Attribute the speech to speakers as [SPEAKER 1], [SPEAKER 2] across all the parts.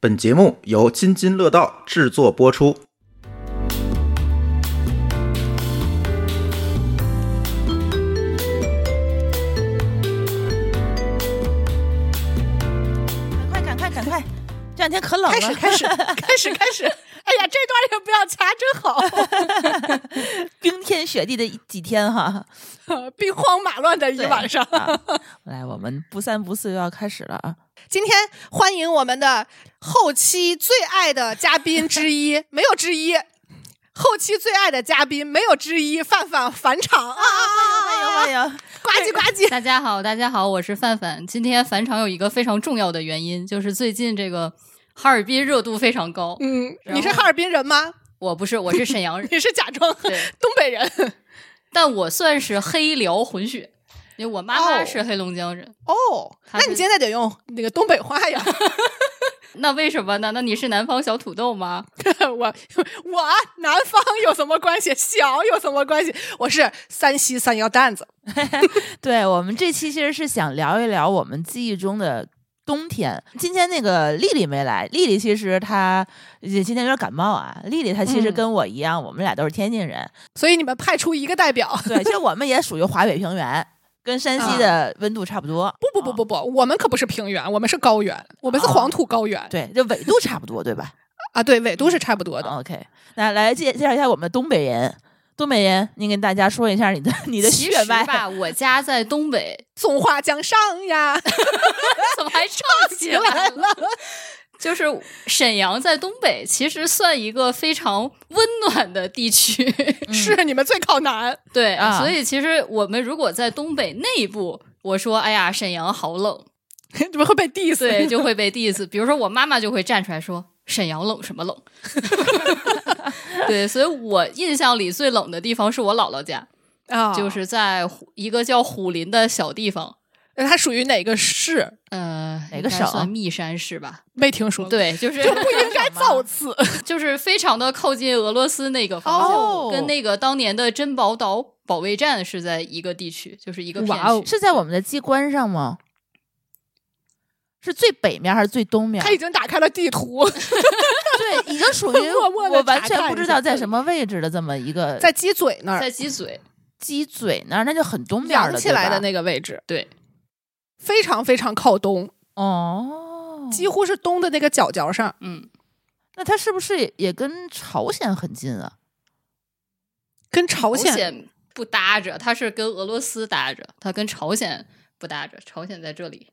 [SPEAKER 1] 本节目由津津乐道制作播出。
[SPEAKER 2] 快赶快赶快！这两天可冷
[SPEAKER 3] 开
[SPEAKER 2] 了，
[SPEAKER 3] 始，开始，开始，开始！ 哎呀，这段也不要掐，真 好。
[SPEAKER 2] 冰天雪地的几天哈，
[SPEAKER 3] 兵荒马乱的一
[SPEAKER 2] 对
[SPEAKER 3] 晚上。
[SPEAKER 2] 啊来，我们不三不四又要开始了啊！
[SPEAKER 3] 今天欢迎我们的后期最爱的嘉宾之一，没有之一。后期最爱的嘉宾没有之一，范范返场啊！
[SPEAKER 2] 欢迎欢迎！
[SPEAKER 3] 呱唧呱唧，
[SPEAKER 4] 大家好，大家好，我是范范。今天返场有一个非常重要的原因，就是最近这个哈尔滨热度非常高。
[SPEAKER 3] 嗯，
[SPEAKER 4] 然后
[SPEAKER 3] 你是哈尔滨人 吗？，
[SPEAKER 4] 我不是，我是 沈阳人
[SPEAKER 3] 你是假装
[SPEAKER 4] 对
[SPEAKER 3] 东北人？
[SPEAKER 4] 但我算是黑辽混血，因为我妈妈
[SPEAKER 3] 哦
[SPEAKER 4] 是黑龙江人。
[SPEAKER 3] 哦，
[SPEAKER 4] 他
[SPEAKER 3] 那
[SPEAKER 4] 是
[SPEAKER 3] 你现在得用那个东北话 呀！
[SPEAKER 4] 那为什么呢？那你是南方小土豆吗？
[SPEAKER 3] 我我南方有什么关系？小有什么关系？我是山西山药蛋子。
[SPEAKER 2] 对我们这期其实是想聊一聊我们记忆中的冬天。今天那个丽丽没来，丽丽其实她也今天有点感冒啊。丽丽她其实
[SPEAKER 3] 嗯
[SPEAKER 2] 跟我一样，我们俩都是天津人，
[SPEAKER 3] 所以你们派出一个代表？
[SPEAKER 2] 对，其实我们也属于华北平原，跟山
[SPEAKER 3] 啊
[SPEAKER 2] 西的温度差不多。
[SPEAKER 3] 不不不不不，我们可不是平原，我们是高原，我们是
[SPEAKER 2] 哦
[SPEAKER 3] 黄土高原。
[SPEAKER 2] 对，就纬度差不多，对吧？
[SPEAKER 3] 啊，对，纬度是差不多
[SPEAKER 4] 哦
[SPEAKER 3] 的。
[SPEAKER 2] OK，那来介介绍一下我们的东北人。东北人，您跟大家说一下你的 你的
[SPEAKER 4] 其
[SPEAKER 2] 血
[SPEAKER 4] 实
[SPEAKER 2] 脉。
[SPEAKER 4] 吧，我家在 东北，
[SPEAKER 3] 松花江上呀，
[SPEAKER 4] 怎么还唱起 来了？就是沈阳在东北，其实算一个非常温暖的地区。
[SPEAKER 3] 是你们最靠南。
[SPEAKER 4] 对
[SPEAKER 2] 啊
[SPEAKER 4] 所以其实我们如果在东北内部，我说哎呀，沈阳好冷，
[SPEAKER 3] 你们会被 diss，
[SPEAKER 4] 对，就会被 diss。比如说我妈妈就会站出来说。沈阳冷什么冷？ 对，所以我印象里最冷的地方是我姥姥家，
[SPEAKER 3] 啊，
[SPEAKER 4] 就是在虎一个叫虎林的小地方，
[SPEAKER 3] 那它属于哪个市？
[SPEAKER 4] 呃，
[SPEAKER 2] 哪个
[SPEAKER 4] 应该
[SPEAKER 2] 省
[SPEAKER 4] 算密山市吧？
[SPEAKER 3] 没听说过，
[SPEAKER 4] 对， 就是
[SPEAKER 3] 就不应 该造次。
[SPEAKER 4] 就是非常的靠近俄罗斯那个方向，
[SPEAKER 2] 哦
[SPEAKER 4] 跟那个当年的珍宝岛保卫战是在一个地区，就是一个片
[SPEAKER 3] 哇哦
[SPEAKER 4] 区。
[SPEAKER 2] 是在我们的机关上吗？是最北面还是最东面？
[SPEAKER 3] 他已经打开了地图，
[SPEAKER 2] 对，已经属于
[SPEAKER 3] 默默地
[SPEAKER 2] 我完
[SPEAKER 3] 查
[SPEAKER 2] 全
[SPEAKER 3] 看
[SPEAKER 2] 不知
[SPEAKER 3] 一
[SPEAKER 2] 道
[SPEAKER 3] 下
[SPEAKER 2] 在什么位置的这么一个
[SPEAKER 3] 在鸡嘴那儿
[SPEAKER 4] 呃在鸡嘴，
[SPEAKER 2] 鸡嘴那儿，那就很东边
[SPEAKER 3] 扬
[SPEAKER 2] 了，
[SPEAKER 3] 起来的
[SPEAKER 2] 对吧
[SPEAKER 3] 那个位置，
[SPEAKER 4] 对，
[SPEAKER 3] 非常非常靠东，
[SPEAKER 2] 哦，
[SPEAKER 3] 几乎是东的那个角角上。
[SPEAKER 4] 嗯，
[SPEAKER 2] 那它是不是也也跟朝鲜很近啊？
[SPEAKER 3] 跟朝
[SPEAKER 4] 朝
[SPEAKER 3] 鲜
[SPEAKER 4] 鲜不搭着，它是跟俄罗斯搭着，它跟朝鲜不搭着，朝鲜在这里，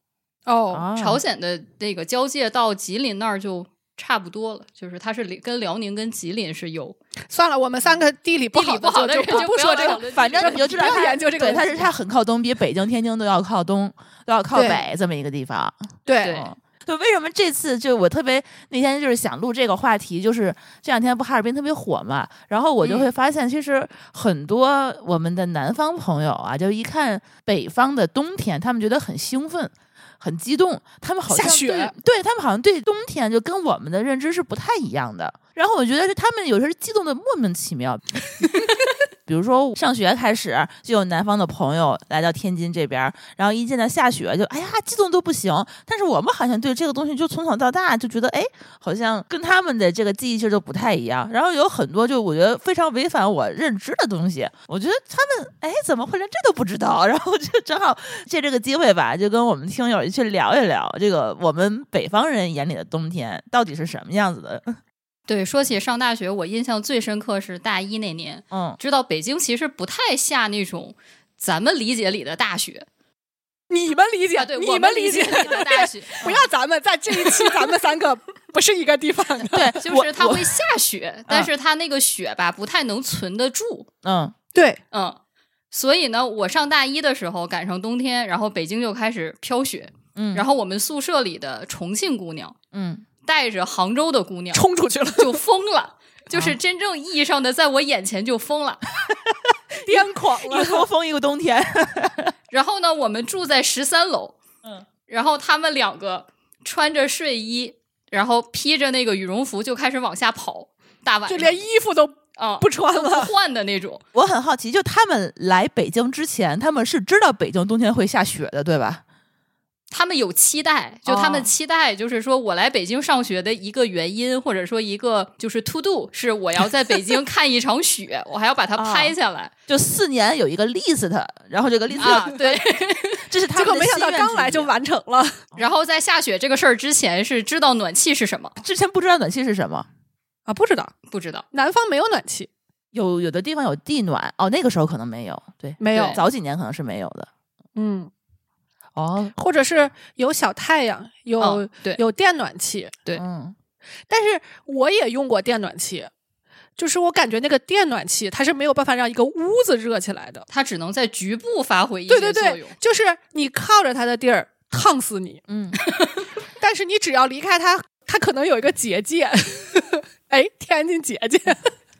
[SPEAKER 3] 哦，
[SPEAKER 2] 啊
[SPEAKER 4] 朝鲜的那个交界到吉林那儿就差不多了，就是它是离跟辽宁跟吉林是有
[SPEAKER 3] 算了，我们三个地理不
[SPEAKER 4] 地理
[SPEAKER 3] 好
[SPEAKER 4] 不好
[SPEAKER 3] 的
[SPEAKER 4] 的
[SPEAKER 3] 就
[SPEAKER 4] 人
[SPEAKER 3] 就
[SPEAKER 4] 就
[SPEAKER 3] 不
[SPEAKER 4] 不
[SPEAKER 3] 说
[SPEAKER 4] 要
[SPEAKER 3] 这
[SPEAKER 4] 讨
[SPEAKER 3] 个
[SPEAKER 4] 论这个
[SPEAKER 2] 反正你就知道
[SPEAKER 3] 不要
[SPEAKER 2] 它
[SPEAKER 3] 研究这个
[SPEAKER 2] 对，
[SPEAKER 3] 问
[SPEAKER 2] 它
[SPEAKER 3] 题
[SPEAKER 2] 是它很靠东，比北京、天津都要靠东，都要靠
[SPEAKER 3] 对
[SPEAKER 2] 北这么一个地方。
[SPEAKER 3] 对
[SPEAKER 4] 对
[SPEAKER 2] 嗯对，为什么这次就我特别那天就是想录这个话题，就是这两天不哈尔滨特别火嘛，然后我就会发现，其实很多我们的南方朋友啊，就一看北方的冬天，他们觉得很兴奋。很激动，他们好像
[SPEAKER 3] 下雪
[SPEAKER 2] 对对他们好像对冬天就跟我们的认知是不太一样的。然后我觉得是他们有时候激动的莫名其妙， 比如说上学开始，就有南方的朋友来到天津这边儿，然后一见到下雪就哎呀激动都不行。但是我们好像对这个东西就从小到大就觉得哎，好像跟他们的这个记忆劲儿就不太一样。然后有很多就我觉得非常违反我认知的东西，我觉得他们哎怎么会连这都不知道？ 然后就正好借这个机会吧，就跟我们听友去聊一聊这个我们北方人眼里的冬天到底是什么样子的。
[SPEAKER 4] 对，说起上大学，我印象最深刻是大一那年，
[SPEAKER 2] 嗯，
[SPEAKER 4] 知道北京其实不太下那种咱们理解里的大雪，
[SPEAKER 3] 你们理解，
[SPEAKER 4] 啊对
[SPEAKER 3] 你
[SPEAKER 4] 我
[SPEAKER 3] 们
[SPEAKER 4] 们
[SPEAKER 3] 理
[SPEAKER 4] 理解里 的大雪
[SPEAKER 3] 不要咱们在这一期，咱们三个不是一个地方的。
[SPEAKER 2] 对，
[SPEAKER 4] 就
[SPEAKER 2] 我
[SPEAKER 4] 是它
[SPEAKER 2] 我
[SPEAKER 4] 会下雪，但是它那个雪吧不太能存得住，
[SPEAKER 2] 嗯
[SPEAKER 3] 对，
[SPEAKER 4] 嗯。所以呢，我上大一的时候赶上冬天，然后北京就开始飘雪，
[SPEAKER 2] 嗯，
[SPEAKER 4] 然后我们宿舍里的重庆姑娘
[SPEAKER 2] 嗯
[SPEAKER 4] 带着杭州的姑娘
[SPEAKER 3] 冲出去了，
[SPEAKER 4] 就疯了，
[SPEAKER 3] 啊
[SPEAKER 4] 就是真正意义上的在我眼前就疯了。
[SPEAKER 3] 癫狂
[SPEAKER 2] 一个
[SPEAKER 3] 了。
[SPEAKER 2] 风风一个冬天，
[SPEAKER 4] 然后呢，我们住在十三楼，
[SPEAKER 2] 嗯，
[SPEAKER 4] 然后他们两个穿着睡衣，然后披着那个羽绒服就开始往下跑，大晚
[SPEAKER 3] 就
[SPEAKER 4] 上
[SPEAKER 3] 连衣服都
[SPEAKER 4] 啊
[SPEAKER 3] 不穿
[SPEAKER 4] 不
[SPEAKER 3] 了，
[SPEAKER 4] 换的那种。
[SPEAKER 2] 我很好奇，就他们来北京之前，他们是知道北京冬天会下雪的，对吧？
[SPEAKER 4] 他们有期待，就他们
[SPEAKER 2] 哦
[SPEAKER 4] 期待，就是说我来北京上学的一个原因，或者说一个就是 to do，是我要在北京 看一场雪，我还要把它
[SPEAKER 3] 啊
[SPEAKER 4] 拍下来
[SPEAKER 2] 就四年有一个 list，然后这个 list，、
[SPEAKER 4] 啊。对，
[SPEAKER 2] 这是他
[SPEAKER 3] 结
[SPEAKER 2] 们
[SPEAKER 3] 果
[SPEAKER 2] 的
[SPEAKER 3] 没想到
[SPEAKER 2] 心愿之
[SPEAKER 3] 刚来
[SPEAKER 2] 一
[SPEAKER 3] 就完成了。
[SPEAKER 4] 然后在下雪这个事儿之前是知道暖气是什么，
[SPEAKER 2] 之前不知道暖气是什么，
[SPEAKER 3] 啊，不知道
[SPEAKER 4] 不知道。
[SPEAKER 3] 南方没有暖气，
[SPEAKER 2] 有有的地方有地暖哦，那个时候可能没有，对，
[SPEAKER 3] 没有
[SPEAKER 4] 对，
[SPEAKER 2] 早几年可能是没有的
[SPEAKER 3] 嗯，
[SPEAKER 2] 哦，
[SPEAKER 3] 或者是有小太阳，有、
[SPEAKER 4] 嗯对
[SPEAKER 3] 有电暖气，
[SPEAKER 4] 对
[SPEAKER 2] 嗯
[SPEAKER 3] 但是我也用过电暖气，就是我感觉那个电暖气它是没有办法让一个屋子热起来的。
[SPEAKER 4] 它只能在局部发挥一
[SPEAKER 3] 对对
[SPEAKER 4] 些作
[SPEAKER 3] 对
[SPEAKER 4] 用。，
[SPEAKER 3] 就是你靠着它的地儿烫死你，
[SPEAKER 2] 嗯，
[SPEAKER 3] 但是你只要离开它，它可能有一个结界。 哎，天津结界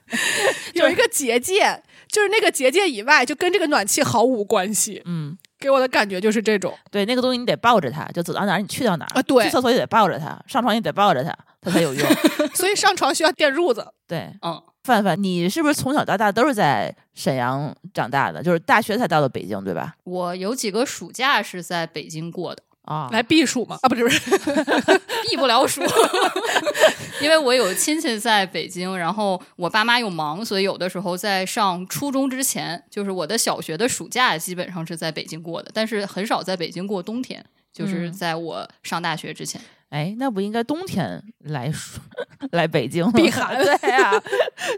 [SPEAKER 3] 有一个结界，就是那个结界以外，就跟这个暖气毫无关系。
[SPEAKER 2] 嗯，
[SPEAKER 3] 给我的感觉就是这种。
[SPEAKER 2] 对，那个东西你得抱着它，就走到哪儿你去到哪儿
[SPEAKER 3] 啊对
[SPEAKER 2] 去厕所也得抱着它，上床也得抱着它，它才有用。
[SPEAKER 3] 所以上床需要垫褥子。
[SPEAKER 2] 对，
[SPEAKER 4] 嗯，
[SPEAKER 2] 范范，你是不是从小到大都是在沈阳长大的？就是大学才到的北京，对吧？
[SPEAKER 4] 我有几个暑假是在北京过的，
[SPEAKER 2] 啊、
[SPEAKER 3] 来避暑嘛？啊，不是不是，
[SPEAKER 4] 避不了暑， 因为我有亲戚在北京，然后我爸妈又忙，所以有的时候在上初中之前，就是我的小学的暑假基本上是在北京过的，但是很少在北京过冬天，就是
[SPEAKER 2] 嗯
[SPEAKER 4] 在我上大学之前。
[SPEAKER 2] 哎，那不应该冬天来暑 来北京
[SPEAKER 3] 避寒
[SPEAKER 2] 对 啊呀、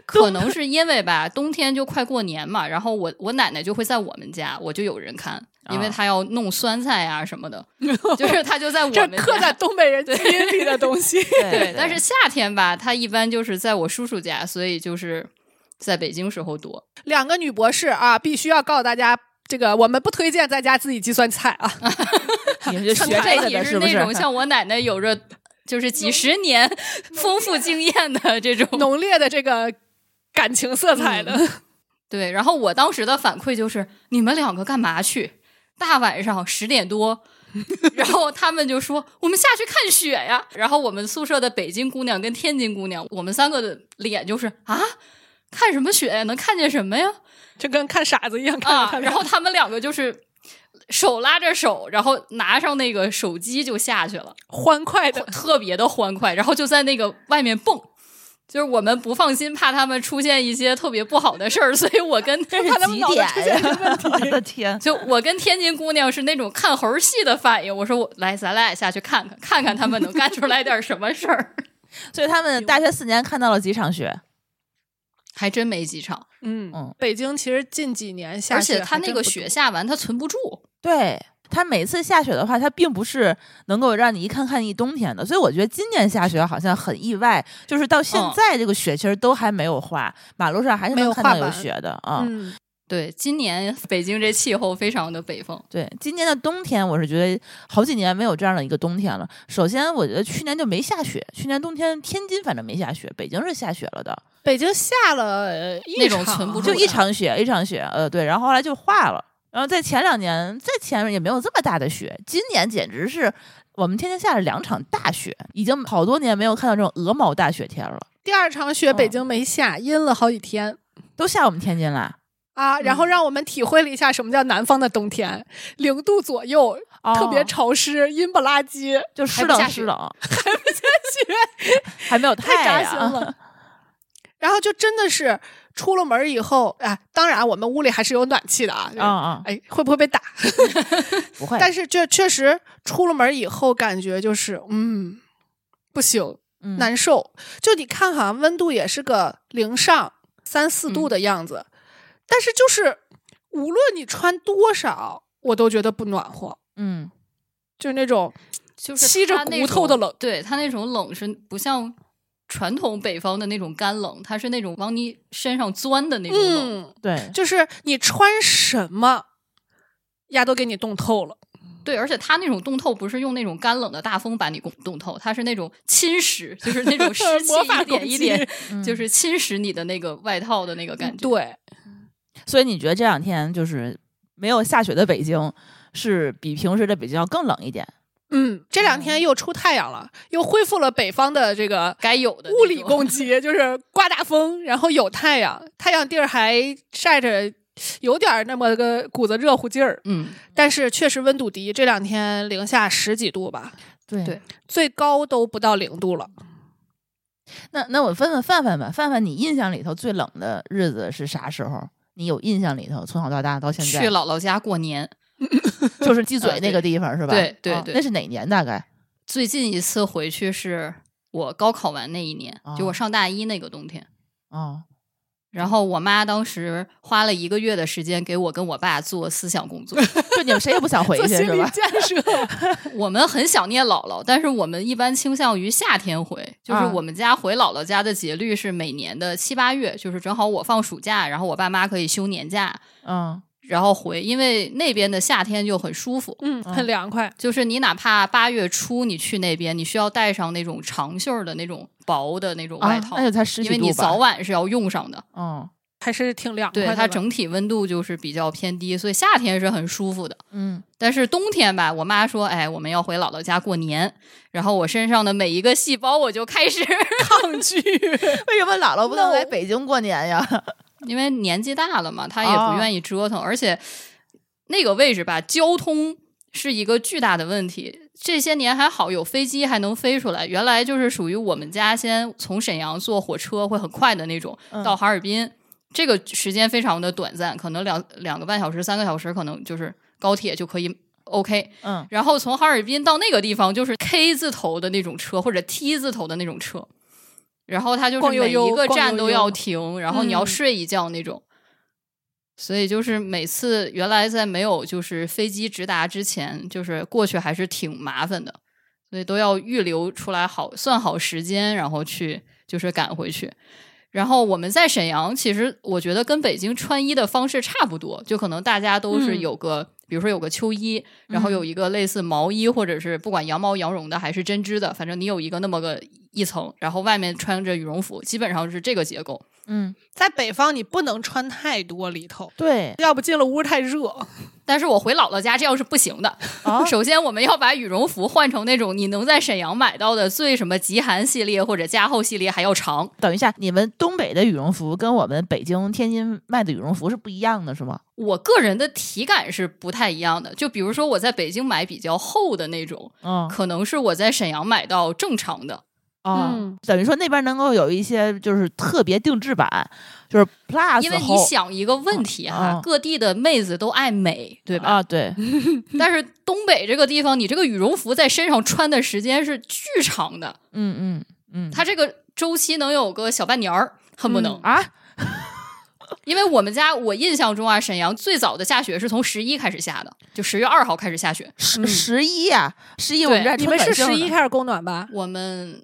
[SPEAKER 4] 可能是因为吧，冬天就快过年嘛，然后我我奶奶就会在我们家，我就有人看，因为
[SPEAKER 2] 啊
[SPEAKER 4] 她要弄酸菜啊什 么的，就是她就在我
[SPEAKER 3] 这
[SPEAKER 4] 们
[SPEAKER 3] 刻
[SPEAKER 4] 家
[SPEAKER 3] 在东北人基因里的东西。
[SPEAKER 2] 对
[SPEAKER 4] 对，但是夏天吧，他一般就是在我叔叔家，所以就是在北京时候多。
[SPEAKER 3] 两个女博士啊，必须要告诉大家，这个我们不推荐在家自己计算菜啊。
[SPEAKER 2] 你们就学
[SPEAKER 4] 除
[SPEAKER 2] 这
[SPEAKER 4] 非
[SPEAKER 2] 个
[SPEAKER 4] 你
[SPEAKER 2] 的，是不
[SPEAKER 4] 那种
[SPEAKER 2] 是？
[SPEAKER 4] 像我奶奶有着就是几十年丰富经验的这种。
[SPEAKER 3] 浓烈的这个感情色彩的，
[SPEAKER 4] 嗯对，然后我当时的反馈就是，你们两个干嘛去？大晚上十点多。然后他们就说：“我们下去看雪呀。”然后我们宿舍的北京姑娘跟天津姑娘，我们三个的脸就是啊，看什么雪呀？能看见什么呀？
[SPEAKER 3] 就跟看傻子一样看着
[SPEAKER 4] 啊，
[SPEAKER 3] 他们。
[SPEAKER 4] 然后他们两个就是手拉着手，然后拿上那个手机就下去了，
[SPEAKER 3] 欢快的，
[SPEAKER 4] 特别的欢快，然后就在那个外面蹦。就是我们不放心，怕他们出现一些特别不好的事儿，所以我跟
[SPEAKER 3] 怕他们
[SPEAKER 2] 几
[SPEAKER 3] 脑子
[SPEAKER 2] 点
[SPEAKER 3] 出
[SPEAKER 2] 呀
[SPEAKER 3] 现这个问
[SPEAKER 2] 我
[SPEAKER 3] 题。
[SPEAKER 2] 的天！
[SPEAKER 4] 就我跟天津姑娘是那种看猴戏的反应。我说我来，咱俩也下去看看，看看他们能干出来点什么事儿。
[SPEAKER 2] 所以他们大学四年看到了几场雪？
[SPEAKER 4] 还真没几场，
[SPEAKER 3] 嗯
[SPEAKER 2] 嗯
[SPEAKER 3] 北京其实近几年下
[SPEAKER 4] 而
[SPEAKER 3] 雪，
[SPEAKER 4] 且他那个雪，下完，他存不住。
[SPEAKER 2] 对。它每次下雪的话，它并不是能够让你一看看一冬天的，所以我觉得今年下雪好像很意外，就是到现
[SPEAKER 4] 嗯
[SPEAKER 2] 在这个雪其实都还没有化，马路上还是
[SPEAKER 3] 没
[SPEAKER 2] 能
[SPEAKER 3] 有
[SPEAKER 2] 看
[SPEAKER 3] 化
[SPEAKER 2] 到有
[SPEAKER 3] 完
[SPEAKER 2] 雪的啊。
[SPEAKER 3] 嗯，
[SPEAKER 4] 对，今年北京这气候非常的北风。
[SPEAKER 2] 对，今年的冬天，我是觉得好几年没有这样的一个冬天了。首先，我觉得去年就没下雪，去年冬天天津反正没下雪，北京是下雪了的，
[SPEAKER 3] 北京下了呃一
[SPEAKER 4] 那种
[SPEAKER 3] 场
[SPEAKER 4] 存不住
[SPEAKER 2] 就
[SPEAKER 4] 的
[SPEAKER 2] 一场雪一场雪，呃，对，然后后来就化了。然后在前两年，在前面也没有这么大的雪，今年简直是我们天津下了两场大雪，已经好多年没有看到这种鹅毛大雪天了，
[SPEAKER 3] 第二场雪，
[SPEAKER 2] 嗯
[SPEAKER 3] 北京没下，阴了好几天。
[SPEAKER 2] 都下我们天津啦。
[SPEAKER 3] 啊，然后
[SPEAKER 4] 嗯
[SPEAKER 3] 让我们体会了一下什么叫南方的冬天，零度左右，
[SPEAKER 2] 哦
[SPEAKER 3] 特别潮湿，阴不拉几，
[SPEAKER 2] 就湿
[SPEAKER 4] 还不下
[SPEAKER 2] 冷
[SPEAKER 4] 雪
[SPEAKER 2] 湿冷，
[SPEAKER 3] 雪
[SPEAKER 2] 还没 有
[SPEAKER 3] 太扎心
[SPEAKER 2] 阳。
[SPEAKER 3] 了。然后就真的是出了门以后，哎，当然我们屋里还是有暖气的啊。就是
[SPEAKER 2] 嗯嗯，
[SPEAKER 3] 哎，会不会被打？
[SPEAKER 2] 不会，
[SPEAKER 3] 但是这确实出了门以后，感觉就是嗯，不行，
[SPEAKER 2] 嗯
[SPEAKER 3] 难受。就你看哈，温度也是个零上三四度的样子，但是就是无论你穿多少，我都觉得不暖和，
[SPEAKER 2] 嗯
[SPEAKER 3] 就是那种
[SPEAKER 4] 就是
[SPEAKER 3] 吸着
[SPEAKER 4] 它那
[SPEAKER 3] 骨头的
[SPEAKER 4] 种
[SPEAKER 3] 冷
[SPEAKER 4] 对它那种冷是不像传统北方的那种干冷，它是那种往你身上钻的那种冷。
[SPEAKER 3] 嗯，
[SPEAKER 2] 对，
[SPEAKER 3] 就是你穿什么，呀都给你冻透了。
[SPEAKER 4] 对，而且它那种冻透不是用那种干冷的大风把你冻冻透，它是那种侵蚀，就是那种湿气
[SPEAKER 3] 魔法
[SPEAKER 4] 一
[SPEAKER 3] 攻
[SPEAKER 4] 点一点，
[SPEAKER 2] 嗯
[SPEAKER 4] 就是侵蚀你的那个外套的那个感觉。
[SPEAKER 3] 嗯对，
[SPEAKER 2] 所以你觉得这两天就是没有下雪的北京，是比平时的北京要更冷一点？
[SPEAKER 3] 嗯，这两
[SPEAKER 4] 哦
[SPEAKER 3] 天又出太阳了，又恢复了北方的这个
[SPEAKER 4] 该有的那
[SPEAKER 3] 物理
[SPEAKER 4] 种
[SPEAKER 3] 攻击，就是刮大风，然后有太阳，太阳地儿还晒着。有点儿那么个骨子热乎劲儿，
[SPEAKER 4] 嗯，
[SPEAKER 3] 但是确实温度低，这两天零下十几度吧，
[SPEAKER 2] 对
[SPEAKER 4] 对
[SPEAKER 3] 最高都不到零度了。
[SPEAKER 2] 那那我问问范范吧，范范，你印象里头最冷的日子是啥时候？你有印象里头，从小到大到现
[SPEAKER 4] 去
[SPEAKER 2] 在，
[SPEAKER 4] 姥姥家过年，
[SPEAKER 2] 就是鸡嘴
[SPEAKER 4] 啊
[SPEAKER 2] 那个地方、是吧？
[SPEAKER 4] 对对
[SPEAKER 2] 哦
[SPEAKER 4] 对
[SPEAKER 2] 那是哪年大概？
[SPEAKER 4] 最近一次回去是我高考完那一年，就
[SPEAKER 2] 哦
[SPEAKER 4] 我上大一那个冬天。
[SPEAKER 2] 哦，
[SPEAKER 4] 然后我妈当时花了一个月的时间给我跟我爸做思想工作。
[SPEAKER 2] 就你们谁也不想回
[SPEAKER 3] 做
[SPEAKER 2] 去
[SPEAKER 3] 心
[SPEAKER 2] 是
[SPEAKER 3] 理
[SPEAKER 2] 吧？
[SPEAKER 3] 建 设，
[SPEAKER 4] 我们很想念姥姥，但是我们一般倾向于夏天回，就是
[SPEAKER 2] 啊
[SPEAKER 4] 我们家回姥姥家的节律是每年的七八月，就是正好我放暑假，然后我爸妈可以休年假，
[SPEAKER 2] 嗯，
[SPEAKER 4] 然后回，因为那边的夏天就很舒服。
[SPEAKER 3] 嗯，很凉快。
[SPEAKER 4] 就是你哪怕八月初你去那边，你需要带上那种长袖儿的那种薄的那种
[SPEAKER 2] 啊
[SPEAKER 4] 外套，
[SPEAKER 2] 那就才十
[SPEAKER 4] 因
[SPEAKER 2] 几
[SPEAKER 4] 为你
[SPEAKER 2] 度
[SPEAKER 4] 早
[SPEAKER 2] 吧？
[SPEAKER 4] 晚是要用上的。
[SPEAKER 2] 嗯
[SPEAKER 3] 还是挺凉快
[SPEAKER 4] 对
[SPEAKER 3] 的吧。
[SPEAKER 4] 它整体温度就是比较偏低，所以夏天是很舒服的。
[SPEAKER 2] 嗯，
[SPEAKER 4] 但是冬天吧，我妈说：“哎，我们要回姥姥家过年。”然后我身上的每一个细胞，我就开始
[SPEAKER 3] 抗拒，
[SPEAKER 2] 为什么姥姥不能来
[SPEAKER 3] No
[SPEAKER 2] 北京过年呀？
[SPEAKER 4] 因为年纪大了嘛，她也
[SPEAKER 2] 哦
[SPEAKER 4] 不愿意折腾，而且那个位置吧，交通是一个巨大的问题。这些年还好有飞机还能飞出来，原来就是属于我们家先从沈阳坐火车会很快的那种
[SPEAKER 2] 嗯
[SPEAKER 4] 到哈尔滨，这个时间非常的短暂，可能两两个半小时、三个小时，可能就是高铁就可以 OK。
[SPEAKER 2] 嗯
[SPEAKER 4] 然后从哈尔滨到那个地方就是 K 字头的那种车或者 T 字头的那种车，然后它就是
[SPEAKER 3] 逛悠
[SPEAKER 4] 每
[SPEAKER 3] 悠
[SPEAKER 4] 一个
[SPEAKER 3] 逛
[SPEAKER 4] 站
[SPEAKER 3] 悠
[SPEAKER 4] 都
[SPEAKER 3] 悠
[SPEAKER 4] 要停，然后你要
[SPEAKER 3] 嗯
[SPEAKER 4] 睡一觉那种。所以就是每次原来在没有就是飞机直达之前，就是过去还是挺麻烦的，所以都要预留出来好算好时间，然后去就是赶回去。然后我们在沈阳，其实我觉得跟北京穿衣的方式差不多，就可能大家都是
[SPEAKER 3] 嗯
[SPEAKER 4] 有个，比如说有个秋衣，然后有一个类似毛衣，或者是不管羊毛、羊绒的还是针织的，反正你有一个那么个一层，然后外面穿着羽绒服，基本上是这个结构。
[SPEAKER 2] 嗯，
[SPEAKER 3] 在北方你不能穿太多里头，
[SPEAKER 2] 对，
[SPEAKER 3] 要不进了屋太热。
[SPEAKER 4] 哦但是我回姥姥家这样是不行的。
[SPEAKER 2] 啊
[SPEAKER 4] 首先，我们要把羽绒服换成那种你能在沈阳买到的最什么极寒系列或者加厚系列还要长。
[SPEAKER 2] 等一下，你们东北的羽绒服跟我们北京、天津卖的羽绒服是不一样的，是吗？
[SPEAKER 4] 我个人的体感是不太一样的，就比如说我在北京买比较厚的那种，
[SPEAKER 2] 嗯
[SPEAKER 4] 可能是我在沈阳买到正常的。
[SPEAKER 2] 啊，
[SPEAKER 3] 嗯
[SPEAKER 2] 等于说那边能够有一些就是特别定制版，就是 plus
[SPEAKER 4] 因为你
[SPEAKER 2] 后
[SPEAKER 4] 想一个问题哈、
[SPEAKER 2] 嗯
[SPEAKER 4] 各地的妹子都爱美，对吧？
[SPEAKER 2] 啊，对，
[SPEAKER 4] 但是东北这个地方，你这个羽绒服在身上穿的时间是巨长的，
[SPEAKER 2] 嗯嗯嗯，
[SPEAKER 4] 它这个周期能有个小半年儿，恨不能。
[SPEAKER 2] 啊，
[SPEAKER 4] 因为我们家我印象中啊，沈阳最早的下雪是从十一开始下的，就十月二号开始下雪。
[SPEAKER 2] 十十一啊，十一我们这还
[SPEAKER 4] 对
[SPEAKER 3] 你
[SPEAKER 2] 春
[SPEAKER 3] 们
[SPEAKER 2] 暖
[SPEAKER 3] 是
[SPEAKER 2] 星
[SPEAKER 3] 十一
[SPEAKER 2] 呢
[SPEAKER 3] 开始供暖吧？
[SPEAKER 4] 我们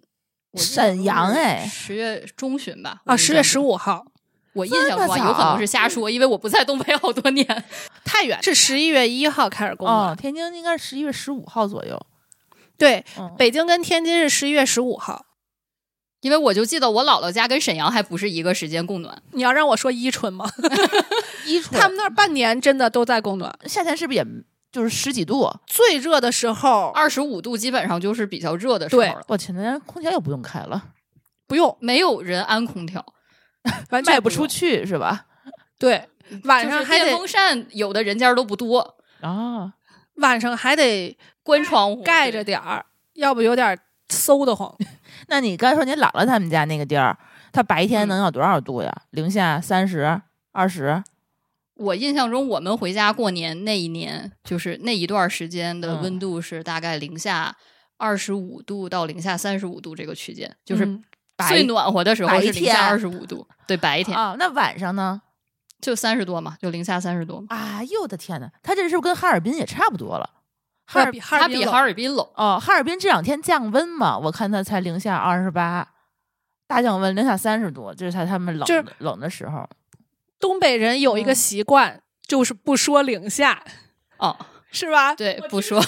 [SPEAKER 4] 我印象中
[SPEAKER 2] 沈阳
[SPEAKER 4] 是
[SPEAKER 2] 哎
[SPEAKER 4] 十月中旬吧，
[SPEAKER 3] 啊，十月十
[SPEAKER 4] 五，
[SPEAKER 3] 五号，
[SPEAKER 4] 我印象中
[SPEAKER 2] 这么
[SPEAKER 4] 啊，
[SPEAKER 2] 早
[SPEAKER 4] 有可能是瞎说，因为我不在东北好多年。
[SPEAKER 3] 太远是十一月一号开始供暖。
[SPEAKER 2] 哦，天津应该是十一月十五号左右，
[SPEAKER 3] 对，
[SPEAKER 2] 嗯
[SPEAKER 3] 北京跟天津是十一月十五号。
[SPEAKER 4] 因为我就记得我姥姥家跟沈阳还不是一个时间供暖，
[SPEAKER 3] 你要让我说伊春吗？
[SPEAKER 2] 一春
[SPEAKER 3] 他们那儿半年真的都在供暖，
[SPEAKER 2] 夏天是不是也就是十几度？
[SPEAKER 3] 最热的时候
[SPEAKER 4] 二十五度基本上就是比较热的时候
[SPEAKER 3] 对
[SPEAKER 4] 了，
[SPEAKER 2] 我天，那空调又不用开了，
[SPEAKER 3] 不用，
[SPEAKER 4] 没有人安空调。
[SPEAKER 3] 完全
[SPEAKER 2] 卖不
[SPEAKER 3] 用
[SPEAKER 2] 出去是吧？
[SPEAKER 3] 对，晚
[SPEAKER 4] 就是
[SPEAKER 3] 上还
[SPEAKER 4] 电
[SPEAKER 3] 得
[SPEAKER 4] 风扇，有的人家都不多，
[SPEAKER 2] 啊，
[SPEAKER 3] 晚上还得
[SPEAKER 4] 关窗户
[SPEAKER 3] 盖着。
[SPEAKER 4] 对
[SPEAKER 3] 点儿，要不有点馊 得慌。
[SPEAKER 2] 那你刚才说你姥姥他们家那个地儿，他白天能有多少度呀？零下三十、二十？
[SPEAKER 4] 我印象中，我们回家过年那一年，就是那一段时间的
[SPEAKER 2] 嗯
[SPEAKER 4] 温度是大概零下二十五度到零下三十五度这个区间，就是
[SPEAKER 3] 嗯
[SPEAKER 2] 白
[SPEAKER 4] 最暖和的时候是
[SPEAKER 2] 白
[SPEAKER 4] 零下
[SPEAKER 2] 天
[SPEAKER 4] 二十五度，对，白天、
[SPEAKER 2] 啊，那晚上呢？
[SPEAKER 4] 就三十多嘛，就零下三十多嘛。
[SPEAKER 2] 哎呦我的天呐，他这是不是跟哈尔滨也差不多了？哈
[SPEAKER 3] 那
[SPEAKER 2] 尔
[SPEAKER 3] 比哈
[SPEAKER 4] 它
[SPEAKER 3] 尔
[SPEAKER 4] 比
[SPEAKER 3] 滨
[SPEAKER 4] 哈
[SPEAKER 3] 冷，
[SPEAKER 4] 尔滨冷，
[SPEAKER 2] 哦，哈尔滨这两天降温嘛，我看它才零下二十八，大降温零下三十度，这是才他们冷
[SPEAKER 3] 就是
[SPEAKER 2] 的冷的时 候。
[SPEAKER 3] 东北人有一个
[SPEAKER 2] 嗯
[SPEAKER 3] 习惯，就是不说零下，
[SPEAKER 4] 哦，
[SPEAKER 3] 是吧？
[SPEAKER 4] 对，不说，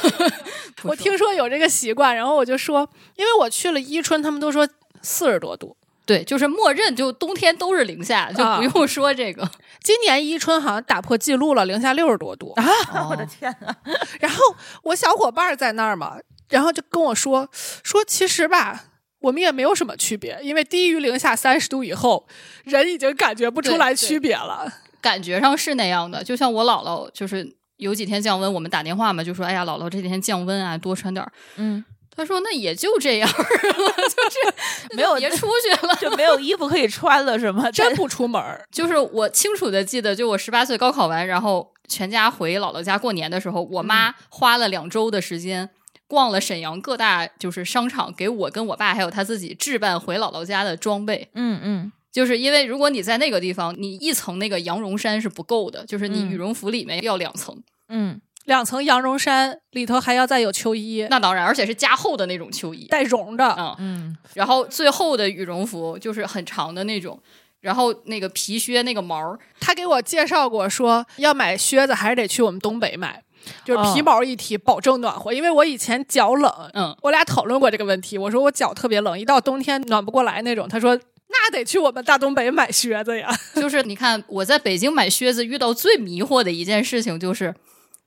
[SPEAKER 4] 不
[SPEAKER 3] 我
[SPEAKER 4] 说
[SPEAKER 3] 听说有这个习惯，然后我就说，因为我去了伊春，他们都说四十多度。
[SPEAKER 4] 对，就是默认就冬天都是零下，就
[SPEAKER 3] 啊
[SPEAKER 4] 不用说这个。
[SPEAKER 3] 今年伊春好像打破记录了，零下六十多度。
[SPEAKER 4] 哦
[SPEAKER 2] 天呐，
[SPEAKER 3] 然后我小伙伴在那儿嘛，然后就跟我说说，其实吧，我们也没有什么区别，因为低于零下三十度以后，人已经感觉不出
[SPEAKER 4] 对
[SPEAKER 3] 来
[SPEAKER 4] 对
[SPEAKER 3] 区别了。
[SPEAKER 4] 感觉上是那样的。就像我姥姥，就是有几天降温，我们打电话嘛，就说：“哎呀，姥姥这几天降温啊，多穿点儿。
[SPEAKER 2] 嗯，”
[SPEAKER 4] 她说：“那也就这样儿， 就是
[SPEAKER 2] 没有
[SPEAKER 4] 别出去了。”
[SPEAKER 2] 就没有衣服可以穿了是吗？
[SPEAKER 3] 真不出门儿，
[SPEAKER 4] 就是我清楚的记得，就我十八岁高考完，然后全家回姥姥家过年的时候，我妈
[SPEAKER 3] 嗯
[SPEAKER 4] 花了两周的时间。逛了沈阳各大就是商场，给我跟我爸还有他自己置办回姥姥家的装备，
[SPEAKER 2] 嗯嗯
[SPEAKER 4] 就是因为如果你在那个地方，你一层那个羊绒衫是不够的，就是你
[SPEAKER 2] 嗯
[SPEAKER 4] 羽绒服里面要两层。
[SPEAKER 2] 嗯，
[SPEAKER 3] 两层羊绒衫里头还要再有秋衣，啊
[SPEAKER 4] 那当然，而且是加厚的那种秋衣。
[SPEAKER 3] 带绒的。
[SPEAKER 4] 嗯，
[SPEAKER 2] 嗯
[SPEAKER 4] 然后最厚的羽绒服就是很长的那种，然后那个皮靴那个毛儿，
[SPEAKER 3] 他给我介绍过说，要买靴子还是得去我们东北买，就是皮
[SPEAKER 2] 哦
[SPEAKER 3] 毛一体，保证暖和。因为我以前脚冷，
[SPEAKER 4] 嗯，
[SPEAKER 3] 我俩讨论过这个问题。我说我脚特别冷，一到冬天暖不过来那种。他说那得去我们大东北买靴子呀。
[SPEAKER 4] 就是你看我在北京买靴子遇到最迷惑的一件事情就是，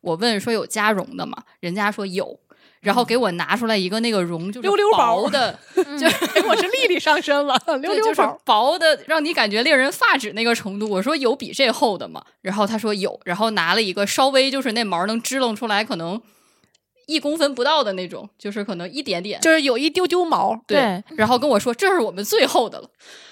[SPEAKER 4] 我问说有加绒的吗？人家说有。然后给我拿出来一个那个绒，就是
[SPEAKER 3] 嗯溜溜薄
[SPEAKER 4] 薄的，
[SPEAKER 3] 结哎果是丽丽上身了，溜
[SPEAKER 4] 对，
[SPEAKER 3] 溜
[SPEAKER 4] 就是
[SPEAKER 3] 宝。
[SPEAKER 4] 薄的，让你感觉令人发指那个程度。我说有比这厚的吗？然后他说有，然后拿了一个稍微就是那毛能支棱出来，可能一公分不到的那种，就是可能一点点。
[SPEAKER 3] 就是有一丢丢毛，
[SPEAKER 4] 对，然后跟我说这是我们最厚的了，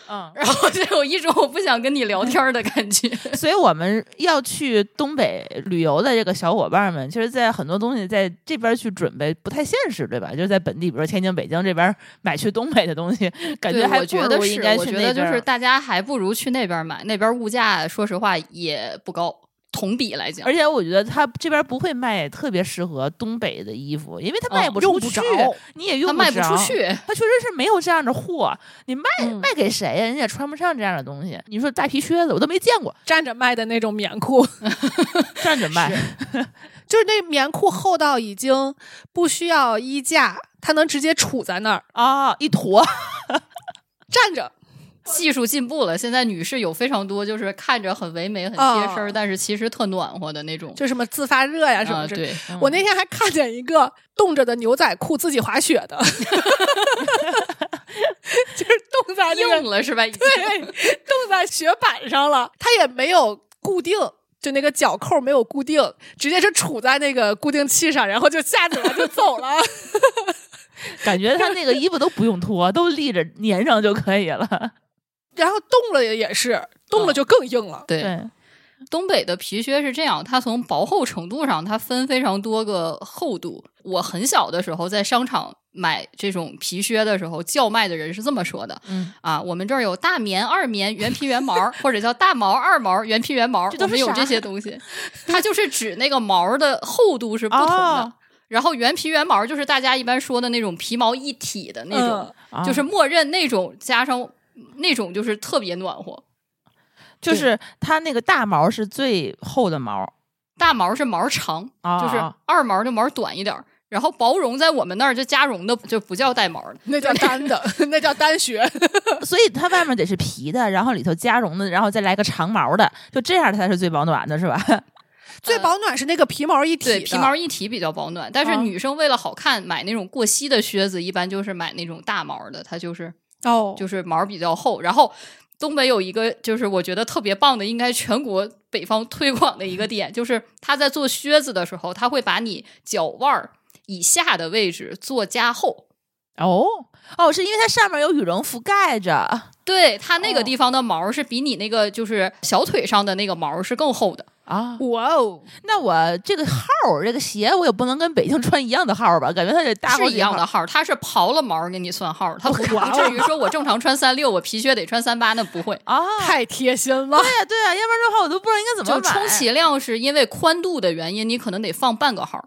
[SPEAKER 2] 嗯，
[SPEAKER 4] 然后就有一种我不想跟你聊天的感 觉。
[SPEAKER 2] 所以我们要去东北旅游的这个小伙伴们，其实，在很多东西在这边去准备不太现实，对吧？就是在本地，比如说天津、北京这边买去东北的东西，感
[SPEAKER 4] 对，
[SPEAKER 2] 觉还
[SPEAKER 4] 我
[SPEAKER 2] 不
[SPEAKER 4] 觉得
[SPEAKER 2] 如
[SPEAKER 4] 是，
[SPEAKER 2] 应该
[SPEAKER 4] 我
[SPEAKER 2] 去
[SPEAKER 4] 觉
[SPEAKER 2] 那
[SPEAKER 4] 得就
[SPEAKER 2] 边
[SPEAKER 4] 是
[SPEAKER 2] 儿。
[SPEAKER 4] 大家还不如去那边买，那边物价说实话也不高，同比来讲
[SPEAKER 2] 而。且我觉得他这边不会卖特别适合东北的衣服，因为他
[SPEAKER 4] 嗯
[SPEAKER 2] 卖不
[SPEAKER 3] 用
[SPEAKER 2] 出
[SPEAKER 3] 不
[SPEAKER 2] 去，
[SPEAKER 3] 着
[SPEAKER 2] 你也
[SPEAKER 4] 它
[SPEAKER 2] 用
[SPEAKER 4] 卖不
[SPEAKER 2] 着
[SPEAKER 4] 出去，
[SPEAKER 2] 他确实是没有这样的货，你卖、
[SPEAKER 3] 嗯
[SPEAKER 2] 卖给谁呀？人家也穿不上这样的东西。你说大皮靴子，我都没见过
[SPEAKER 3] 站着卖的那种棉裤，
[SPEAKER 2] 站着卖。
[SPEAKER 3] 就是那棉裤厚到已经不需要衣架，它能直接杵在那儿
[SPEAKER 2] 啊、一 坨，
[SPEAKER 3] 站着。
[SPEAKER 4] 技术进步了，现在女士有非常多就是看着很唯美、很贴身儿，
[SPEAKER 3] 哦
[SPEAKER 4] 但是其实特暖和的那种。
[SPEAKER 3] 就什么自发热呀什
[SPEAKER 4] 啊，
[SPEAKER 3] 么之类的。
[SPEAKER 4] 对，
[SPEAKER 3] 我那天还看见一个冻着的牛仔裤自己滑雪的， 就是冻在那
[SPEAKER 4] 硬
[SPEAKER 3] 个
[SPEAKER 4] 了是吧？已经
[SPEAKER 3] 对，冻在雪板上了，它也没有固定。就那个脚扣没有固定，直接是杵在那个固定器上，然后就下起来就走了。
[SPEAKER 2] 感觉他那个衣服都不用脱，都立着粘上就可以了。
[SPEAKER 3] 然后冻了也是，冻了就更硬了。
[SPEAKER 4] 对
[SPEAKER 2] 对，
[SPEAKER 4] 东北的皮靴是这样，它从薄厚程度上，它分非常多个厚度。我很小的时候在商场买这种皮靴的时候，叫卖的人是这么说的：
[SPEAKER 2] 嗯
[SPEAKER 4] 啊，我们这儿有大棉、二棉、原皮、原毛儿，或者叫大毛、二毛、原皮、原毛儿，
[SPEAKER 2] 这
[SPEAKER 4] 我
[SPEAKER 2] 都是
[SPEAKER 4] 们有
[SPEAKER 2] 啥
[SPEAKER 4] 这些东西。它就是指那个毛儿的厚度是不同的。
[SPEAKER 2] 哦
[SPEAKER 4] 然后原皮原毛儿就是大家一般说的那种皮毛一体的那种，
[SPEAKER 2] 啊
[SPEAKER 4] 就是默认那种加上那种就是特别暖和。
[SPEAKER 2] 就是他那个大毛是最厚的毛
[SPEAKER 4] 大毛是毛长，
[SPEAKER 2] 啊，
[SPEAKER 4] 就是
[SPEAKER 2] 啊
[SPEAKER 4] 二毛就毛短一点儿。然后薄绒在我们那儿就加绒的就不叫带毛的，
[SPEAKER 3] 那叫单的， 那叫单学。
[SPEAKER 2] 所以它外面得是皮的，然后里头加绒的，然后再来个长毛的，就这样才是最保暖的，是吧？
[SPEAKER 3] 最保暖是那个皮毛一体
[SPEAKER 4] 对，
[SPEAKER 3] 的，
[SPEAKER 4] 皮毛哦一体比较保暖。但是
[SPEAKER 2] 啊
[SPEAKER 4] 女生为了好看，买那种过膝的靴子，一般就是买那种大毛的，它就是
[SPEAKER 3] 哦，
[SPEAKER 4] 就是毛比较厚。然后东北有一个就是我觉得特别棒的，应该全国北方推广的一个点，就是他在做靴子的时候，他会把你脚腕儿以下的位置做加厚。
[SPEAKER 2] 哦哦，是因为它上面有羽绒服盖着
[SPEAKER 4] 对它那
[SPEAKER 2] 哦
[SPEAKER 4] 个地方的毛是比你那个就是小腿上的那个毛是更厚的，
[SPEAKER 2] 啊。
[SPEAKER 3] 哇哦，
[SPEAKER 2] 那我这个号儿，这个鞋我也不能跟北京穿一样的号儿吧？感觉它得大好
[SPEAKER 4] 是
[SPEAKER 2] 几
[SPEAKER 4] 一样
[SPEAKER 2] 号
[SPEAKER 4] 的
[SPEAKER 2] 儿。
[SPEAKER 4] 号儿，它是刨了毛儿给你算号儿，它不
[SPEAKER 3] 哇哦
[SPEAKER 4] 不至于说我正常穿三六，我皮靴得穿三八，那不会。
[SPEAKER 2] 啊，
[SPEAKER 3] 太贴心了
[SPEAKER 2] 对，呀、对呀、要不然的话我都不知道应 该怎么
[SPEAKER 4] 就
[SPEAKER 2] 买。
[SPEAKER 4] 充其量是因为宽度的原因，你可能得放半个号儿，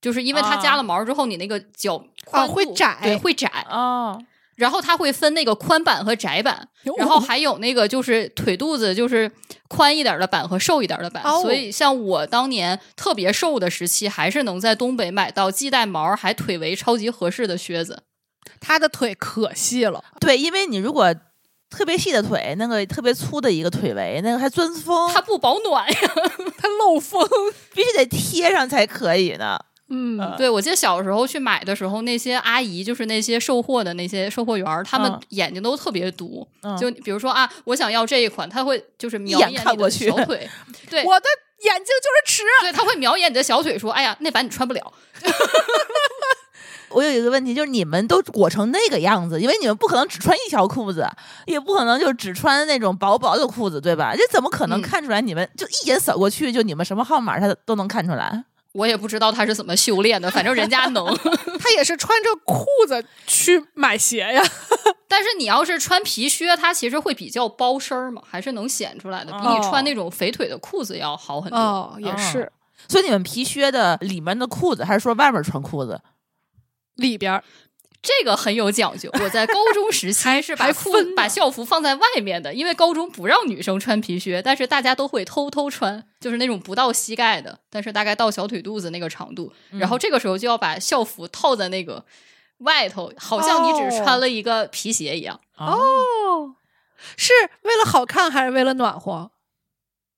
[SPEAKER 4] 就是因为它
[SPEAKER 2] 啊
[SPEAKER 4] 加了毛儿之后，你那个脚宽度
[SPEAKER 3] 会窄
[SPEAKER 4] 对，会窄。
[SPEAKER 2] 哦，
[SPEAKER 4] 然后它会分那个宽版和窄版，然后还有那个就是腿肚子就是宽一点的版和瘦一点的版，
[SPEAKER 3] 哦
[SPEAKER 4] 所以像我当年特别瘦的时期，还是能在东北买到既带毛儿还腿围超级合适的靴子。
[SPEAKER 3] 他的腿可细了，
[SPEAKER 2] 对，因为你如果特别细的腿，那个特别粗的一个腿围，那个还钻风，
[SPEAKER 4] 它不保暖呀。
[SPEAKER 3] 他漏风。
[SPEAKER 2] 必须得贴上才可以呢。
[SPEAKER 3] 嗯，
[SPEAKER 4] 对，我记得小时候去买的时候，那些阿姨就是那些售货的那些售货员儿，他们
[SPEAKER 2] 嗯
[SPEAKER 4] 眼睛都特别毒。
[SPEAKER 2] 嗯
[SPEAKER 4] 就比如说啊，我想要这一款，他会就是瞄
[SPEAKER 2] 眼
[SPEAKER 4] 你
[SPEAKER 2] 看
[SPEAKER 4] 的
[SPEAKER 2] 过去
[SPEAKER 4] 小腿，对
[SPEAKER 3] 我的眼睛就是啊尺，
[SPEAKER 4] 对，他会瞄一眼你的小腿，说：“哎呀，那版你穿不了。
[SPEAKER 2] 我有一个问题，就是你们都裹成那个样子，因为你们不可能只穿一条裤子，也不可能就只穿那种薄薄的裤子，对吧？这怎么可能
[SPEAKER 4] 嗯
[SPEAKER 2] 看出来？你们、就一眼扫过去，就你们什么号码，他都能看出来。”
[SPEAKER 4] 我也不知道他是怎么修炼的，反正人家能。
[SPEAKER 3] 他也是穿着裤子去买鞋呀。
[SPEAKER 4] 但是你要是穿皮靴，它其实会比较包身儿嘛，还是能显出来的，比你
[SPEAKER 3] 哦
[SPEAKER 4] 穿那种肥腿的裤子要好很多。
[SPEAKER 3] 哦，也是
[SPEAKER 2] 所以你们皮靴的里面的裤子，还是说外面穿裤子？
[SPEAKER 3] 里边儿
[SPEAKER 4] 这个很有讲究。我在高中时期是把
[SPEAKER 3] 还
[SPEAKER 4] 裤
[SPEAKER 3] 分呢
[SPEAKER 4] 把校服放在外面的，因为高中不让女生穿皮靴，但是大家都会偷偷穿，就是那种不到膝盖的，但是大概到小腿肚子那个长度。然后这个时候就要把校服套在那个外头，好像你只
[SPEAKER 3] 哦
[SPEAKER 4] 穿了一个皮鞋一样。
[SPEAKER 2] 哦，
[SPEAKER 3] 哦，是为了好看还是为了暖和？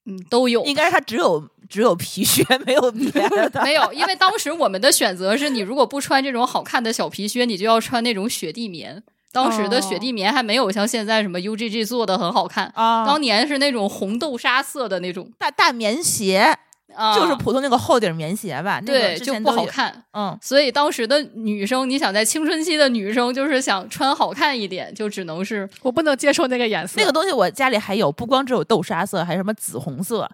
[SPEAKER 4] 嗯，都有。
[SPEAKER 2] 应该是他只有只有皮靴，没有别的。
[SPEAKER 4] 没有，因为当时我们的选择是你如果不穿这种好看的小皮靴，你就要穿那种雪地棉。当时的雪地棉还没有像现在什么 UGG 做的很好看，
[SPEAKER 2] 啊
[SPEAKER 4] 当年是那种红豆沙色的那种，
[SPEAKER 2] 大大棉鞋，
[SPEAKER 4] 啊，
[SPEAKER 2] 就是普通那个厚底儿棉鞋吧？那个
[SPEAKER 4] 对，
[SPEAKER 2] 之
[SPEAKER 4] 就
[SPEAKER 2] 前
[SPEAKER 4] 不
[SPEAKER 2] 都
[SPEAKER 4] 好
[SPEAKER 2] 有。
[SPEAKER 4] 看。
[SPEAKER 2] 嗯，
[SPEAKER 4] 所以当时的女生，你想在青春期的女生，就是想穿好看一点，就只 能是
[SPEAKER 3] 我不能接受那个颜色，
[SPEAKER 2] 那个东西我家里还有，不光只有豆沙色，还有什么紫红色，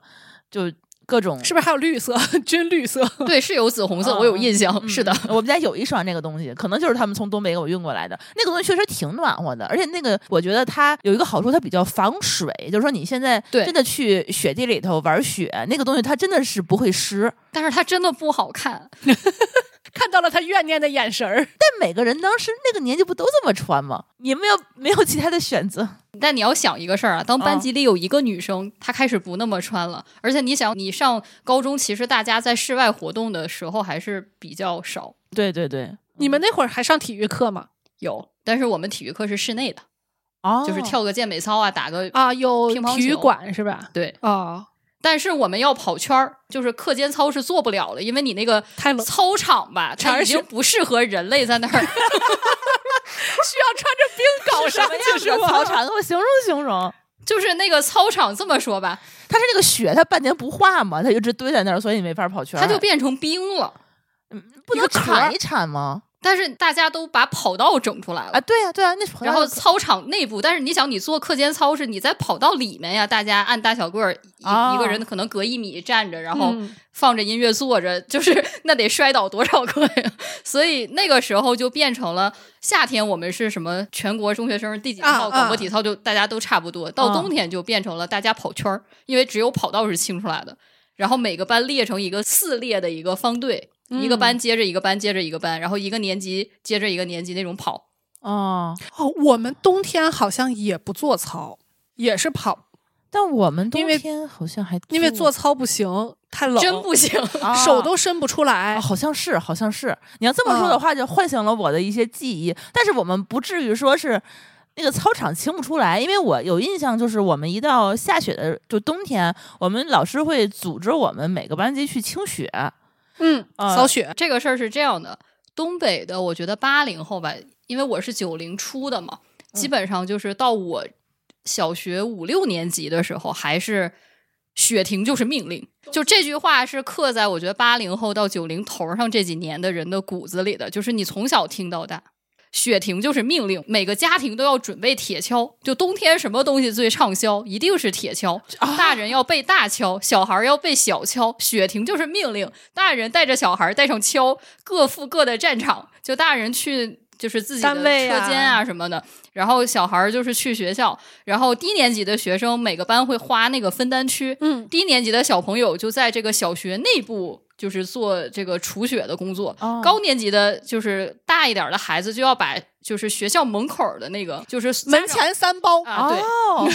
[SPEAKER 2] 就各种
[SPEAKER 3] 是不是还有绿色？ 军绿色？
[SPEAKER 4] 对，是有紫红色，
[SPEAKER 2] 嗯
[SPEAKER 4] 我有印象，
[SPEAKER 2] 嗯
[SPEAKER 4] 是的，
[SPEAKER 2] 我们家有一双那个东西，可能就是他们从东北给我运过来的。那个东西确实挺暖和的，而且那个我觉得它有一个好处，它比较防水，就是说你现在
[SPEAKER 4] 对
[SPEAKER 2] 真的去雪地里头玩雪，那个东西它真的是不会湿。
[SPEAKER 4] 但是它真的不好看。
[SPEAKER 3] 看到了他怨念的眼神
[SPEAKER 4] 嗯
[SPEAKER 3] 儿，
[SPEAKER 2] 但每个人当时那个年纪不都这么穿吗？你没有没有其他的选择，
[SPEAKER 4] 但你要想一个事儿啊，当班
[SPEAKER 2] 嗯
[SPEAKER 4] 级里有一个女生，她开始不那么穿了，而且你想，你上高中其实大家在室外活动的时候还是比较少
[SPEAKER 2] 对对对，
[SPEAKER 3] 你们那会儿还上体育课吗？
[SPEAKER 4] 有，但是我们体育课是室内的，
[SPEAKER 2] 哦，
[SPEAKER 4] 就是跳个健美操啊，打个
[SPEAKER 3] 啊，有
[SPEAKER 4] 乒乓球
[SPEAKER 3] 体育馆是吧？
[SPEAKER 4] 对，
[SPEAKER 3] 哦，
[SPEAKER 4] 但是我们要跑圈儿，就是课间操是做不了了，因为你那个
[SPEAKER 3] 太冷
[SPEAKER 4] 操场吧，
[SPEAKER 3] 全
[SPEAKER 4] 它
[SPEAKER 3] 是
[SPEAKER 4] 已经不适合人类在那儿。
[SPEAKER 3] 需要穿着冰镐
[SPEAKER 2] 什
[SPEAKER 3] 上
[SPEAKER 2] 么样
[SPEAKER 3] 去
[SPEAKER 2] 子
[SPEAKER 3] 是
[SPEAKER 2] 的
[SPEAKER 3] 吗？
[SPEAKER 2] 操场？给我形容形容。
[SPEAKER 4] 就是那个操场，这么说吧，
[SPEAKER 2] 它是那个雪，它半年不化嘛，它就一直堆在那儿，所以你没法跑圈儿。
[SPEAKER 4] 它就变成冰了。
[SPEAKER 2] 不能
[SPEAKER 4] 一个壳儿
[SPEAKER 2] 铲一铲吗？
[SPEAKER 4] 但是大家都把跑道整出来了
[SPEAKER 2] 啊，，对呀、对呀、那朋友
[SPEAKER 4] 然后操场内部，但是你想，你做课间操是你在跑道里面呀，大家按大小个儿，一、
[SPEAKER 2] 啊
[SPEAKER 4] 一个人可能隔一米站着，然后
[SPEAKER 3] 哦嗯
[SPEAKER 4] 放着音乐坐着，就是 那得摔倒多少个呀？ 所以那个时候就变成了夏天，我们是什么全国中学生第几
[SPEAKER 3] 啊
[SPEAKER 4] 套广
[SPEAKER 3] 啊嗯
[SPEAKER 4] 播体操就大家都差不多，到
[SPEAKER 2] 啊
[SPEAKER 4] 冬天就变成了大家跑圈儿，因为只有跑道是清出来的，然后每个班列成一个四列的一个方队，一个
[SPEAKER 3] 嗯
[SPEAKER 4] 班接着一个班接着一个班，然后一个年级接着一个年级那种跑。
[SPEAKER 2] 哦，
[SPEAKER 3] 哦，我们冬天好像也不做操，也是跑，
[SPEAKER 2] 但我们冬
[SPEAKER 3] 因为
[SPEAKER 2] 天好像还
[SPEAKER 3] 因为做操不行，太冷，
[SPEAKER 4] 嗯真不哦行，
[SPEAKER 2] 啊
[SPEAKER 3] 手都伸不出来。
[SPEAKER 2] 啊好像是，好像是。你要这么说的
[SPEAKER 3] 啊
[SPEAKER 2] 话，就唤醒了我的一些记忆。但是我们不至于说是那个操场清不出来，因为我有印象，就是我们一到下雪的，就冬天，我们老师会组织我们每个班级去清雪。
[SPEAKER 3] 嗯，
[SPEAKER 2] 啊
[SPEAKER 3] 扫雪
[SPEAKER 4] 这个事儿是这样的，东北的我觉得八零后吧，因为我是九零初的嘛，基本上就是到我小学五六年级的时候，还是“雪停就是命令”，就这句话是刻在我觉得八零后到九零头上这几年的人的骨子里的，就是你从小听到大。雪停就是命令，每个家庭都要准备铁锹。就冬天什么东西最畅销，一定是铁锹。
[SPEAKER 3] 啊
[SPEAKER 4] 大人要备大锹，小孩要备小锹。雪停就是命令，大人带着小孩带上锹，各赴各的战场。就大人去就是自己的
[SPEAKER 3] 单
[SPEAKER 4] 车
[SPEAKER 3] 位啊
[SPEAKER 4] 间啊什么的，然后小孩就是去学校。然后低年级的学生每个班会划那个分担区，
[SPEAKER 3] 嗯，
[SPEAKER 4] 低年级的小朋友就在这个小学内部。就是做这个除雪的工作，
[SPEAKER 2] 哦
[SPEAKER 4] 高年级的就是大一点儿的孩子就要把就是学校门口儿的那个就是家
[SPEAKER 3] 门
[SPEAKER 4] 长
[SPEAKER 3] 前哦三包，
[SPEAKER 4] 啊，对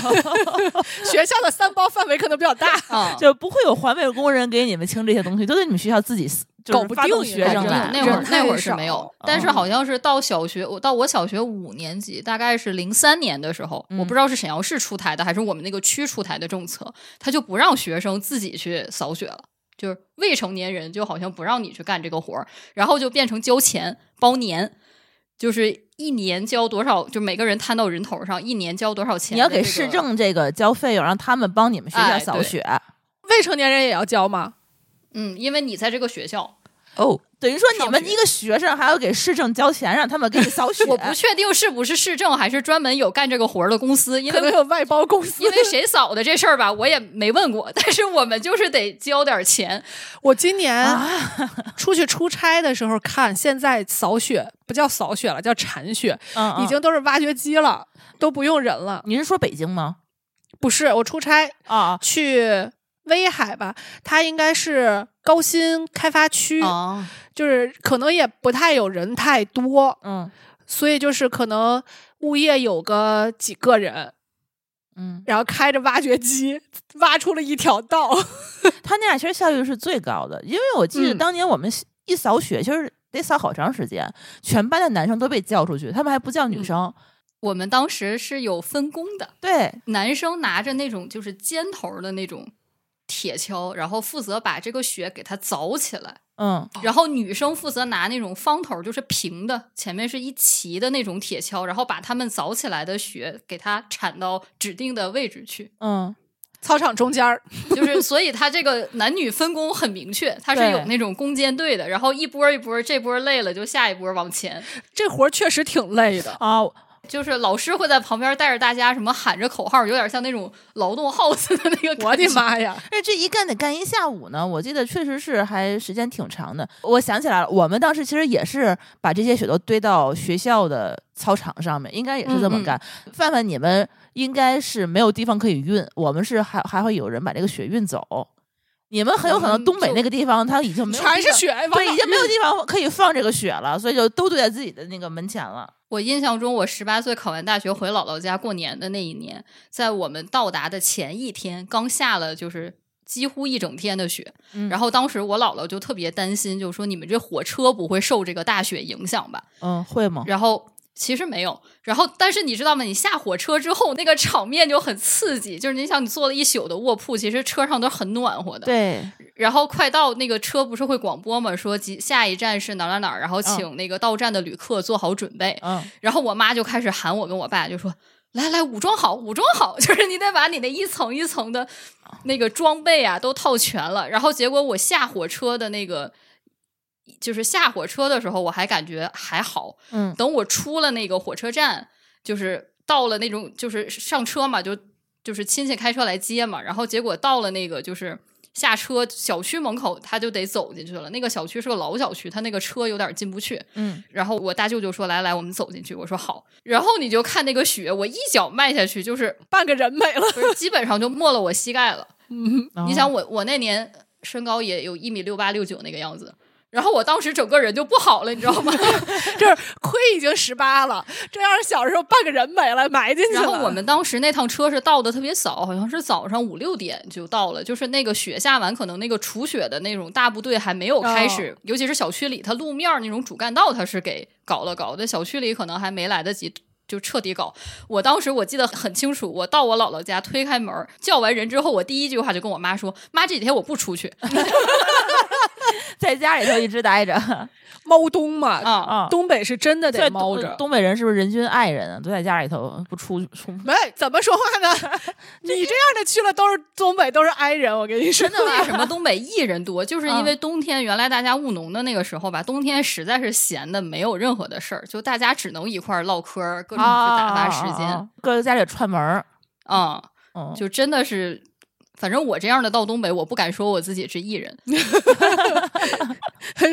[SPEAKER 3] 学校的三包范围可能比较大。
[SPEAKER 4] 啊，
[SPEAKER 2] 就不会有环卫工人给你们清这些东西，都得你们学校自己就
[SPEAKER 3] 搞
[SPEAKER 2] 是
[SPEAKER 3] 不
[SPEAKER 2] 发动
[SPEAKER 3] 定
[SPEAKER 2] 学
[SPEAKER 3] 也
[SPEAKER 2] 生
[SPEAKER 3] 是
[SPEAKER 2] 来。
[SPEAKER 4] 那会儿
[SPEAKER 3] 人太
[SPEAKER 4] 那会儿是
[SPEAKER 3] 少
[SPEAKER 4] 没有，但
[SPEAKER 2] 嗯
[SPEAKER 4] 是好像是到小学，我到我小学五年级，大概是零三年的时候，
[SPEAKER 2] 嗯
[SPEAKER 4] 我不知道是沈阳市出台的还是我们那个区出台的政策，他就不让学生自己去扫雪了。就是未成年人，就好像不让你去干这个活儿，然后就变成交钱包年，就是一年交多少，就每个人摊到人头上，一年交多少钱、
[SPEAKER 2] 你要给市，政这个交费用，让他们帮你们学校
[SPEAKER 4] 哎
[SPEAKER 2] 扫
[SPEAKER 4] 对
[SPEAKER 2] 雪。
[SPEAKER 3] 未成年人也要交吗？
[SPEAKER 4] 嗯，因为你在这个学校，
[SPEAKER 2] 哦，等于说
[SPEAKER 4] 上
[SPEAKER 2] 你们
[SPEAKER 4] 学
[SPEAKER 2] 一个学生还要给市政交钱，让他们给你扫雪。
[SPEAKER 4] 我不确定是不是市政还是专门有干这个活儿的公司，因
[SPEAKER 3] 可
[SPEAKER 4] 为
[SPEAKER 3] 能有外包公司
[SPEAKER 4] 因。为谁扫的这事儿吧，我也没问过，但是我们就是得交点钱。
[SPEAKER 3] 我今年
[SPEAKER 2] 啊
[SPEAKER 3] 出去出差的时候看，现在扫雪不叫扫雪了，叫铲雪，
[SPEAKER 2] 嗯，嗯
[SPEAKER 3] 已经都是挖掘机了，都不用人了。
[SPEAKER 2] 你是说北京吗？
[SPEAKER 3] 不是，我出差
[SPEAKER 2] 啊，
[SPEAKER 3] 去威海吧，它应该是高新开发区，
[SPEAKER 4] 哦，
[SPEAKER 3] 就是可能也不太有人太多，
[SPEAKER 2] 嗯
[SPEAKER 3] 所以就是可能物业有个几个人，
[SPEAKER 2] 嗯，
[SPEAKER 3] 然后开着挖掘机挖出了一条道。
[SPEAKER 2] 他那俩其实效率是最高的，因为我记得
[SPEAKER 3] 嗯
[SPEAKER 2] 当年我们一扫雪，其实得扫好长时间，全班的男生都被叫出去，他们还不叫女生。
[SPEAKER 4] 我们当时是有分工的，
[SPEAKER 2] 对，
[SPEAKER 4] 男生拿着那种就是尖头的那种铁锹，然后负责把这个雪给它凿起来。
[SPEAKER 2] 嗯
[SPEAKER 4] 然后女生负责拿那种方头，就是平的，前面是一齐的那种铁锹，然后把它们凿起来的雪给它铲到指定的位置去。
[SPEAKER 2] 嗯，
[SPEAKER 3] 操场中间儿，
[SPEAKER 4] 就是所以他这个男女分工很明确，他是
[SPEAKER 2] 对
[SPEAKER 4] 有那种攻坚队的，然后一波一波，这波累了就下一波往前，
[SPEAKER 3] 这活儿确实挺累的。
[SPEAKER 2] 啊，
[SPEAKER 4] 就是老师会在旁边带着大家什么喊着口号，有点像那种劳动号子的那个感觉。
[SPEAKER 3] 我的！妈呀！
[SPEAKER 2] 那这一干得干一下午呢，我记得确实是还时间挺长的。我想起来了，我们当时其实也是把这些雪都堆到学校的操场上面，应该
[SPEAKER 4] 嗯
[SPEAKER 2] 也是这么干。范范，你们应该是没有地方可以运，我们是还还会有人把这个雪运走。你们很有可
[SPEAKER 4] 我
[SPEAKER 2] 能
[SPEAKER 4] 们
[SPEAKER 2] 东北
[SPEAKER 4] 就
[SPEAKER 2] 那个地方它已经没有
[SPEAKER 3] 全
[SPEAKER 2] 地
[SPEAKER 3] 是
[SPEAKER 2] 方，
[SPEAKER 3] 雪，往
[SPEAKER 2] 对，
[SPEAKER 3] 哪
[SPEAKER 2] 已经没有
[SPEAKER 4] 嗯
[SPEAKER 2] 地方可以放这个雪了，所以就都堆在自己的那个门前了。
[SPEAKER 4] 我印象中，我十八岁考完大学回姥姥家过年的那一年，在我们到达的前一天，刚下了就是。几乎一整天的雪，
[SPEAKER 2] 嗯
[SPEAKER 4] 然后当时我姥姥就特别担心，就说你们这火车不会受这个大雪影响吧？
[SPEAKER 2] 嗯，会吗？
[SPEAKER 4] 然后其实没有，然后但是你知道吗？你下火车之后，那个场面就很刺激，就是你想你坐了一宿的卧铺，其实车上都是很暖和的。
[SPEAKER 2] 对，
[SPEAKER 4] 然后快到那个车不是会广播嘛，说几下一站是哪儿哪儿哪儿，然后请那个到站的旅客做好准备。
[SPEAKER 2] 嗯，
[SPEAKER 4] 然后我妈就开始喊我跟我爸，就说。来来，武装好，武装好， 就是你得把你那一层一层的那个装备啊都套全了。然后结果我下火车的那个，就是下火车的时候，我还感觉还好，
[SPEAKER 2] 嗯
[SPEAKER 4] 等我出了那个火车站，就是到了那种就是上车嘛，就就是亲戚开车来接嘛，然后结果到了那个就是下车小区门口，他就得走进去了。那个小区是个老小区，他那个车有点进不去，
[SPEAKER 2] 嗯，
[SPEAKER 4] 然后我大舅就说：“来来，我们走进去。”我说：“好。”然后你就看那个雪，我一脚迈下去，就是
[SPEAKER 3] 半个人没 了。
[SPEAKER 4] 不是基本上就没了我膝盖了。你
[SPEAKER 2] 哦
[SPEAKER 4] 想我我那年身高也有一米六八六九那个样子，然后我当时整个人就不好了，你知道吗？
[SPEAKER 3] 这亏已经十八了，这要是小时候半个人没了，埋进去了。
[SPEAKER 4] 然后我们当时那趟车是到的特别早，好像是早上五六点就到了，就是那个雪下完，可能那个除雪的那种大部队还没有
[SPEAKER 3] 哦
[SPEAKER 4] 开始，尤其是小区里，它路面儿那种主干道它是给搞了搞的，小区里可能还没来得及就彻底搞。我当时我记得很清楚，我到我姥姥家推开门儿叫完人之后，我第一句话就跟我妈说：“妈，这几天我不出去
[SPEAKER 2] 在家里头一直 待着
[SPEAKER 3] 猫冬嘛，
[SPEAKER 4] 啊。
[SPEAKER 2] 啊。
[SPEAKER 3] 东北是真的
[SPEAKER 2] 所以
[SPEAKER 3] 得
[SPEAKER 2] 东
[SPEAKER 3] 猫着。
[SPEAKER 2] 东北人是不是人均爱人啊？都在家里头不出出，
[SPEAKER 3] 没怎么说 话呢？你这样的去了都是东北，都是哀人。我跟你说，
[SPEAKER 4] 为什么东北艺人多？ 就是因为冬天原来大家务农的那个时候吧，冬天实在是闲的没有任何的事儿，就大家只能一块儿唠嗑儿，各种去打发时间
[SPEAKER 2] 啊，各自家里串门儿，
[SPEAKER 4] 啊、
[SPEAKER 2] 嗯，
[SPEAKER 4] 就真的是。反正我这样的到东北，我不敢说我自己是艺人，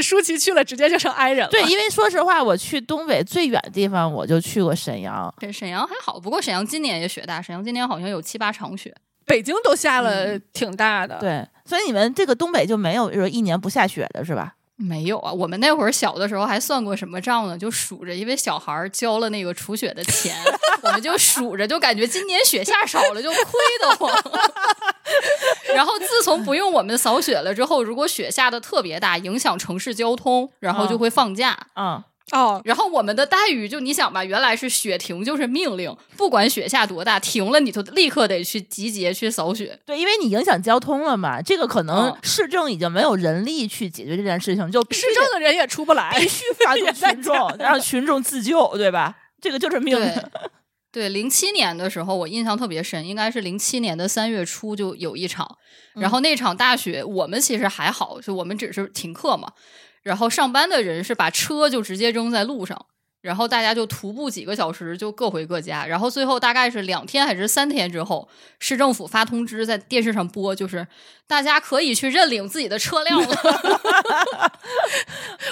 [SPEAKER 3] 舒淇去了直接就成哀人 了。
[SPEAKER 2] 对，因为说实话，我去东北最远的地方，我就去过沈阳。
[SPEAKER 4] 这沈阳还好，不过沈阳今年也雪大，沈阳今年好像有七八场雪。
[SPEAKER 3] 北京都下了挺大的，
[SPEAKER 2] 对，所以你们这个东北就没有说一年不下雪的是吧？
[SPEAKER 4] 没有啊，我们那会儿小的时候还算过什么账呢？就数着，因为小孩儿交了那个除雪的钱，我们就数着，就感觉今年雪下少了就亏得慌。 然后自从不用我们扫雪了之后，如果雪下的特别大，影响城市交通，然后就会放假。
[SPEAKER 2] 嗯，
[SPEAKER 3] 哦，
[SPEAKER 4] 然后我们的待遇就你想吧，原来是雪停就是命令，不管雪下多大，停了你就立刻得去集结去扫雪。
[SPEAKER 2] 对，因为你影响交通了嘛，这个可能
[SPEAKER 4] 嗯
[SPEAKER 2] 市政已经没有人力去解决这件事情，就必须
[SPEAKER 3] 市政
[SPEAKER 2] 得
[SPEAKER 3] 的人也出不来
[SPEAKER 2] 必。须发 动群众，让群众自救，对吧？这个就是命
[SPEAKER 4] 对
[SPEAKER 2] 令。
[SPEAKER 4] 对，零七年的时候我印象特别深，应该是零七年的三月初就有一场，然后那场大雪我们其实还好，就我们只是停课嘛，然后上班的人是把车就直接扔在路上。然后大家就徒步几个小时，就各回各家。然后最后大概是两天还是三天之后，市政府发通知在电视上播，就是大家可以去认领自己的车辆了。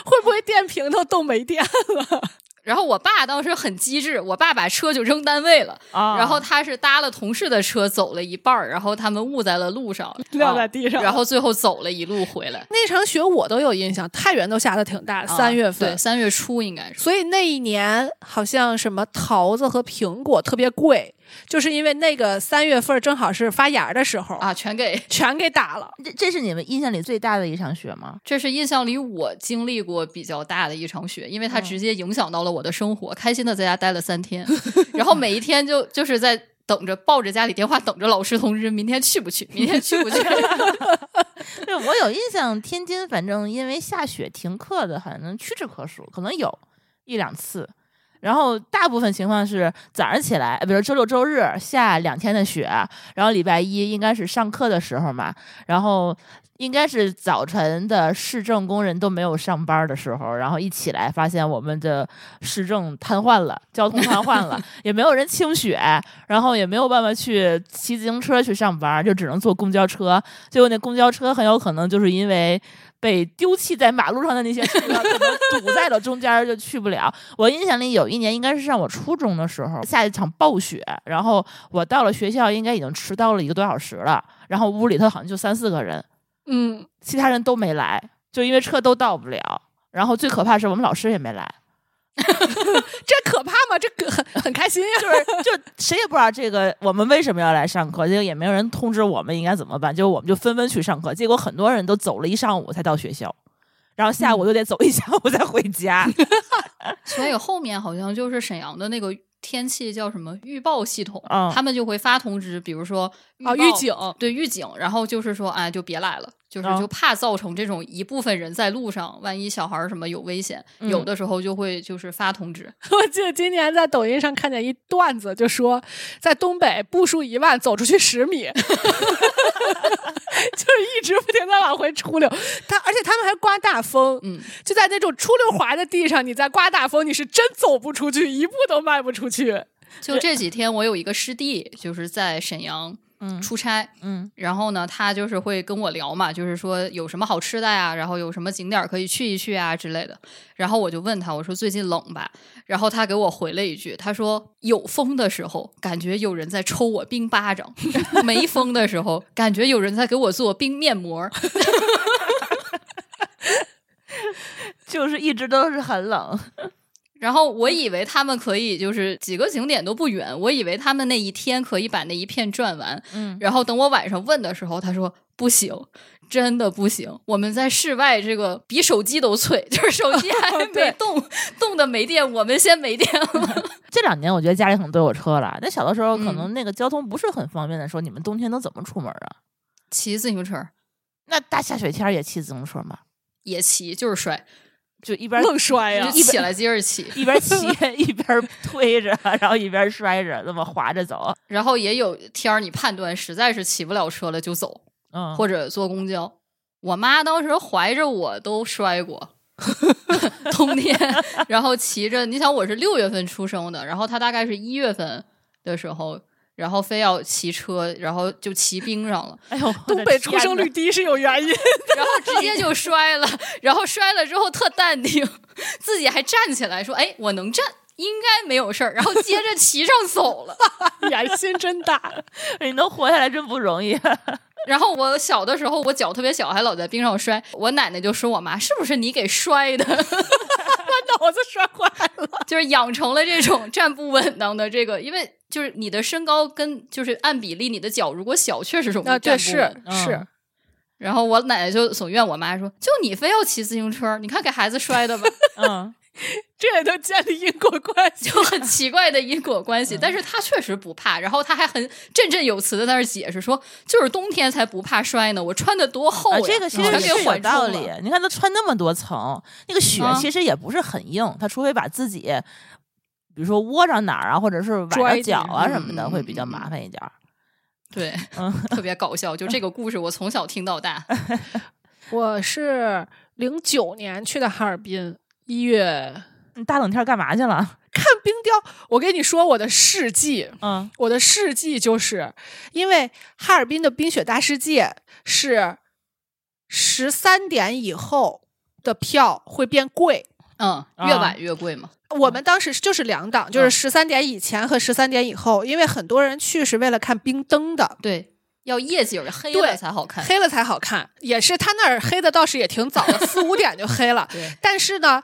[SPEAKER 3] 会不会电瓶都冻没电了？
[SPEAKER 4] 然后我爸当时很机智，我爸把车就扔单位了。
[SPEAKER 2] 啊
[SPEAKER 4] 然后他是搭了同事的车走了一半儿，然后他们误在了路上，
[SPEAKER 3] 撂在地上
[SPEAKER 4] 然后最后走了一路回来。
[SPEAKER 3] 那场雪我都有印象，太原都下的挺大， 三月
[SPEAKER 4] 啊对，
[SPEAKER 3] 份。
[SPEAKER 4] 三月初应该是。
[SPEAKER 3] 所以那一年好像什么桃子和苹果特别贵，就是因为那个三月份正好是发芽儿的时候，
[SPEAKER 4] 啊，全给
[SPEAKER 3] 全给打了。
[SPEAKER 2] 这这是你们印象里最大的一场雪吗？
[SPEAKER 4] 这是印象里我经历过比较大的一场雪，因为它
[SPEAKER 3] 嗯
[SPEAKER 4] 直接影响到了我的生活。开心的在家待了三 天，然后每一天就就是在等着抱着家里电话等着老师通知，明天去 不去？明天去不去？
[SPEAKER 2] 对，我有印象，天津反正因为下雪停课的，好像屈指可数，可能有一两次。然后大部分情况是早上起来，呃比如周六周日下两天的雪，然后礼拜一应该是上课的时候嘛，然后应该是早晨的市政工人都没有上班的时候，然后一起来发现我们的市政瘫痪了，交通瘫痪了，也没有人清雪，然后也没有办法去骑自行车去上班，就只能坐公交车。最后那公交车很有可能就是因为被丢弃在马路上的那些车，啊可能堵在了中间儿就去不了。我印象里有一年应该是上我初中的时候，下一场暴雪，然后我到了学校应该已经迟到了一个多小时了，然后屋里头好像就三四个人，
[SPEAKER 3] 嗯，
[SPEAKER 2] 其他人都没来，就因为车都到不了。然后最可怕是我们老师也没来，
[SPEAKER 3] 这可怕 吗？这个很很开心呀、
[SPEAKER 2] 就是就谁也不知道这个我们为什么要来上课，结果也没有人通知我们应该怎么办，结果我们就纷纷去上课，结果很多人都走了一上午才到学校，然后下午又得走一下午才回 家。
[SPEAKER 4] 所以后面好像就是沈阳的那个天气叫什么预报系统，
[SPEAKER 2] 嗯
[SPEAKER 4] 他们就会发通知，比如说
[SPEAKER 3] 哦
[SPEAKER 4] 报
[SPEAKER 3] 预 警
[SPEAKER 4] 对预警，然后就是说啊，就别来了。就是
[SPEAKER 2] 嗯
[SPEAKER 4] 就怕造成这种一部分人在路上，万一小孩儿什么有危险，
[SPEAKER 2] 嗯
[SPEAKER 4] 有的时候就会就是发通知。
[SPEAKER 3] 我记得今年在抖音上看见一段子，就说在东北步数一万，走出去十米， 就是一直不停在往回出溜。他而且他们还刮大风，
[SPEAKER 4] 嗯，
[SPEAKER 3] 就在那种出溜滑的地上，你在刮大风，你是真走不出去，一步都迈不出去。
[SPEAKER 4] 就这几天我有一个师弟，就是在沈阳
[SPEAKER 2] 嗯
[SPEAKER 4] 出差，
[SPEAKER 2] 嗯
[SPEAKER 4] 然后呢，他就是会跟我聊嘛，就是说有什么好吃的呀，然后有什么景点儿可以去一去啊之类的。然后我就问他，我说最近冷吧？然后他给我回了一句，他说有风的时候感觉有人在抽我冰巴掌， 没风的时候感觉有人在给我做冰面膜儿。
[SPEAKER 2] 就是一直都是很冷，
[SPEAKER 4] 然后我以为他们可以就是几个景点都不远，我以为他们那一天可以把那一片转完。
[SPEAKER 2] 嗯，
[SPEAKER 4] 然后等我晚上问的时候，他说不行，真的不行。我们在室外这个比
[SPEAKER 2] 哦
[SPEAKER 4] 手机都脆，就是手机还没
[SPEAKER 3] 对
[SPEAKER 4] 动，动的没电，我们先没电了。
[SPEAKER 2] 这这两年我觉得家里可能都有车了，那小的时候可能那个交通不是很方便的时候，你们冬天都怎么出门啊？
[SPEAKER 4] 骑自行车
[SPEAKER 2] 那大下雪天儿也骑自行车吗？
[SPEAKER 4] 也骑，就是摔，
[SPEAKER 2] 就一边
[SPEAKER 3] 愣摔呀
[SPEAKER 4] 就！起来接着骑。
[SPEAKER 2] 一边骑 一边推着，然后一边摔着，那么滑着走。
[SPEAKER 4] 然后也有天儿，你判断实在是骑不了车了就走，
[SPEAKER 2] 嗯，
[SPEAKER 4] 或者坐公交。我妈当时怀着我都摔过， 冬天， 然后骑着，你想我是六月份出生的，然后她大概是一月份的时候，然后非要骑车，然后就骑冰上了，
[SPEAKER 2] 哎呦， 我的
[SPEAKER 3] 东北出
[SPEAKER 2] 天
[SPEAKER 3] 生率
[SPEAKER 2] 哪
[SPEAKER 3] 低是有原 因，
[SPEAKER 4] 然后直接就摔了，然后摔了之后特淡定，自己还站起来说：“哎，我能站。”应该没有事儿，然后接着骑上走了。
[SPEAKER 3] 野心真 大。
[SPEAKER 2] 你能活下来真不容易。
[SPEAKER 4] 然后我小的时候，我脚特别小，还老在冰上摔。我奶奶就说我妈是不是你给摔的，
[SPEAKER 3] 脑子摔坏了，
[SPEAKER 4] 就是养成了这种站不稳当的这个，因为就是你的身高跟就是按比例，你的脚如果小，确实容易
[SPEAKER 2] 啊
[SPEAKER 4] 站不稳。
[SPEAKER 2] 嗯
[SPEAKER 4] 然后我奶奶就总怨我妈说，就你非要骑自行车，你看给孩子摔的吧，
[SPEAKER 2] 嗯，
[SPEAKER 3] 这也都建立因果关系。
[SPEAKER 4] 就很奇怪的因果
[SPEAKER 2] 嗯
[SPEAKER 4] 关系。但是她确实不怕，然后她还很振振有词的在那儿解释说，就是冬天才不怕摔呢，我穿的多厚呀、
[SPEAKER 2] 啊，这个其实
[SPEAKER 4] 全
[SPEAKER 2] 是
[SPEAKER 4] 给
[SPEAKER 2] 有
[SPEAKER 4] 缓
[SPEAKER 2] 道
[SPEAKER 4] 冲
[SPEAKER 2] 理
[SPEAKER 4] 了。。
[SPEAKER 2] 你看它穿那么多层，那个雪
[SPEAKER 4] 啊
[SPEAKER 2] 其实也不是很硬，它除非把自己，比如说窝着哪儿啊，或者是崴
[SPEAKER 3] 拽
[SPEAKER 2] 着
[SPEAKER 3] 进
[SPEAKER 2] 脚啊
[SPEAKER 4] 去
[SPEAKER 2] 什么的，
[SPEAKER 4] 嗯
[SPEAKER 2] 会比较
[SPEAKER 4] 嗯
[SPEAKER 2] 麻烦一点儿。
[SPEAKER 4] 对，
[SPEAKER 2] 嗯
[SPEAKER 4] 特别搞笑。就这个故事，我从小听到大。
[SPEAKER 3] 我是零九年去的哈尔滨，一月
[SPEAKER 2] 你大冷天儿干嘛去了？
[SPEAKER 3] 看冰雕。我跟你说我的事迹，
[SPEAKER 2] 嗯
[SPEAKER 3] 我的事迹就是因为哈尔滨的冰雪大世界是十三点以后的票会变贵。
[SPEAKER 4] 嗯，
[SPEAKER 2] 啊
[SPEAKER 4] 越晚越贵嘛。
[SPEAKER 3] 我们当时就是两档，就是十三点以前和十三点以后，因为很多人去是为了看冰灯的，
[SPEAKER 4] 对，要夜景儿黑
[SPEAKER 3] 对
[SPEAKER 4] 了才好看。
[SPEAKER 3] 黑了才好看。也是他那儿黑的倒是也挺早的，四五点就黑了。
[SPEAKER 4] 对，
[SPEAKER 3] 但是呢，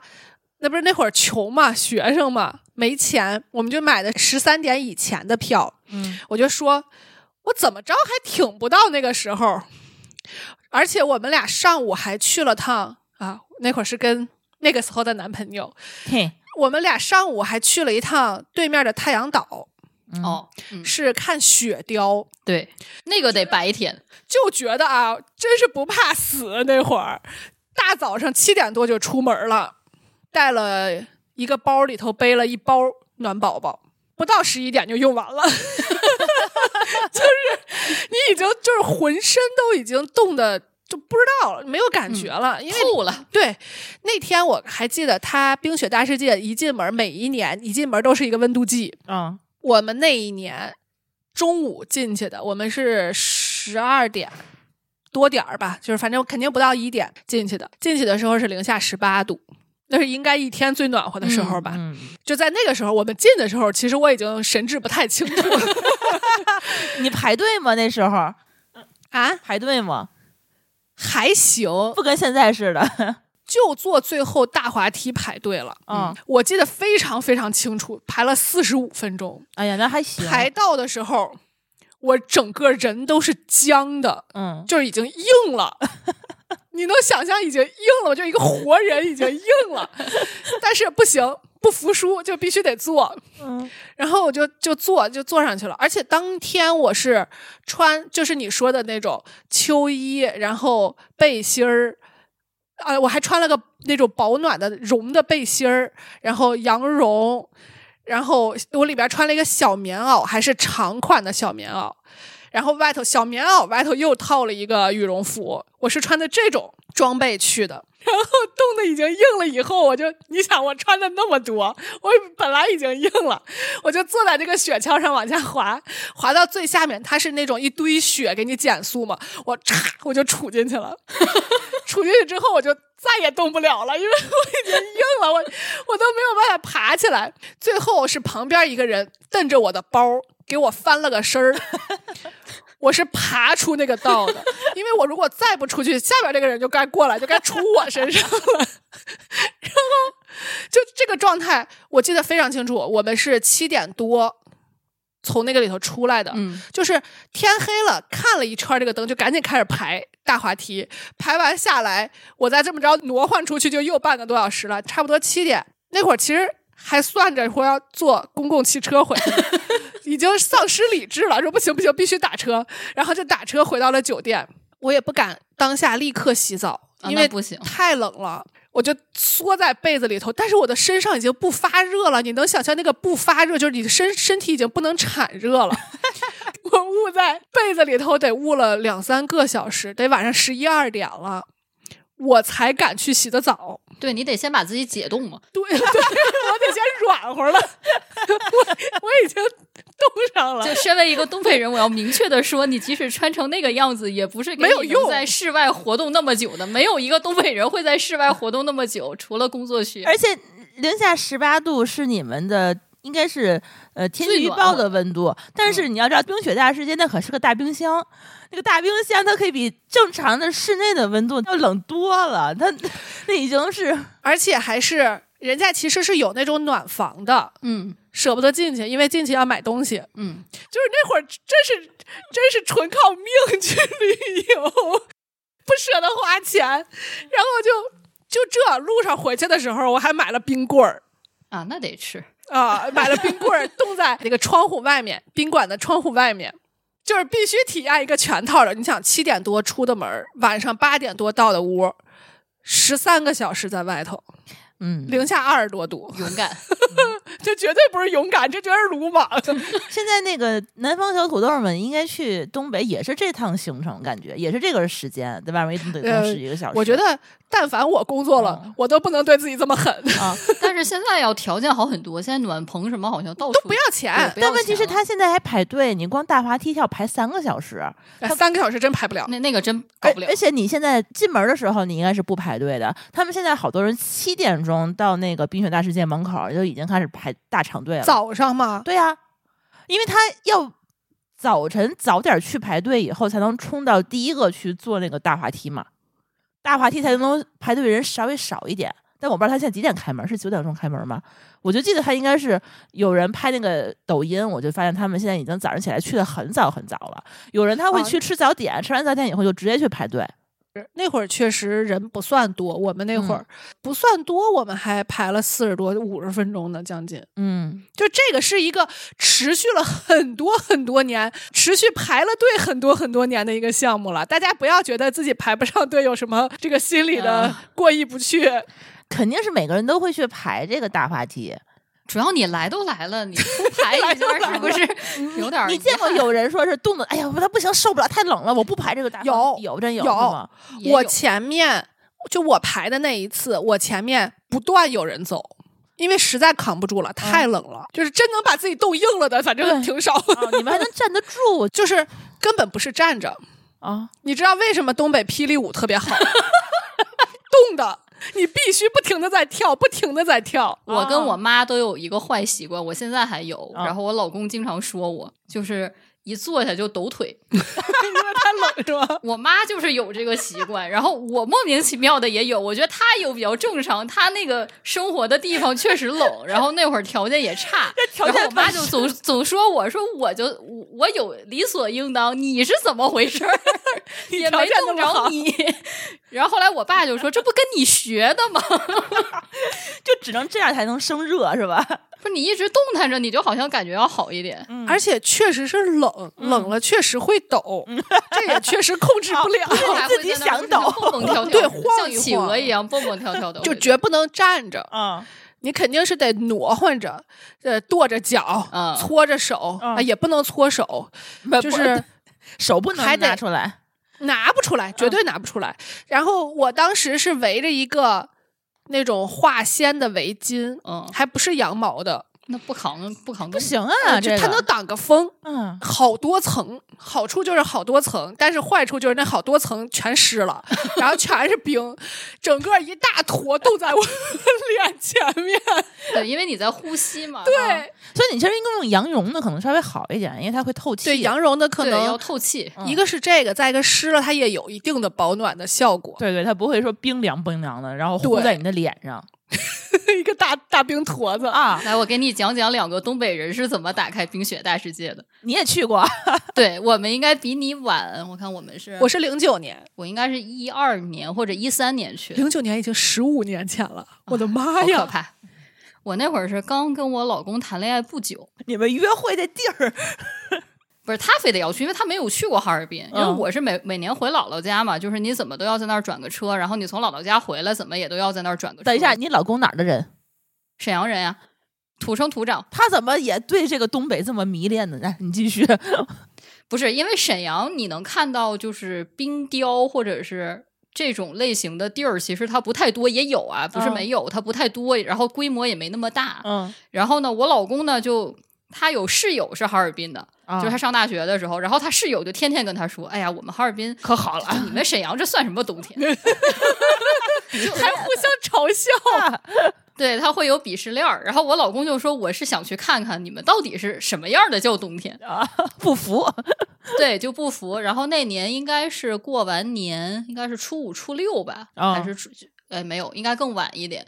[SPEAKER 3] 那不是那会儿穷嘛，学生嘛，没钱，我们就买的十三点以前的票。
[SPEAKER 2] 嗯，
[SPEAKER 3] 我就说，我怎么着还挺不到那个时候。而且我们俩上午还去了趟啊，那会儿是跟那个时候的男朋友，
[SPEAKER 2] 嘿，
[SPEAKER 3] 我们俩上午还去了一趟对面的太阳岛，
[SPEAKER 2] 嗯，
[SPEAKER 4] 哦，嗯，
[SPEAKER 3] 是看雪雕。
[SPEAKER 4] 对，那个得白天。
[SPEAKER 3] 就觉得啊，真是不怕死。那会儿大早上七点多就出门了，带了一个包，里头背了一包暖宝宝，不到十一点就用完了。 就是你已经就是浑身都已经冻得就不知道了，没有感觉了，因为
[SPEAKER 4] 透了，
[SPEAKER 3] 对，那天我还记得，他冰雪大世界一进门，每一年一进门都是一个温度计，
[SPEAKER 2] 嗯
[SPEAKER 3] 我们那一年中午进去的，我们是十二点多点儿吧，就是反正肯定不到一点进去的。进去的时候是零下十八度，那是应该一天最暖和的时候吧。
[SPEAKER 2] 嗯，
[SPEAKER 3] 就在那个时候，我们进的时候，其实我已经神志不太清楚了
[SPEAKER 2] 你排队吗？那时候
[SPEAKER 3] 啊，
[SPEAKER 2] 排队吗？
[SPEAKER 3] 还行，
[SPEAKER 2] 不跟现在似的。
[SPEAKER 3] 就坐最后大滑梯排队了。
[SPEAKER 2] 嗯，
[SPEAKER 3] 我记得非常非常清楚，排了四十五分钟，
[SPEAKER 2] 哎呀，那还行。
[SPEAKER 3] 排到的时候，我整个人都是僵的。
[SPEAKER 2] 嗯，
[SPEAKER 3] 就是已经硬了。 你能想象已经硬了吗？就一个活人已经硬 了，但是不行，不服输就必须得做。
[SPEAKER 2] 嗯，
[SPEAKER 3] 然后我就就坐就坐上去了，而且当天我是穿就是你说的那种秋衣，然后背心儿，啊，我还穿了个那种保暖的绒的背心儿，然后羊绒，然后我里边穿了一个小棉袄，还是长款的小棉袄，然后外头小棉袄外头又套了一个羽绒服，我是穿的这种装备去的。然后冻得已经硬了，以后我就你想我穿的那么多，我本来已经硬了，我就坐在这个雪橇上往下滑，滑到最下面，它是那种一堆雪给你减速嘛，我嚓我就杵进去了，杵进去之后我就再也动不了了，因为我已经硬了，我我都没有办法爬起来。最后是旁边一个人瞪着我的包，给我翻了个身儿。我是爬出那个道的，因为我如果再不出去，下边这个人就该过来，就该杵我身上了。然后就这个状态，我记得非常清楚。我们是七点多从那个里头出来的，
[SPEAKER 4] 嗯，
[SPEAKER 3] 就是天黑了，看了一圈这个灯，就赶紧开始排大滑梯。排完下来，我再这么着挪换出去，就又半个多小时了，差不多七点。那会儿其实还算着说要坐公共汽车回去，已经丧失理智了，说不行不行，必须打车，然后就打车回到了酒店。我也不敢当下立刻洗澡，
[SPEAKER 4] 啊
[SPEAKER 3] 因
[SPEAKER 4] 那
[SPEAKER 3] 为
[SPEAKER 4] 不行
[SPEAKER 3] 太冷了。我就缩在被子里头，但是我的身上已经不发热了。你能想象那个不发热，就是你的身身体已经不能产热了。 我捂在被子里头得捂了两三个小时，得晚上十一二点了，我才敢去洗的澡。
[SPEAKER 4] 对你得先把自己解冻嘛。
[SPEAKER 3] 对， 对我得先软和了，我我已经冻上了
[SPEAKER 4] 就。身为一个东北人，我要明确的说，你即使穿成那个样子，也不是给
[SPEAKER 3] 没有
[SPEAKER 4] 你
[SPEAKER 3] 用
[SPEAKER 4] 能在室外活动那么久的。没有一个东北人会在室外活动那么久，除了工作需要。
[SPEAKER 2] 而且零下十八度是你们的，应该是呃天气
[SPEAKER 4] 最
[SPEAKER 2] 预
[SPEAKER 4] 暖
[SPEAKER 2] 报
[SPEAKER 4] 了嗯
[SPEAKER 2] 的温度。但是你要知道，冰雪大世界那可是个大冰箱，那个大冰箱它可以比正常的室内的温度要冷多了，它那已经是
[SPEAKER 3] 而且还是人家其实是有那种暖房的，
[SPEAKER 4] 嗯
[SPEAKER 3] 舍不得进去，因为进去要买东西。
[SPEAKER 4] 嗯，
[SPEAKER 3] 就是那会儿真是真是纯靠命 去旅游，不舍得花钱，然后就就这路上回去的时候，我还买了冰棍儿。
[SPEAKER 4] 啊，那得吃。
[SPEAKER 3] 啊，买了冰棍儿，冻在那个窗户外面，宾馆的窗户外面，就是必须体验一个全套的。你想，七点多出的门儿，晚上八点多到的屋，十三个小时在外头，
[SPEAKER 2] 嗯。
[SPEAKER 3] 零下二十多度，
[SPEAKER 4] 勇敢，
[SPEAKER 3] 这绝对不是勇敢，这绝对是鲁莽。
[SPEAKER 2] 现在那个南方小土豆们应该去东北，也是这趟行程，感觉也是这个时间，在外面一等得
[SPEAKER 3] 呃
[SPEAKER 2] 等十几个小时。
[SPEAKER 3] 我觉得，但凡我工作了
[SPEAKER 2] 哦，
[SPEAKER 3] 我都不能对自己这么狠，
[SPEAKER 2] 啊，
[SPEAKER 4] 但是现在要条件好很多，现在暖棚什么好像到
[SPEAKER 3] 都
[SPEAKER 4] 处
[SPEAKER 3] 不要钱
[SPEAKER 4] 对，不要
[SPEAKER 2] 但问题
[SPEAKER 4] 钱
[SPEAKER 2] 是
[SPEAKER 4] 了
[SPEAKER 2] 他现在还排队，你光大滑梯要排三个小时，
[SPEAKER 3] 哎三个小时真排不了。
[SPEAKER 4] 那那个真搞不
[SPEAKER 2] 而
[SPEAKER 4] 了
[SPEAKER 2] 哎而。且你现在进门的时候，你应该是不排队的。他们现在好多人七点钟到那个冰雪大世界门口就已经开始排大长队了。
[SPEAKER 3] 早上嘛，
[SPEAKER 2] 对呀、因为他要早晨早点去排队，以后才能冲到第一个去坐那个大滑梯嘛，大滑梯才能排队人稍微少一点。但我不知道他现在几点开门，是九点钟开门吗？我就记得他应该是有人拍那个抖音，我就发现他们现在已经早上起来去的很早很早了。有人他会
[SPEAKER 4] 哦
[SPEAKER 3] 啊
[SPEAKER 2] 去吃早点，吃完早点以后就直接去排队。
[SPEAKER 3] 那会儿确实人不算多，我们那会儿不算多，我们还排了四十多、五十分钟呢，将近。
[SPEAKER 2] 嗯，
[SPEAKER 3] 就这个是一个持续了很多很多年，持续排了队很多很多年的一个项目了。大家不要觉得自己排不上队有什么这个心里的
[SPEAKER 4] 啊
[SPEAKER 3] 过意不去。
[SPEAKER 2] 肯定是每个人都会去排这个大滑梯。
[SPEAKER 4] 主要你来都来了，你不排
[SPEAKER 3] 来
[SPEAKER 4] 一
[SPEAKER 3] 都来
[SPEAKER 4] 下是不是有 点儿
[SPEAKER 2] 你
[SPEAKER 4] 遗
[SPEAKER 2] 见过
[SPEAKER 4] 憾
[SPEAKER 2] 有人说是冻得，哎呀，他不行，受不了，太冷了，我不排这个大
[SPEAKER 3] 有
[SPEAKER 2] 滑梯有真有
[SPEAKER 3] 有
[SPEAKER 2] 是吗
[SPEAKER 4] 也
[SPEAKER 3] 我
[SPEAKER 4] 有
[SPEAKER 3] 前面就我排的那一次，我前面不断有人走。因为实在扛不住了，太
[SPEAKER 4] 嗯
[SPEAKER 3] 冷了，就是真能把自己冻硬了的，反正
[SPEAKER 2] 对
[SPEAKER 3] 挺少，
[SPEAKER 4] 嗯
[SPEAKER 2] 哦你们还能站得住
[SPEAKER 3] 就是根本不是站着，
[SPEAKER 2] 啊？
[SPEAKER 3] 你知道为什么东北霹雳舞特别好？ 冻的，你必须不停的在跳，不停的在跳。
[SPEAKER 4] 我跟我妈都有一个坏习惯，我现在还有。
[SPEAKER 2] 啊
[SPEAKER 4] 然后我老公经常说我，就是一坐下就抖腿。
[SPEAKER 3] 因为太冷是吧？
[SPEAKER 4] 我妈就是有这个习惯，然后我莫名其妙的也有。我觉得她有比较正常，她那个生活的地方确实冷，然后那会儿条件 也差，
[SPEAKER 2] 条件
[SPEAKER 4] 然后我妈
[SPEAKER 2] 本
[SPEAKER 4] 就总总说我说我就我我有理所应当，你是怎么回事 儿？也
[SPEAKER 3] 条
[SPEAKER 4] 没
[SPEAKER 3] 件那
[SPEAKER 4] 冻
[SPEAKER 3] 么好
[SPEAKER 4] 着你。然后后来我爸就说：“这不跟你学的吗？”
[SPEAKER 2] 就只能这样才能生热是吧？
[SPEAKER 4] 不是你一直动弹着，你就好像感觉要好一点。
[SPEAKER 3] 而且确实是冷，
[SPEAKER 4] 嗯
[SPEAKER 3] 冷了确实会 抖，这也确实控制不了，
[SPEAKER 4] 后来
[SPEAKER 2] 自
[SPEAKER 4] 会
[SPEAKER 2] 己
[SPEAKER 4] 在那儿
[SPEAKER 2] 想抖
[SPEAKER 4] 蹦蹦跳 跳，
[SPEAKER 3] 对晃
[SPEAKER 4] 像
[SPEAKER 3] 一
[SPEAKER 4] 企
[SPEAKER 3] 晃
[SPEAKER 4] 鹅一样蹦蹦跳跳的，
[SPEAKER 3] 就绝不能站着，
[SPEAKER 2] 嗯，
[SPEAKER 3] 你肯定是得挪换着，呃，跺着脚，
[SPEAKER 4] 嗯
[SPEAKER 3] 搓着手、
[SPEAKER 2] 嗯
[SPEAKER 3] 啊，也不能搓手，就
[SPEAKER 2] 不
[SPEAKER 3] 是
[SPEAKER 2] 手不能
[SPEAKER 3] 还得
[SPEAKER 2] 拿出来。
[SPEAKER 3] 拿不出来，绝对拿不出来。然后我当时是围着一个那种化纤的围巾，
[SPEAKER 4] 嗯，
[SPEAKER 3] 还不是羊毛的，呃
[SPEAKER 4] 那不扛不扛
[SPEAKER 2] 不
[SPEAKER 4] 动，
[SPEAKER 2] 行啊，
[SPEAKER 3] 就
[SPEAKER 2] 这
[SPEAKER 3] 它
[SPEAKER 2] 个
[SPEAKER 3] 能挡个风。
[SPEAKER 2] 嗯，
[SPEAKER 3] 好多层，好处就是好多层，但是坏处就是那好多层全湿了，然后全是冰，整个一大坨冻在我 脸前面。
[SPEAKER 4] 对，因为你在呼吸嘛，
[SPEAKER 3] 对、
[SPEAKER 4] 啊
[SPEAKER 2] 所以你其实应该用羊绒的，可能稍微好一点，因为它会透气。
[SPEAKER 3] 对，羊绒的可
[SPEAKER 4] 对，要
[SPEAKER 3] 能
[SPEAKER 4] 透气。
[SPEAKER 2] 嗯
[SPEAKER 3] 一个是这个，再一个湿了它也有一定的保暖的效 果，
[SPEAKER 2] 对对，它不会说冰凉冰凉的，然后糊
[SPEAKER 3] 对
[SPEAKER 2] 在你的脸上
[SPEAKER 3] 一个大大冰坨子。
[SPEAKER 2] 啊。
[SPEAKER 4] 来，我给你讲讲两个东北人是怎么打开冰雪大世界的。
[SPEAKER 2] 你也去过，
[SPEAKER 4] 对我们应该比你晚，我看我们是
[SPEAKER 3] 我是零九年，
[SPEAKER 4] 我应该是一 二年或者一三年去
[SPEAKER 3] 啊
[SPEAKER 4] 的，
[SPEAKER 3] 零九年已经十五年前了，我的妈
[SPEAKER 4] 好可
[SPEAKER 3] 哎呀！
[SPEAKER 4] 怕。我那会儿是刚跟我老公谈恋爱不久，
[SPEAKER 2] 你们约会的地儿，
[SPEAKER 4] 不是他非得要去，因为他没有去过哈尔滨。因为
[SPEAKER 2] 嗯
[SPEAKER 4] 我是每每年回姥姥家嘛，就是你怎么都要在那儿转个车，然后你从姥姥家回来怎么也都要在那儿转个车。
[SPEAKER 2] 等一下，，你老公哪儿的人？
[SPEAKER 4] 沈阳人呀、土生土长。
[SPEAKER 2] 他怎么也对这个东北这么迷恋呢？那哎你继续，
[SPEAKER 4] 不是因为沈阳，你能看到就是冰雕或者是这种类型的地儿，其实它不太多，也有啊，不是
[SPEAKER 2] 嗯
[SPEAKER 4] 没有，它不太多，然后规模也没那么大。
[SPEAKER 2] 嗯，
[SPEAKER 4] 然后呢，我老公呢就他有室友是哈尔滨的，
[SPEAKER 2] 啊
[SPEAKER 4] 就是他上大学的时候，然后他室友就天天跟他说：“哎呀，我们哈尔滨可好了，你们沈阳这算什么冬天？”
[SPEAKER 3] 还互相嘲笑，
[SPEAKER 4] 对他会有鄙视链儿。然后我老公就说：“我是想去看看你们到底是什么样的叫冬天。”
[SPEAKER 2] 啊，不服，
[SPEAKER 4] 对，就不服。然后那年应该是过完年，应该是初五、初六吧，
[SPEAKER 2] 啊
[SPEAKER 3] 嗯
[SPEAKER 4] 还是初哎没有，应该更晚一点，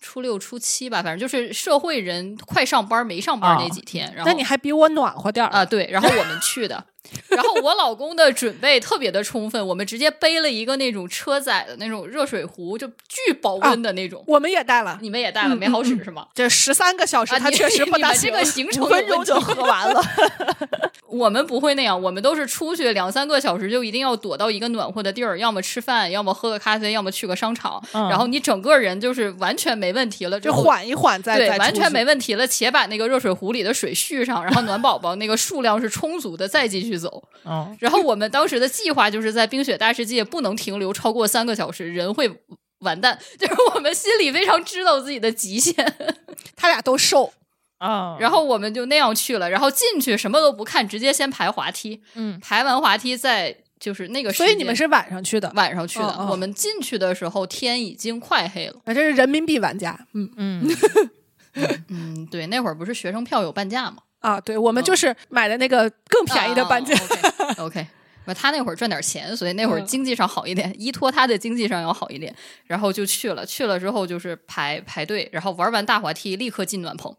[SPEAKER 4] 初六、初七吧，反正就是社会人快上班没上班那
[SPEAKER 2] 啊
[SPEAKER 4] 几天。然后
[SPEAKER 3] 那你还比我暖和点儿
[SPEAKER 4] 啊，对，然后我们 去的，然后我老公的准备特别的充分，我们直接背了一个那种车载的那种热水壶，就巨保
[SPEAKER 3] 啊
[SPEAKER 4] 温的那种。
[SPEAKER 3] 我们也带了，
[SPEAKER 4] 你们也
[SPEAKER 3] 嗯
[SPEAKER 4] 带了，没好使是吗？
[SPEAKER 3] 这十三个小时
[SPEAKER 4] 啊，
[SPEAKER 3] 它
[SPEAKER 4] 你
[SPEAKER 3] 确实不
[SPEAKER 4] 你们
[SPEAKER 3] 大
[SPEAKER 4] 这
[SPEAKER 3] 行。
[SPEAKER 4] 个行程
[SPEAKER 2] 五
[SPEAKER 4] 有
[SPEAKER 2] 分钟
[SPEAKER 4] 问
[SPEAKER 2] 就
[SPEAKER 4] 题
[SPEAKER 2] 喝完 了。
[SPEAKER 4] 我们不会那样，我们都是出去两三个小时就一定要躲到一个暖和的地儿，要么吃饭，要么喝个咖啡，要么去个商场，
[SPEAKER 2] 嗯
[SPEAKER 4] 然后你整个人就是完全没问题了，
[SPEAKER 3] 就
[SPEAKER 4] 后。
[SPEAKER 3] 缓一缓再
[SPEAKER 4] 对
[SPEAKER 3] 再，
[SPEAKER 4] 完
[SPEAKER 3] 出
[SPEAKER 4] 全
[SPEAKER 3] 去
[SPEAKER 4] 没问题了，且把那个热水壶里的水续上，然后暖宝宝那个数量是充足的，再继续走。
[SPEAKER 2] 嗯，
[SPEAKER 4] 然后我们当时的计划就是在冰雪大世界不能停留超过三个小时，人会完蛋。 就是我们心里非常知道自己的极限，
[SPEAKER 3] 他俩都瘦，
[SPEAKER 2] 啊
[SPEAKER 4] 然后我们就那样去了，然后进去什么都不看，直接先排滑梯，
[SPEAKER 2] 嗯，
[SPEAKER 4] 排完滑梯再就是那个时
[SPEAKER 3] 所
[SPEAKER 4] 间，
[SPEAKER 3] 以你们是晚上去的，
[SPEAKER 4] 晚上去的。
[SPEAKER 3] 哦哦
[SPEAKER 4] 我们进去的时候天已经快黑了，
[SPEAKER 3] 啊，这是人民币玩家，嗯
[SPEAKER 2] 嗯，
[SPEAKER 4] 嗯，对，那会儿不是学生票有半价吗？
[SPEAKER 3] 啊，对我们就是买的那个更便宜的半价，
[SPEAKER 4] o k 哦 OK。不 他那会儿赚点钱，所以那会儿
[SPEAKER 3] 嗯
[SPEAKER 4] 经济上好一点，依托他的经济上要好一点，然后就去了。去了之后就是排排队，然后玩完大滑梯立刻进暖 棚，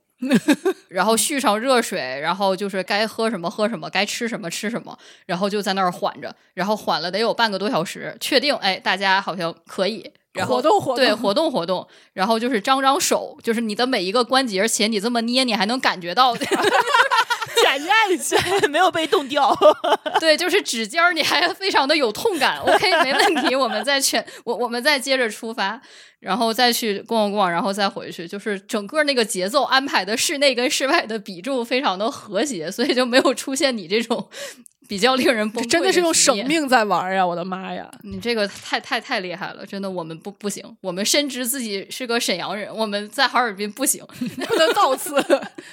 [SPEAKER 4] 然后续上热水，然后就是该喝什么喝什么，该吃什么吃什么，然后就在那儿缓着，然后缓了得有半个多小时，确定哎大家好像可以，然后
[SPEAKER 3] 活动活动
[SPEAKER 4] 对活动活动，然后就是张张手，就是你的每一个关节，且你这么捏你还能感觉到。
[SPEAKER 2] 检验一下， 没有被冻 掉。
[SPEAKER 4] 对，就是指尖儿，你还非常的有痛感。OK，没问题，我们再去，我我们再接着出发，然后再去逛逛，然后再回去。就是整个那个节奏安排的室内跟室外的比重非常的和谐，所以就没有出现你这种比较令人崩
[SPEAKER 3] 这
[SPEAKER 4] 溃
[SPEAKER 3] 真的是用
[SPEAKER 4] 局
[SPEAKER 3] 生
[SPEAKER 4] 面。
[SPEAKER 3] 命在玩呀！我的妈 呀，
[SPEAKER 4] 你这个太太太厉害了，真的，我们不不行，我们深知自己是个沈阳人，我们在哈尔滨不行，
[SPEAKER 3] 不能到此。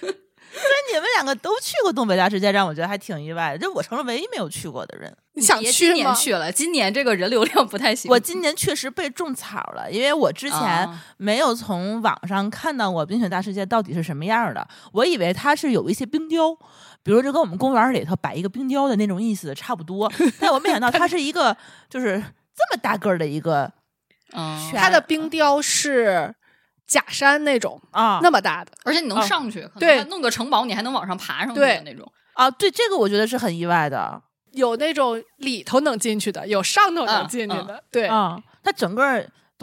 [SPEAKER 2] 那你们两个都去过东北大世界，让我觉得还挺意外的。这我成了唯一没有去过的人。
[SPEAKER 3] 你想
[SPEAKER 4] 别今
[SPEAKER 3] 去
[SPEAKER 4] 年
[SPEAKER 3] 吗？
[SPEAKER 4] 去了，今年这个人流量不太行。
[SPEAKER 2] 我今年确实被种草了，因为我之前
[SPEAKER 4] 啊
[SPEAKER 2] 没有从网上看到过冰雪大世界到底是什么样的，我以为它是有一些冰雕，比如就跟我们公园里头摆一个冰雕的那种意思差不多，但我没想到它是一个就是这么大个儿的一个
[SPEAKER 4] 嗯，
[SPEAKER 2] 全
[SPEAKER 3] 它的冰雕是假山那种
[SPEAKER 2] 啊，
[SPEAKER 3] 那么大的，
[SPEAKER 4] 而且你能
[SPEAKER 2] 啊
[SPEAKER 4] 上去，可能
[SPEAKER 3] 哦对
[SPEAKER 4] 它弄个城堡你还能往上爬上去
[SPEAKER 3] 对
[SPEAKER 4] 的那种。
[SPEAKER 2] 啊，对这个我觉得是很意外的
[SPEAKER 3] 有那种里头能进去的，有上头能进去的。对，
[SPEAKER 2] 啊，它整个儿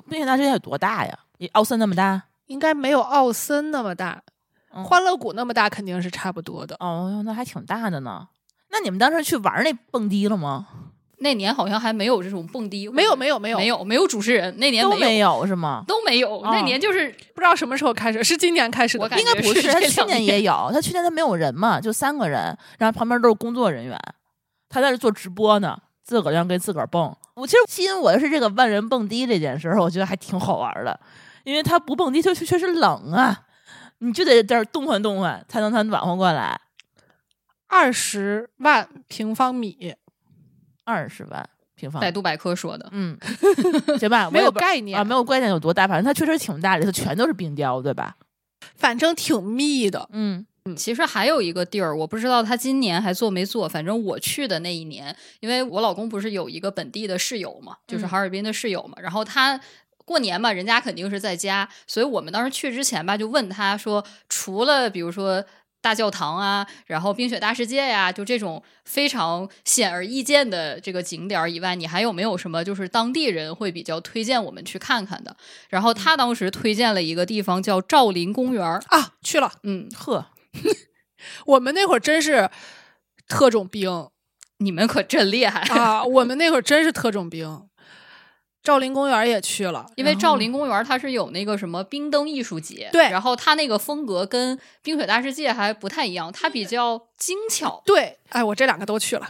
[SPEAKER 2] 冰雪大世界有多大呀？也奥森那么大？
[SPEAKER 3] 应该没有奥森那么大，
[SPEAKER 2] 嗯
[SPEAKER 3] 欢乐谷那么大肯定是差不多的。
[SPEAKER 2] 哦，那还挺大的呢。那你们当时去玩儿那蹦迪了吗？
[SPEAKER 4] 那年好像还没有这种蹦迪，
[SPEAKER 3] 没有，
[SPEAKER 4] 有，
[SPEAKER 3] 没有，没有，
[SPEAKER 4] 嗯没有，没有主持人，那年
[SPEAKER 2] 都
[SPEAKER 4] 没
[SPEAKER 2] 没有是吗？
[SPEAKER 4] 都没有，那
[SPEAKER 2] 啊
[SPEAKER 4] 年就是
[SPEAKER 3] 不知道什么时候开始，是今年开始的
[SPEAKER 4] 我
[SPEAKER 3] 吧，
[SPEAKER 4] 感
[SPEAKER 2] 应该
[SPEAKER 4] 觉
[SPEAKER 2] 不
[SPEAKER 4] 是
[SPEAKER 2] 是，他
[SPEAKER 4] 这
[SPEAKER 2] 去
[SPEAKER 4] 两
[SPEAKER 2] 年
[SPEAKER 4] 年
[SPEAKER 2] 也有，他去年他没有人嘛，就三个人，然后旁边都是工作人员，他在这做直播呢，自个儿让给自个儿蹦。我其实吸引我的是这个万人蹦迪这件事儿，我觉得还挺好玩的，因为他不蹦迪就确确实冷啊，你就得在这儿动换动换才能才暖和过来。
[SPEAKER 3] 二十万平方米，
[SPEAKER 2] 二十万平方，
[SPEAKER 4] 百度百科说的，
[SPEAKER 2] 嗯，行吧，我
[SPEAKER 3] 没
[SPEAKER 2] 也
[SPEAKER 3] 有
[SPEAKER 2] 不
[SPEAKER 3] 概念
[SPEAKER 2] 啊，没有概念有多大，反正它确实挺大的，里头全都是冰雕，对吧？
[SPEAKER 3] 反正挺密的。
[SPEAKER 2] 嗯，
[SPEAKER 4] 其实还有一个地儿，我不知道他今年还做没做。反正我去的那一年，因为我老公不是有一个本地的室友嘛，就是
[SPEAKER 2] 嗯
[SPEAKER 4] 哈尔滨的室友嘛，然后他。过年嘛，人家肯定是在家，所以我们当时去之前吧，就问他说，除了比如说大教堂啊，然后冰雪大世界呀、就这种非常显而易见的这个景点儿以外，你还有没有什么就是当地人会比较推荐我们去看看的？然后他当时推荐了一个地方叫赵林公园儿，
[SPEAKER 3] 啊，去了。
[SPEAKER 4] 嗯，
[SPEAKER 2] 呵，
[SPEAKER 3] 我们那会儿真是特种兵
[SPEAKER 4] 你们可真厉 害，
[SPEAKER 3] 啊，我们那会儿真是特种兵。赵林公园也去了，
[SPEAKER 4] 因为
[SPEAKER 3] 然后
[SPEAKER 4] 赵林公园它是有那个什么冰灯艺术节，
[SPEAKER 3] 对
[SPEAKER 4] 然后它那个风格跟冰雪大世界还不太一样，它比较精巧，
[SPEAKER 3] 对，哎，我这两个都去了。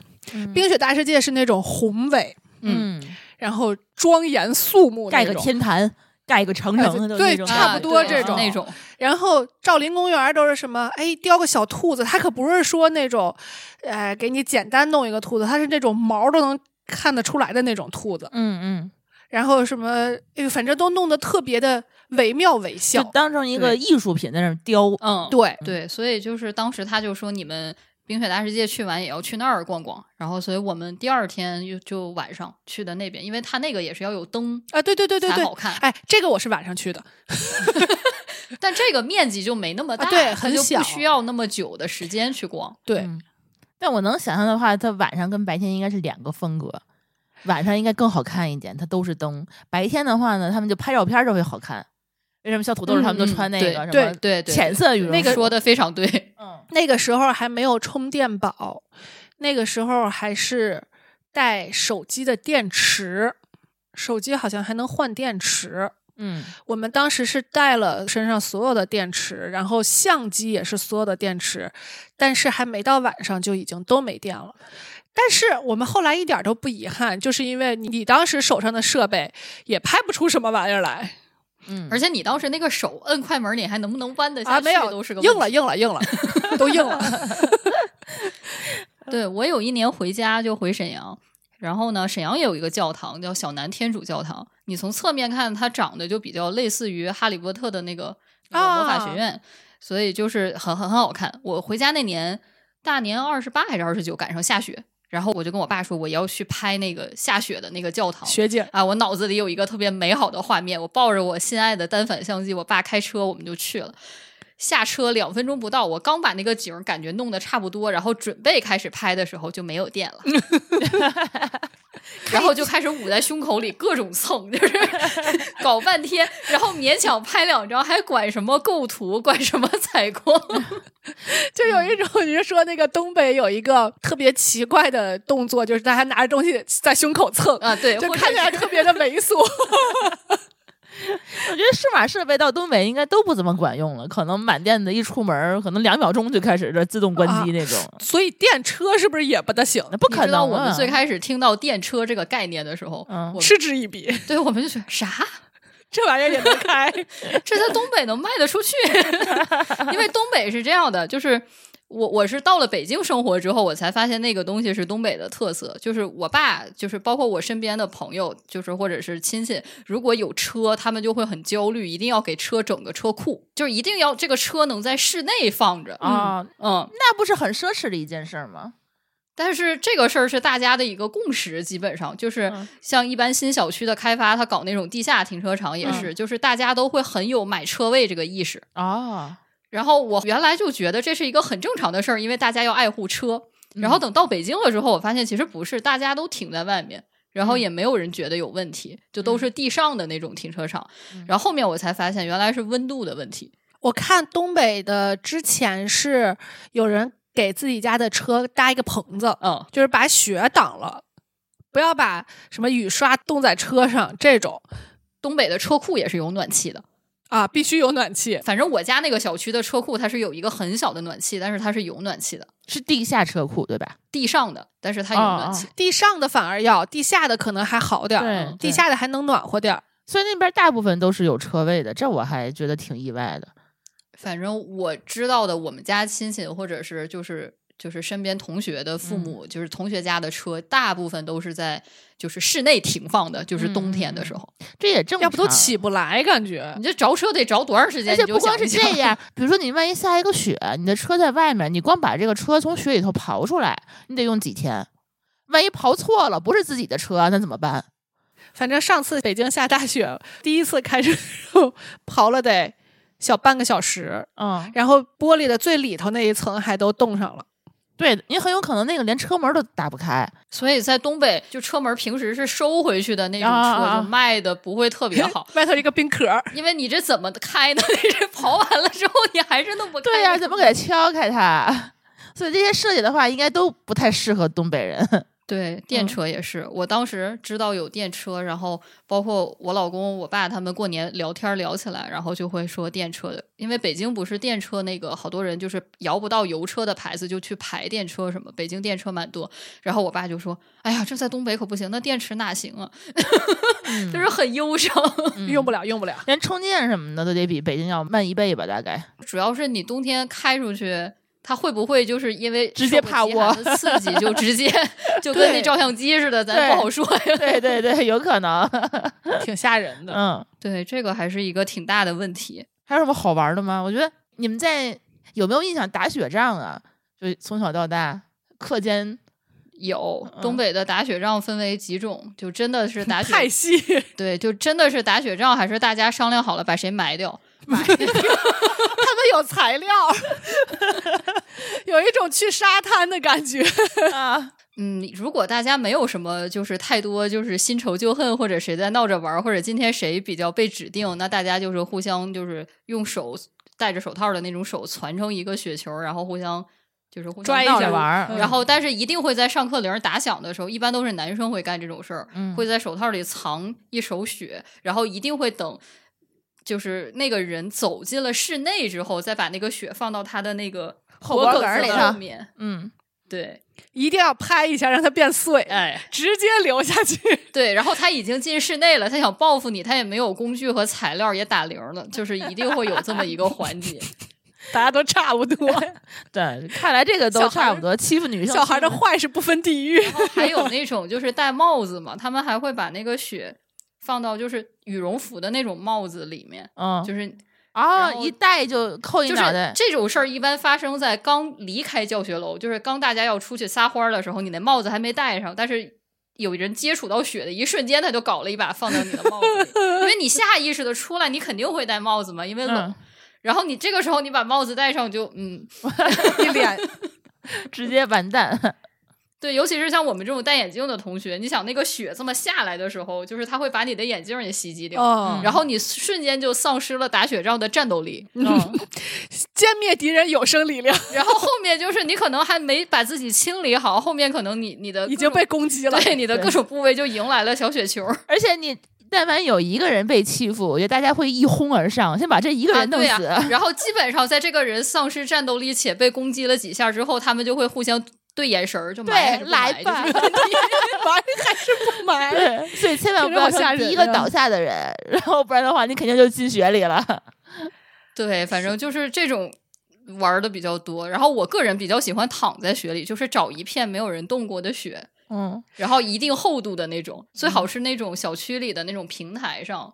[SPEAKER 3] 冰雪大世界是那种宏伟，
[SPEAKER 2] 嗯，
[SPEAKER 3] 然后庄严肃穆那
[SPEAKER 2] 盖
[SPEAKER 3] 种，
[SPEAKER 2] 个天坛，盖个城
[SPEAKER 3] 哎
[SPEAKER 2] 城，就
[SPEAKER 3] 对
[SPEAKER 2] 那
[SPEAKER 3] 对
[SPEAKER 2] 种
[SPEAKER 3] 差不
[SPEAKER 4] 啊
[SPEAKER 3] 多
[SPEAKER 4] 对
[SPEAKER 3] 这
[SPEAKER 4] 是
[SPEAKER 3] 种
[SPEAKER 4] 那种，
[SPEAKER 3] 然后赵林公园都是什么？哎，雕个小兔子，它可不是说那种，呃，给你简单弄一个兔子，它是那种毛都能看得出来的那种兔子。
[SPEAKER 2] 嗯嗯，
[SPEAKER 3] 然后什么，哎，反正都弄得特别的惟妙惟
[SPEAKER 2] 就
[SPEAKER 3] 肖。
[SPEAKER 2] 当成一个
[SPEAKER 4] 对
[SPEAKER 2] 艺术品在那儿雕，
[SPEAKER 4] 嗯，
[SPEAKER 3] 对，
[SPEAKER 4] 对，所以就是当时他就说你们。冰雪大世界去完也要去那儿逛逛，然后所以我们第二天就就晚上去的那边，因为它那个也是要有灯
[SPEAKER 3] 啊，对对对对
[SPEAKER 4] 才
[SPEAKER 3] 对
[SPEAKER 4] 好，看，
[SPEAKER 3] 哎，这个我是晚上去的，
[SPEAKER 4] 但这个面积就没那么大，
[SPEAKER 3] 呃啊对
[SPEAKER 4] 它
[SPEAKER 3] 很
[SPEAKER 4] 就
[SPEAKER 3] 小
[SPEAKER 4] 不需要那么久的时间去逛。
[SPEAKER 3] 对，
[SPEAKER 2] 嗯但我能想象的话，它晚上跟白天应该是两个风格，晚上应该更好看一点，它都是灯。白天的话呢，他们就拍照片儿就会好看。为什么小土豆儿他们都
[SPEAKER 4] 嗯嗯
[SPEAKER 2] 穿那
[SPEAKER 4] 对
[SPEAKER 2] 个什么
[SPEAKER 3] 对
[SPEAKER 4] 对对，
[SPEAKER 2] 浅色羽绒
[SPEAKER 4] 那个
[SPEAKER 2] 服
[SPEAKER 4] 说的非常对，
[SPEAKER 2] 嗯
[SPEAKER 3] 那个时候还没有充电宝，那个时候还是带手机的电池，手机好像还能换电池。
[SPEAKER 2] 嗯
[SPEAKER 3] 我们当时是带了身上所有的电池，然后相机也是所有的电池，但是还没到晚上就已经都没电了。但是我们后来一点都不遗憾，就是因为你你当时手上的设备也拍不出什么玩意儿来
[SPEAKER 2] 嗯，
[SPEAKER 4] 而且你当时那个手摁快门，你还能不能弯得下
[SPEAKER 3] 啊，
[SPEAKER 4] 去
[SPEAKER 3] 没有，
[SPEAKER 4] 都是个
[SPEAKER 3] 硬
[SPEAKER 4] 问
[SPEAKER 3] 了，
[SPEAKER 4] 题。
[SPEAKER 3] 硬了，硬了，都硬了。
[SPEAKER 4] 对我有一年回家就回沈阳，然后呢，沈阳也有一个教堂叫小南天主教堂，你从侧面看它长得就比较类似于哈利波特的那个那个魔法
[SPEAKER 3] 啊
[SPEAKER 4] 学院，所以就是很很很好看。我回家那年大年二十八还是二十九赶上下雪，然后我就跟我爸说我要去拍那个下雪的那个教堂，
[SPEAKER 3] 学姐，
[SPEAKER 4] 啊，我脑子里有一个特别美好的画面，我抱着我心爱的单反相机，我爸开车我们就去了。下车两分钟不到，我刚把那个景儿感觉弄得差不多，然后准备开始拍的时候就没 有电了，然后就开始捂在胸口里各种蹭，就是 搞半天，然后勉强拍两张，还管什么构图，管什么采 光，
[SPEAKER 3] 就有一种你是说那个东北有一个特别奇怪的动作，就是大家拿着东西在胸口蹭，
[SPEAKER 4] 啊对
[SPEAKER 3] 就
[SPEAKER 4] 或者
[SPEAKER 3] 看起来
[SPEAKER 4] 是
[SPEAKER 3] 特别的猥琐。
[SPEAKER 2] 我觉得数码设备到东北应该都不怎么管用了，可能满店的一出门儿，可能两秒钟就开始这自动关机那种，
[SPEAKER 3] 所以电车是不是也不大行
[SPEAKER 2] 那？不
[SPEAKER 4] 啊你
[SPEAKER 2] 可
[SPEAKER 4] 知道
[SPEAKER 2] 能。啊
[SPEAKER 4] 我们
[SPEAKER 3] 啊
[SPEAKER 4] 最，开始听到电车这个概念的时候，
[SPEAKER 2] 嗯
[SPEAKER 4] 我们
[SPEAKER 3] 嗤之以鼻。
[SPEAKER 4] 对我们就觉得啥？
[SPEAKER 3] 这玩意儿也能 开
[SPEAKER 4] 这在东北能卖得出去？ 因为东北是这样的，就是我我是到了北京生活之后，我才发现那个东西是东北的特色。就是我爸，就是包括我身边的朋友，就是或者是亲戚，如果有车，他们就会很焦虑，一定要给车整个车库，就是一定要这个车能在室内放着。
[SPEAKER 2] 啊，
[SPEAKER 4] 嗯，
[SPEAKER 2] 那不是很奢侈的一件事儿吗？
[SPEAKER 4] 但是这个事儿是大家的一个共识，基本上就是
[SPEAKER 2] 嗯
[SPEAKER 4] 像一般新小区的开发，他搞那种地下停车场也
[SPEAKER 2] 嗯
[SPEAKER 4] 是，就是大家都会很有买车位这个意识。
[SPEAKER 2] 啊，
[SPEAKER 4] 然后我原来就觉得这是一个很正常的事儿，因为大家要爱护车。
[SPEAKER 2] 嗯
[SPEAKER 4] 然后等到北京了之后，我发现其实不是，大家都停在外面，然
[SPEAKER 2] 嗯
[SPEAKER 4] 后也没有人觉得有问题，就都是地上的那种停车场。
[SPEAKER 2] 嗯
[SPEAKER 4] 然后后面我才发现，原来是温度的问题。
[SPEAKER 3] 我看东北的之前是有人给自己家的车搭一个棚子，
[SPEAKER 4] 嗯，
[SPEAKER 3] 就是把雪挡了，不要把什么雨刷冻在车上这种
[SPEAKER 4] 东北的车库也是有暖气的，
[SPEAKER 3] 啊，必须有暖气。
[SPEAKER 4] 反正我家那个小区的车库它是有一个很小的暖气，但是它是有暖气的，
[SPEAKER 2] 是地下车库对吧？
[SPEAKER 4] 地上的，但是它有暖气。
[SPEAKER 2] 哦
[SPEAKER 3] 地上的反而要，地下的可能还好点儿，
[SPEAKER 2] 对
[SPEAKER 3] 地下的还能暖和点儿。
[SPEAKER 2] 所以那边大部分都是有车位的，这我还觉得挺意外的。
[SPEAKER 4] 反正我知道的，我们家亲戚或者是就是就是身边同学的
[SPEAKER 2] 嗯
[SPEAKER 4] 父母，就是同学家的车，大部分都是在就是室内停放的，就是冬天
[SPEAKER 2] 嗯
[SPEAKER 4] 的时候，
[SPEAKER 2] 这也正常，
[SPEAKER 3] 要不都起不来，感觉
[SPEAKER 4] 你这着车得着多长时间？
[SPEAKER 2] 而且
[SPEAKER 4] 你就
[SPEAKER 2] 不光
[SPEAKER 4] 想
[SPEAKER 2] 是
[SPEAKER 4] 一
[SPEAKER 2] 这
[SPEAKER 4] 想，
[SPEAKER 2] 样，比如说你万一下一个雪，你的车在外面，你光把这个车从雪里头刨出来，你得用几天。万一刨错了，不是自己的车，那怎么办？
[SPEAKER 3] 反正上次北京下大雪，第一次开车刨了得小半个小时，
[SPEAKER 2] 嗯，
[SPEAKER 3] 然后玻璃的最里头那一层还都冻上了。，
[SPEAKER 2] 对你很有可能那个连车门都打不开，
[SPEAKER 4] 所以在东北，就车门平时是收回去的那种
[SPEAKER 2] 啊啊
[SPEAKER 4] 车，
[SPEAKER 2] 啊
[SPEAKER 4] 就卖的不会特
[SPEAKER 2] 哎
[SPEAKER 4] 别 好
[SPEAKER 3] 外头一个冰壳儿，
[SPEAKER 4] 因为你这怎么开呢？ 你这刨完了之后，你还是弄不开。
[SPEAKER 2] 对哎呀、怎么给它敲开它？ 所以这些设计的话，应该都不太适合东北人。
[SPEAKER 4] 对，
[SPEAKER 2] 嗯
[SPEAKER 4] 电车也是。我当时知道有电车，然后包括我老公、我爸他们过年聊天聊起来，然后就会说电车的，因为北京不是电车那个好多人就是摇不到油车的牌子就去排电车什么，北京电车蛮多。然后我爸就说：“哎呀，这在东北可不行，那电池哪行啊？”
[SPEAKER 2] 嗯
[SPEAKER 4] 就是很忧伤。
[SPEAKER 3] 用不了，用不 了。
[SPEAKER 2] 连充电什么的都得比北京要慢一倍吧，大概。
[SPEAKER 4] 主要是你冬天开出去，它会不会就是因为
[SPEAKER 2] 直接怕窝
[SPEAKER 4] 受过极寒的刺激， 就直接就跟那
[SPEAKER 3] 对
[SPEAKER 4] 照相机似的，咱
[SPEAKER 2] 对
[SPEAKER 4] 不好说呀。
[SPEAKER 2] 对对对，有可 能。
[SPEAKER 3] 挺吓人的。
[SPEAKER 2] 嗯，
[SPEAKER 4] 对，这个还是一个挺大的问题。
[SPEAKER 2] 还有什么好玩的吗？我觉得你们在有没有印象打雪仗啊？就从小到大，课间
[SPEAKER 4] 有
[SPEAKER 2] 嗯
[SPEAKER 4] 东北的打雪仗分为几种，就真的是打雪，
[SPEAKER 3] 派
[SPEAKER 2] 嗯
[SPEAKER 3] 系，
[SPEAKER 4] 对，就真的是打雪仗，还是大家商量好了把谁埋掉？
[SPEAKER 3] 他们有材料， 有一种去沙滩的感觉。
[SPEAKER 2] 啊，
[SPEAKER 4] 嗯，如果大家没有什么就是太多就是新仇旧恨，或者谁在闹着玩儿，或者今天谁比较被指定，那大家就是互相就是用手戴着手套的那种手攒成一个雪球，然后互相就是互
[SPEAKER 3] 抓
[SPEAKER 4] 相
[SPEAKER 3] 一
[SPEAKER 4] 闹
[SPEAKER 2] 闹
[SPEAKER 4] 着
[SPEAKER 2] 着
[SPEAKER 3] 下
[SPEAKER 2] 玩儿，
[SPEAKER 3] 嗯
[SPEAKER 4] 然后，但是一定会在上课铃儿打响的时候，一般都是男生会干这种事儿，
[SPEAKER 2] 嗯
[SPEAKER 4] 会在手套里藏一手血，然后一定会等，就是那个人走进了室内之后，再把那个血放到他的那个
[SPEAKER 2] 后
[SPEAKER 4] 脖
[SPEAKER 2] 脖
[SPEAKER 4] 梗
[SPEAKER 2] 梗儿
[SPEAKER 4] 子
[SPEAKER 2] 里
[SPEAKER 4] 后
[SPEAKER 2] 头
[SPEAKER 4] 面。
[SPEAKER 2] 嗯，
[SPEAKER 4] 对，
[SPEAKER 3] 一定要拍一下，让它变碎，
[SPEAKER 4] 哎，
[SPEAKER 3] 直接流下去。
[SPEAKER 4] 对，然后他已经进室内了，他想报复你，他也没有工具和材料，也打铃儿了，就是一定会有这么一个 环节。
[SPEAKER 3] 大家都差不多，
[SPEAKER 2] 哎对，看来这个都
[SPEAKER 3] 小孩儿
[SPEAKER 2] 差不多，欺负女生，
[SPEAKER 3] 小孩的
[SPEAKER 2] 欺负
[SPEAKER 3] 坏是不分地域。
[SPEAKER 4] 然后还有那种就是戴帽子嘛，他们还会把那个血放到就是羽绒服的那种帽子里面，
[SPEAKER 2] 嗯，
[SPEAKER 4] 就
[SPEAKER 2] 哦，
[SPEAKER 4] 是然后
[SPEAKER 2] 一戴就扣一
[SPEAKER 4] 就
[SPEAKER 2] 脑
[SPEAKER 4] 是
[SPEAKER 2] 袋，
[SPEAKER 4] 这种事儿一般发生在刚离开教学楼，就是刚大家要出去撒欢儿的时候，你的帽子还没戴上，但是。有人接触到血的一瞬间，他就搞了一把放到你的帽子里， 因为你下意识的出来，你肯定会戴帽子嘛，因为冷。
[SPEAKER 2] 嗯，
[SPEAKER 4] 然后你这个时候你把帽子戴上就，嗯，
[SPEAKER 3] 一脸
[SPEAKER 2] 直接完蛋。
[SPEAKER 4] 对，尤其是像我们这种戴眼镜的同学，你想那个血这么下来的时候，就是他会把你的眼镜也袭击掉，
[SPEAKER 3] 哦
[SPEAKER 4] 然后你瞬间就丧失了打雪仗的战斗力，
[SPEAKER 2] 嗯，
[SPEAKER 3] 歼灭敌人有生力量，
[SPEAKER 4] 然后后面就是你可能还没把自己清理好，后面可能你你的
[SPEAKER 3] 已
[SPEAKER 4] 各
[SPEAKER 3] 经
[SPEAKER 4] 种
[SPEAKER 3] 被攻击了。
[SPEAKER 4] 对你的各种部位就迎来了小雪球，
[SPEAKER 2] 而且你但凡有一个人被欺负，我觉得大家会一哄而上，先把这一个
[SPEAKER 4] 啊
[SPEAKER 2] 人弄
[SPEAKER 4] 对呀、
[SPEAKER 2] 死。
[SPEAKER 4] 然后基本上在这个人丧失战斗力且被攻击了几下之后，他们就会互相对眼神儿，就
[SPEAKER 2] 对
[SPEAKER 4] 埋还是不
[SPEAKER 2] 来
[SPEAKER 4] 埋
[SPEAKER 2] 吧
[SPEAKER 4] 就是
[SPEAKER 3] 埋还是不埋？
[SPEAKER 2] 对， 所以千万不要
[SPEAKER 3] 这个好吓
[SPEAKER 2] 是
[SPEAKER 3] 人
[SPEAKER 2] 第一个
[SPEAKER 3] 啊
[SPEAKER 2] 倒下的人，然后不然的话，你肯定就进雪里了。
[SPEAKER 4] 对，反正就是这种玩的比较多。然后我个人比较喜欢躺在雪里，就是找一片没有人动过的雪，
[SPEAKER 2] 嗯，
[SPEAKER 4] 然后一定厚度的那种，最好是那种小区里的那种平台上。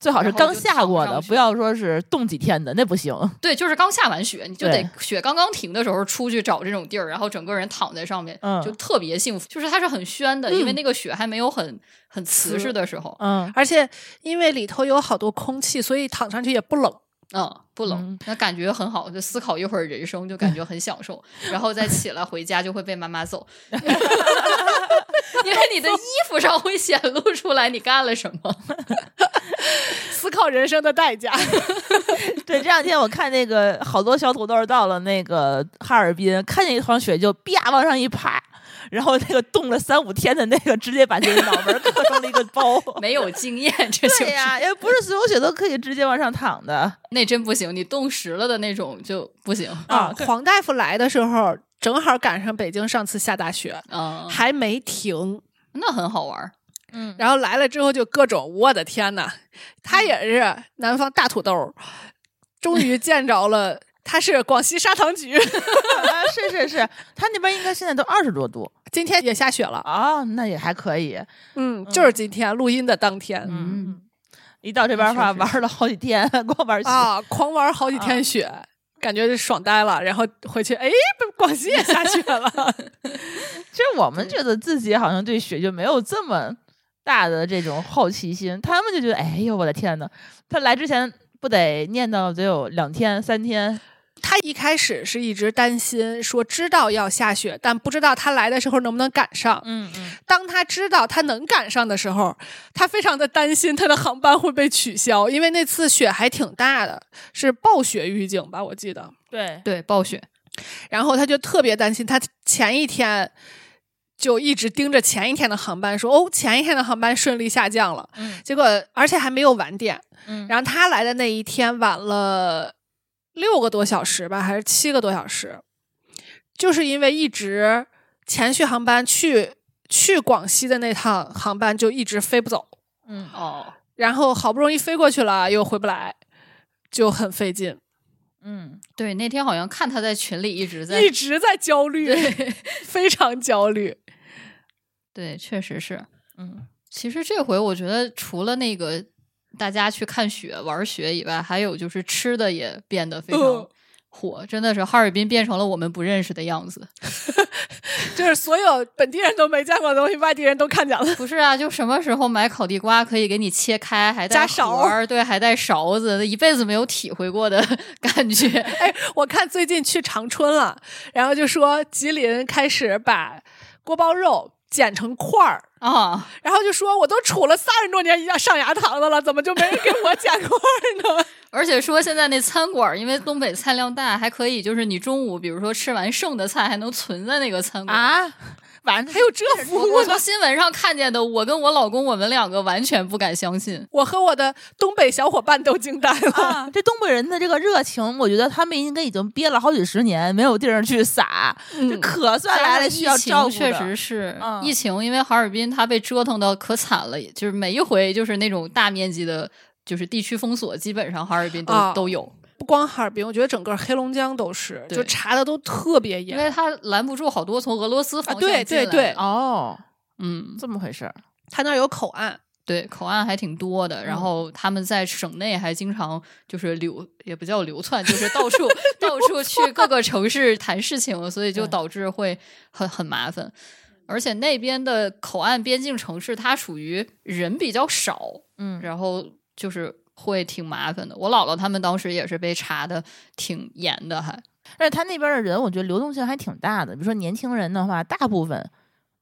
[SPEAKER 2] 最好是
[SPEAKER 4] 然后
[SPEAKER 2] 刚
[SPEAKER 4] 就
[SPEAKER 2] 下
[SPEAKER 4] 躺
[SPEAKER 2] 过
[SPEAKER 4] 上
[SPEAKER 2] 的，
[SPEAKER 4] 去
[SPEAKER 2] 不要说是冻几天的，那不行。
[SPEAKER 4] 对，就是刚下完雪，你就得
[SPEAKER 2] 对
[SPEAKER 4] 雪刚刚停的时候出去找这种地儿，然后整个人躺在上面，
[SPEAKER 2] 嗯
[SPEAKER 4] 就特别幸福。就是它是很宣的，因为那个雪还没有很很瓷实的时候，
[SPEAKER 2] 嗯，
[SPEAKER 3] 而且因为里头有好多空气，所以躺上去也不冷。
[SPEAKER 4] 嗯，不冷
[SPEAKER 2] 嗯，
[SPEAKER 4] 那感觉很好，就思考一会儿人生，就感觉很享受，然后再起来回家就会被妈妈揍， 因为你的衣服上会显露出来你干了什么。
[SPEAKER 3] 思考人生的代 价，
[SPEAKER 2] 对，这两天我看那个好多小土豆到了那个哈尔滨，看见一团雪就啪往上一爬，然后那个冻了三五天的那个，直接把这个脑门儿磕成了一个包。
[SPEAKER 4] 没有经验，这就是、
[SPEAKER 2] 对呀、也不是所有雪都可以直接往上躺的。
[SPEAKER 4] 那真不行，你冻实了的那种就不行
[SPEAKER 3] 啊！黄大夫来的时候，正好赶上北京上次下大雪，
[SPEAKER 4] 嗯，
[SPEAKER 3] 还没停。
[SPEAKER 4] 那很好玩儿。
[SPEAKER 3] 然后来了之后就各种，我的天呐，他也是南方大土豆儿，终于见着 了。他是广西砂糖橘，
[SPEAKER 2] 啊，是是是，他那边应该现在都二十多度
[SPEAKER 3] 今天也下雪了。
[SPEAKER 2] 啊、那也还可以。
[SPEAKER 3] 嗯，就是今天录音的当天、
[SPEAKER 4] 嗯，
[SPEAKER 2] 一到这边的话，
[SPEAKER 4] 是是
[SPEAKER 2] 玩了好几天， 光玩雪。
[SPEAKER 3] 啊，狂玩好几天雪，感觉爽呆了。然后回去，哎，不广西也下雪了。
[SPEAKER 2] 其实我们觉得自己好像对雪就没有这么大的这种好奇心，他们就觉得，哎呦我的天呐，他来之前不得念叨得有两天三天，
[SPEAKER 3] 他一开始是一直担心，说知道要下雪，但不知道他来的时候能不能赶上。
[SPEAKER 2] 嗯嗯，
[SPEAKER 3] 当他知道他能赶上的时候，他非常的担心他的航班会被取消，因为那次雪还挺大的，是暴雪预警吧，我记得。
[SPEAKER 2] 对，
[SPEAKER 4] 对，暴雪，
[SPEAKER 3] 然后他就特别担心，他前一天就一直盯着前一天的航班，说哦，前一天的航班顺利下降了，
[SPEAKER 2] 嗯
[SPEAKER 3] 结果而且还没有晚点。
[SPEAKER 2] 嗯，
[SPEAKER 3] 然后他来的那一天晚了六个多小时吧，还是七个多小时，就是因为一直前续航班去去广西的那趟航班就一直飞不走，
[SPEAKER 2] 嗯
[SPEAKER 4] 哦，
[SPEAKER 3] 然后好不容易飞过去了又回不来，就很费劲，
[SPEAKER 2] 嗯，
[SPEAKER 4] 对，那天好像看他在群里一直在
[SPEAKER 3] 一直在焦虑，非常焦虑。
[SPEAKER 4] 对，确实是。
[SPEAKER 2] 嗯，
[SPEAKER 4] 其实这回我觉得，除了那个大家去看雪、玩雪以外，还有就是吃的也变得非常
[SPEAKER 3] 嗯
[SPEAKER 4] 火，真的是哈尔滨变成了我们不认识的样子。
[SPEAKER 3] 就是所有本地人都没见过的东西，外地人都看见了。
[SPEAKER 4] 不是啊，就什么时候买烤地瓜可以给你切开，还带
[SPEAKER 3] 加勺
[SPEAKER 4] 盒儿对，还带勺子，一辈子没有体会过的 感觉。
[SPEAKER 3] 哎，我看最近去长春了，然后就说吉林开始把锅包肉剪成块儿，
[SPEAKER 4] 啊，
[SPEAKER 3] 然后就说我都杵了三十多年牙上牙膛的了，怎么就没人给我剪块儿呢？
[SPEAKER 4] 而且说现在那餐馆儿，因为东北菜量大，还可以就是你中午比如说吃完剩的菜，还能存在那个餐馆儿
[SPEAKER 2] 啊，完了
[SPEAKER 3] 还有这服
[SPEAKER 4] 我
[SPEAKER 3] 务
[SPEAKER 4] 我
[SPEAKER 3] 呢
[SPEAKER 4] 从？新闻上看见的，我跟我老公我们两个完全不敢相信。
[SPEAKER 3] 我和我的东北小伙伴都惊呆了。
[SPEAKER 2] 啊，这东北人的这个热情，我觉得他们应该已经憋了好几十年，没有地儿去撒，这可算来了需要照顾的。
[SPEAKER 4] 加上疫情确实是、
[SPEAKER 2] 嗯
[SPEAKER 4] 疫情，因为哈尔滨它被折腾的可惨了，就是每一回就是那种大面积的，就是地区封锁，基本上哈尔滨都、
[SPEAKER 2] 哦
[SPEAKER 3] 啊
[SPEAKER 4] 都有，
[SPEAKER 3] 不光哈尔滨，我觉得整个黑龙江都是，
[SPEAKER 4] 对
[SPEAKER 3] 就查的都特别
[SPEAKER 4] 因
[SPEAKER 3] 严。
[SPEAKER 4] 为它拦不住好多从俄罗斯方向
[SPEAKER 3] 啊对
[SPEAKER 4] 进来的
[SPEAKER 3] 对对
[SPEAKER 2] 哦，
[SPEAKER 4] 嗯，
[SPEAKER 2] 这么回事儿。
[SPEAKER 3] 他那儿有口岸，
[SPEAKER 4] 对，口岸还挺多的，然后他们在省内还经常就是流，也不叫流窜，就是到处到处去各个城市谈事情，所以就
[SPEAKER 2] 对
[SPEAKER 4] 导致会很很麻烦。而且那边的口岸边境城市，它属于人比较少，
[SPEAKER 2] 嗯
[SPEAKER 4] 然后就是会挺麻烦的。我姥姥他们当时也是被查的挺严的，还
[SPEAKER 2] 但是他那边的人，我觉得流动性还挺大的。比如说年轻人的话，大部分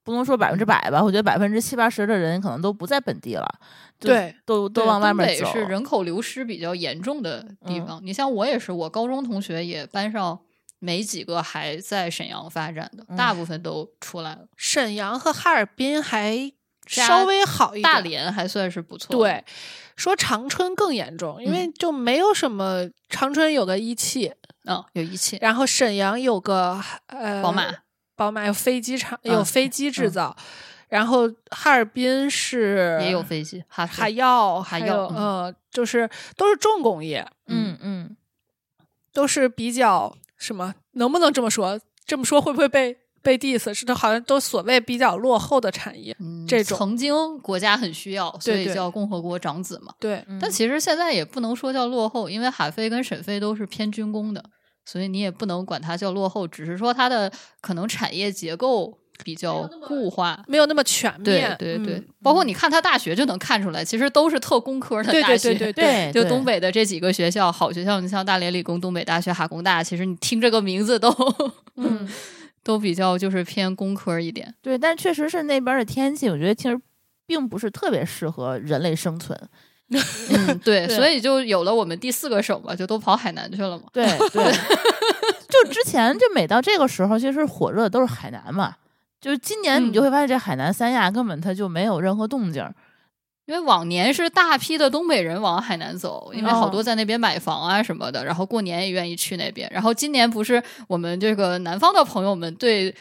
[SPEAKER 2] 不能说百分之百吧，我觉得百分之七八十的人可能都不在本地了，就
[SPEAKER 3] 对，
[SPEAKER 2] 都都
[SPEAKER 4] 对
[SPEAKER 2] 往外
[SPEAKER 4] 东
[SPEAKER 2] 面
[SPEAKER 4] 北
[SPEAKER 2] 走。
[SPEAKER 4] 是人口流失比较严重的地
[SPEAKER 2] 嗯
[SPEAKER 4] 方。你像我也是，我高中同学也班上没几个还在沈阳发展的，
[SPEAKER 2] 嗯
[SPEAKER 4] 大部分都出来了。
[SPEAKER 3] 沈阳和哈尔滨还
[SPEAKER 4] 加
[SPEAKER 3] 稍微好一点，
[SPEAKER 4] 大连还算是不错，
[SPEAKER 3] 对，说长春更严重，因为就没有什么长春有个一汽，
[SPEAKER 4] 嗯，有一汽
[SPEAKER 3] 然后沈阳有个呃
[SPEAKER 4] 宝马，
[SPEAKER 3] 宝马有飞机厂
[SPEAKER 4] 嗯
[SPEAKER 3] 有飞机
[SPEAKER 4] 嗯
[SPEAKER 3] 制造，然后哈尔滨是
[SPEAKER 4] 也有飞机，哈
[SPEAKER 3] 海
[SPEAKER 4] 飞
[SPEAKER 3] 药
[SPEAKER 4] 海
[SPEAKER 3] 还
[SPEAKER 4] 药
[SPEAKER 3] 有
[SPEAKER 4] 嗯
[SPEAKER 3] 呃就是都是重工业，
[SPEAKER 2] 嗯嗯，
[SPEAKER 3] 都是比较什么能不能这么说？这么说会不会被被 diss？是都好像都所谓比较落后的产业，
[SPEAKER 4] 嗯
[SPEAKER 3] 这种
[SPEAKER 4] 曾经国家很需要，所
[SPEAKER 3] 对
[SPEAKER 4] 以
[SPEAKER 3] 对
[SPEAKER 4] 叫共和国长子嘛。
[SPEAKER 3] 对，
[SPEAKER 2] 嗯
[SPEAKER 4] 但其实现在也不能说叫落后，因为海飞跟沈飞都是偏军工的，所以你也不能管它叫落后，只是说它的可能产业结构比较固化。
[SPEAKER 3] 没有那么全
[SPEAKER 4] 对
[SPEAKER 3] 面，
[SPEAKER 4] 对对
[SPEAKER 3] 嗯，
[SPEAKER 4] 包括你看他大学就能看出来，其实都是特工科的
[SPEAKER 3] 对
[SPEAKER 4] 大
[SPEAKER 3] 对
[SPEAKER 4] 学。
[SPEAKER 3] 对对
[SPEAKER 2] 对，
[SPEAKER 4] 就
[SPEAKER 2] 对
[SPEAKER 4] 东北的这几个学校，好学校，你像大连理工、东北大学、哈工大，其实你听这个名字都
[SPEAKER 3] 嗯，
[SPEAKER 4] 都比较就是偏工科一 点。
[SPEAKER 2] 对，但确实是那边的天气，我觉得其实并不是特别适合人类生存。
[SPEAKER 4] 嗯，对，
[SPEAKER 2] 对
[SPEAKER 4] 所以就有了我们第四个省嘛，就都跑海南去了嘛。
[SPEAKER 2] 对对，就之前就每到这个时候，其实火热的都是海南嘛。就是今年
[SPEAKER 4] 嗯
[SPEAKER 2] 你就会发现，这海南三亚根本它就没有任何动静儿。
[SPEAKER 4] 因为往年是大批的东北人往海南走，因为好多在那边买房啊什么的，然后过年也愿意去那边。然后今年不是我们这个南方的朋友们对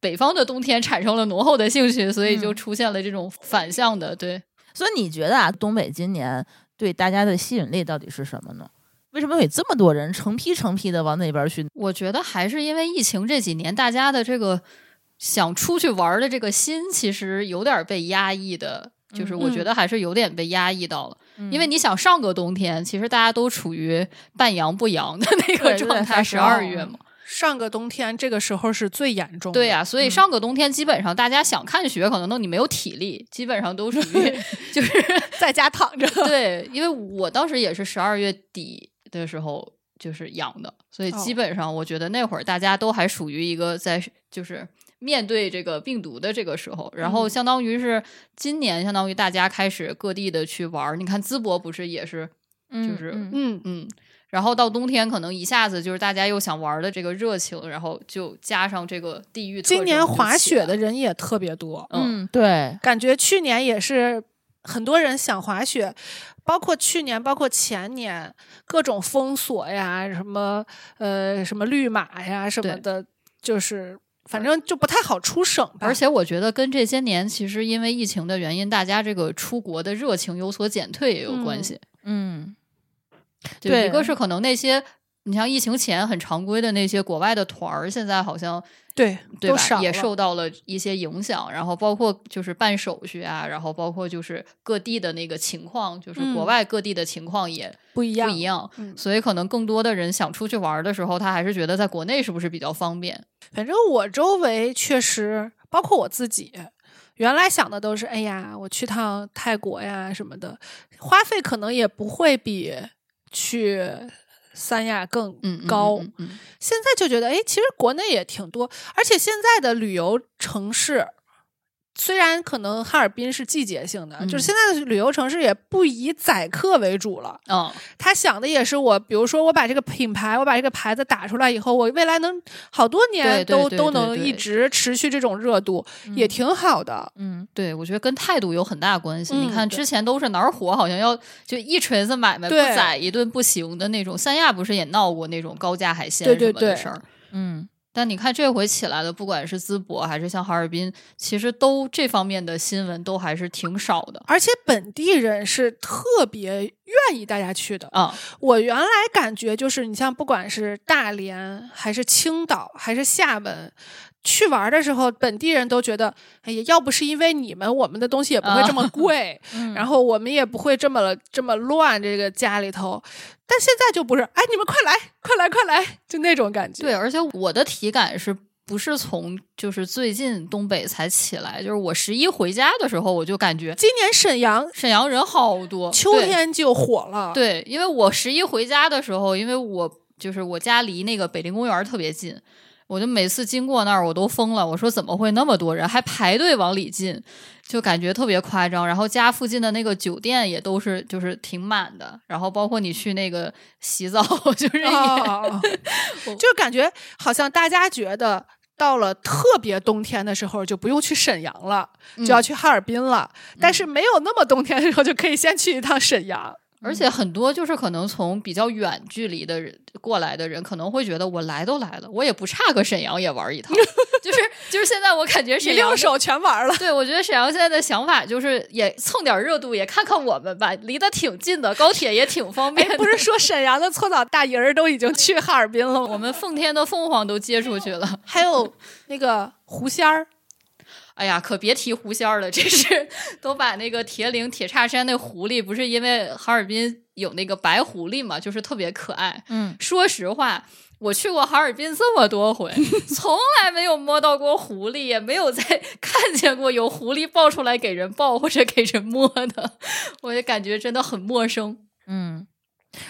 [SPEAKER 4] 北方的冬天产生了浓厚的兴趣，所以就
[SPEAKER 2] 嗯
[SPEAKER 4] 出现了这种反向的。对，
[SPEAKER 2] 所以你觉得啊，东北今年对大家的吸引力到底是什么呢？为什么有这么多人成批成批的往那边去？
[SPEAKER 4] 我觉得还是因为疫情这几年，大家的这个想出去玩儿的这个心，其实有点儿被压抑的。就是我觉得还是有点被压抑到了，因为你想上个冬天，其实大家都处于半阳不阳的那
[SPEAKER 2] 对
[SPEAKER 4] 个
[SPEAKER 2] 就在
[SPEAKER 4] 状态，
[SPEAKER 2] 发
[SPEAKER 4] 十
[SPEAKER 2] 烧
[SPEAKER 4] 二月嘛，
[SPEAKER 3] 上个冬天这个时候是最严重的。嗯
[SPEAKER 4] 对呀、所以上个冬天基本上大家想看雪，可能都你没有体力，基本上 都属于 就是
[SPEAKER 3] 在家躺着。嗯
[SPEAKER 4] 对，因为我当时也是十二月底的时候就是养的，所以基
[SPEAKER 3] 哦
[SPEAKER 4] 本上我觉得那会儿大家都还属于一个在就是面对这个病毒的这个时候，然后
[SPEAKER 3] 嗯
[SPEAKER 4] 相当于是今年相当于大家开始各地的去玩儿，你看淄博不是也是就是
[SPEAKER 2] 嗯
[SPEAKER 3] 嗯，
[SPEAKER 4] 嗯。然后到冬天，可能一下子就是大家又想玩儿的这个热情，然后就加上这个地域特征
[SPEAKER 3] 今
[SPEAKER 4] 就起来了。
[SPEAKER 3] 年滑雪的人也特别多，
[SPEAKER 4] 嗯，
[SPEAKER 2] 嗯，对，
[SPEAKER 3] 感觉去年也是很多人想滑雪，包括去年，包括前年，各种封锁呀，什么呃，什么绿码呀，什么
[SPEAKER 4] 对呃
[SPEAKER 3] 的，就是反正就不太好出省吧。
[SPEAKER 4] 而且我觉得跟这些年其实因为疫情的原因，大家这个出国的热情有所减退也有关系。
[SPEAKER 2] 嗯，
[SPEAKER 4] 就
[SPEAKER 2] 对
[SPEAKER 4] 一个是可能那些你像疫情前很常规的那些国外的团儿，现在好像
[SPEAKER 3] 对，
[SPEAKER 4] 对
[SPEAKER 3] 都少
[SPEAKER 4] 吧，也
[SPEAKER 3] 了
[SPEAKER 4] 受到了一些影响。然后包括就是办手续啊，然后包括就是各地的那个情况，就是
[SPEAKER 3] 嗯
[SPEAKER 4] 国外各地的情况也
[SPEAKER 3] 不一
[SPEAKER 4] 不
[SPEAKER 3] 样，
[SPEAKER 4] 一样。
[SPEAKER 3] 嗯
[SPEAKER 4] 所以可能更多的人想出去玩儿的时候，他还是觉得在国内是不是比较方便？
[SPEAKER 3] 反正我周围确实，包括我自己，原来想的都是，哎呀，我去趟泰国呀什么的，花费可能也不会比去三亚更
[SPEAKER 4] 嗯，嗯
[SPEAKER 3] 高。
[SPEAKER 4] 嗯嗯嗯
[SPEAKER 3] 现在就觉得，哎，其实国内也挺多，而且现在的旅游城市。虽然可能哈尔滨是季节性的，就是
[SPEAKER 4] 嗯
[SPEAKER 3] 现在的旅游城市也不以宰客为主了，
[SPEAKER 4] 嗯
[SPEAKER 3] 他想的也是我，比如说我把这个品牌，我把这个牌子打出来以后，我未来能好多年
[SPEAKER 4] 对对
[SPEAKER 3] 都
[SPEAKER 4] 对
[SPEAKER 3] 都
[SPEAKER 4] 对
[SPEAKER 3] 能
[SPEAKER 4] 对
[SPEAKER 3] 一直持续这种热度，也挺好的。
[SPEAKER 2] 嗯，
[SPEAKER 4] 对，我觉得跟态度有很大关系。你
[SPEAKER 3] 嗯
[SPEAKER 4] 看
[SPEAKER 3] 对
[SPEAKER 4] 之前都是哪儿火，好像要就一锤子买卖不
[SPEAKER 3] 对
[SPEAKER 4] 宰一顿不行的那种。三亚不是也闹过那种高价海鲜
[SPEAKER 3] 对
[SPEAKER 4] 什
[SPEAKER 3] 对
[SPEAKER 4] 么的
[SPEAKER 3] 对
[SPEAKER 4] 事儿？
[SPEAKER 2] 嗯，
[SPEAKER 4] 但你看这回起来的，不管是淄博还是像哈尔滨，其实都这方面的新闻都还是挺少的
[SPEAKER 3] 而且本地人是特别愿意大家去的。
[SPEAKER 4] 啊。
[SPEAKER 3] 我原来感觉就是，你像不管是大连还是青岛还是厦门，去玩的时候，本地人都觉得，哎呀，要不是因为你们，我们的东西也不会这
[SPEAKER 4] 哦
[SPEAKER 3] 么 贵，
[SPEAKER 4] 嗯
[SPEAKER 3] 然后我们也不会这么这么乱这个家里头。但现在就不是，哎，你们快来，快来，快来，就那种感觉。
[SPEAKER 4] 对，，而且我的体感是不是从就是最近东北才起来？就是我十一回家的时候，我就感觉
[SPEAKER 3] 今年沈阳
[SPEAKER 4] 沈阳人好多，
[SPEAKER 3] 秋
[SPEAKER 4] 对
[SPEAKER 3] 天就火了，，
[SPEAKER 4] 对，因为我十一回家的时候，因为我就是我家离那个北陵公园儿特别近，我就每次经过那儿我都疯了，我说怎么会那么多人，还排队往里进，就感觉特别夸张。然后家附近的那个酒店也都是就是挺满的，然后包括你去那个洗澡， 就是也、
[SPEAKER 3] 哦， 就感觉好像大家觉得。到了特别冬天的时候，就不用去沈阳了，就要
[SPEAKER 4] 嗯
[SPEAKER 3] 去哈尔滨了。但是没有那么冬天的时候，就可以先去一趟沈阳。
[SPEAKER 4] 而且很多就是可能从比较远距离的人过来的人，可能会觉得我来都来了，我也不差个沈阳也玩一趟。 就是就是现在我感觉
[SPEAKER 3] 一
[SPEAKER 4] 沈阳
[SPEAKER 3] 溜
[SPEAKER 4] 的
[SPEAKER 3] 手全玩了，
[SPEAKER 4] 对，我觉得沈阳现在的想法就是也蹭点热度，也看看我们吧，离得挺近的，高铁也挺方便的。
[SPEAKER 3] 哎，不 是说沈阳的搓澡大姨儿都已经去哈尔滨了
[SPEAKER 4] 我
[SPEAKER 3] 吗？
[SPEAKER 4] 们奉天的凤凰都接出去了，
[SPEAKER 3] 还有那个狐仙儿，
[SPEAKER 4] 哎呀，可别提狐仙儿了，这是都把那个铁岭铁叉山那狐狸，不是因为哈尔滨有那个白狐狸嘛，就是特别可爱。
[SPEAKER 2] 嗯，
[SPEAKER 4] 说实话。我去过哈尔滨这么多回， 从来没有摸到过狐狸，也没有在 看见过有狐狸抱出来给人抱或者给人摸的，我就感觉真的很陌生。
[SPEAKER 2] 嗯，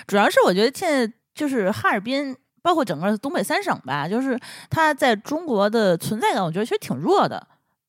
[SPEAKER 2] 主要是我觉得现在就是哈尔滨，包括整个东北三省吧，就是它在中国的存在感，我觉得其实挺弱的。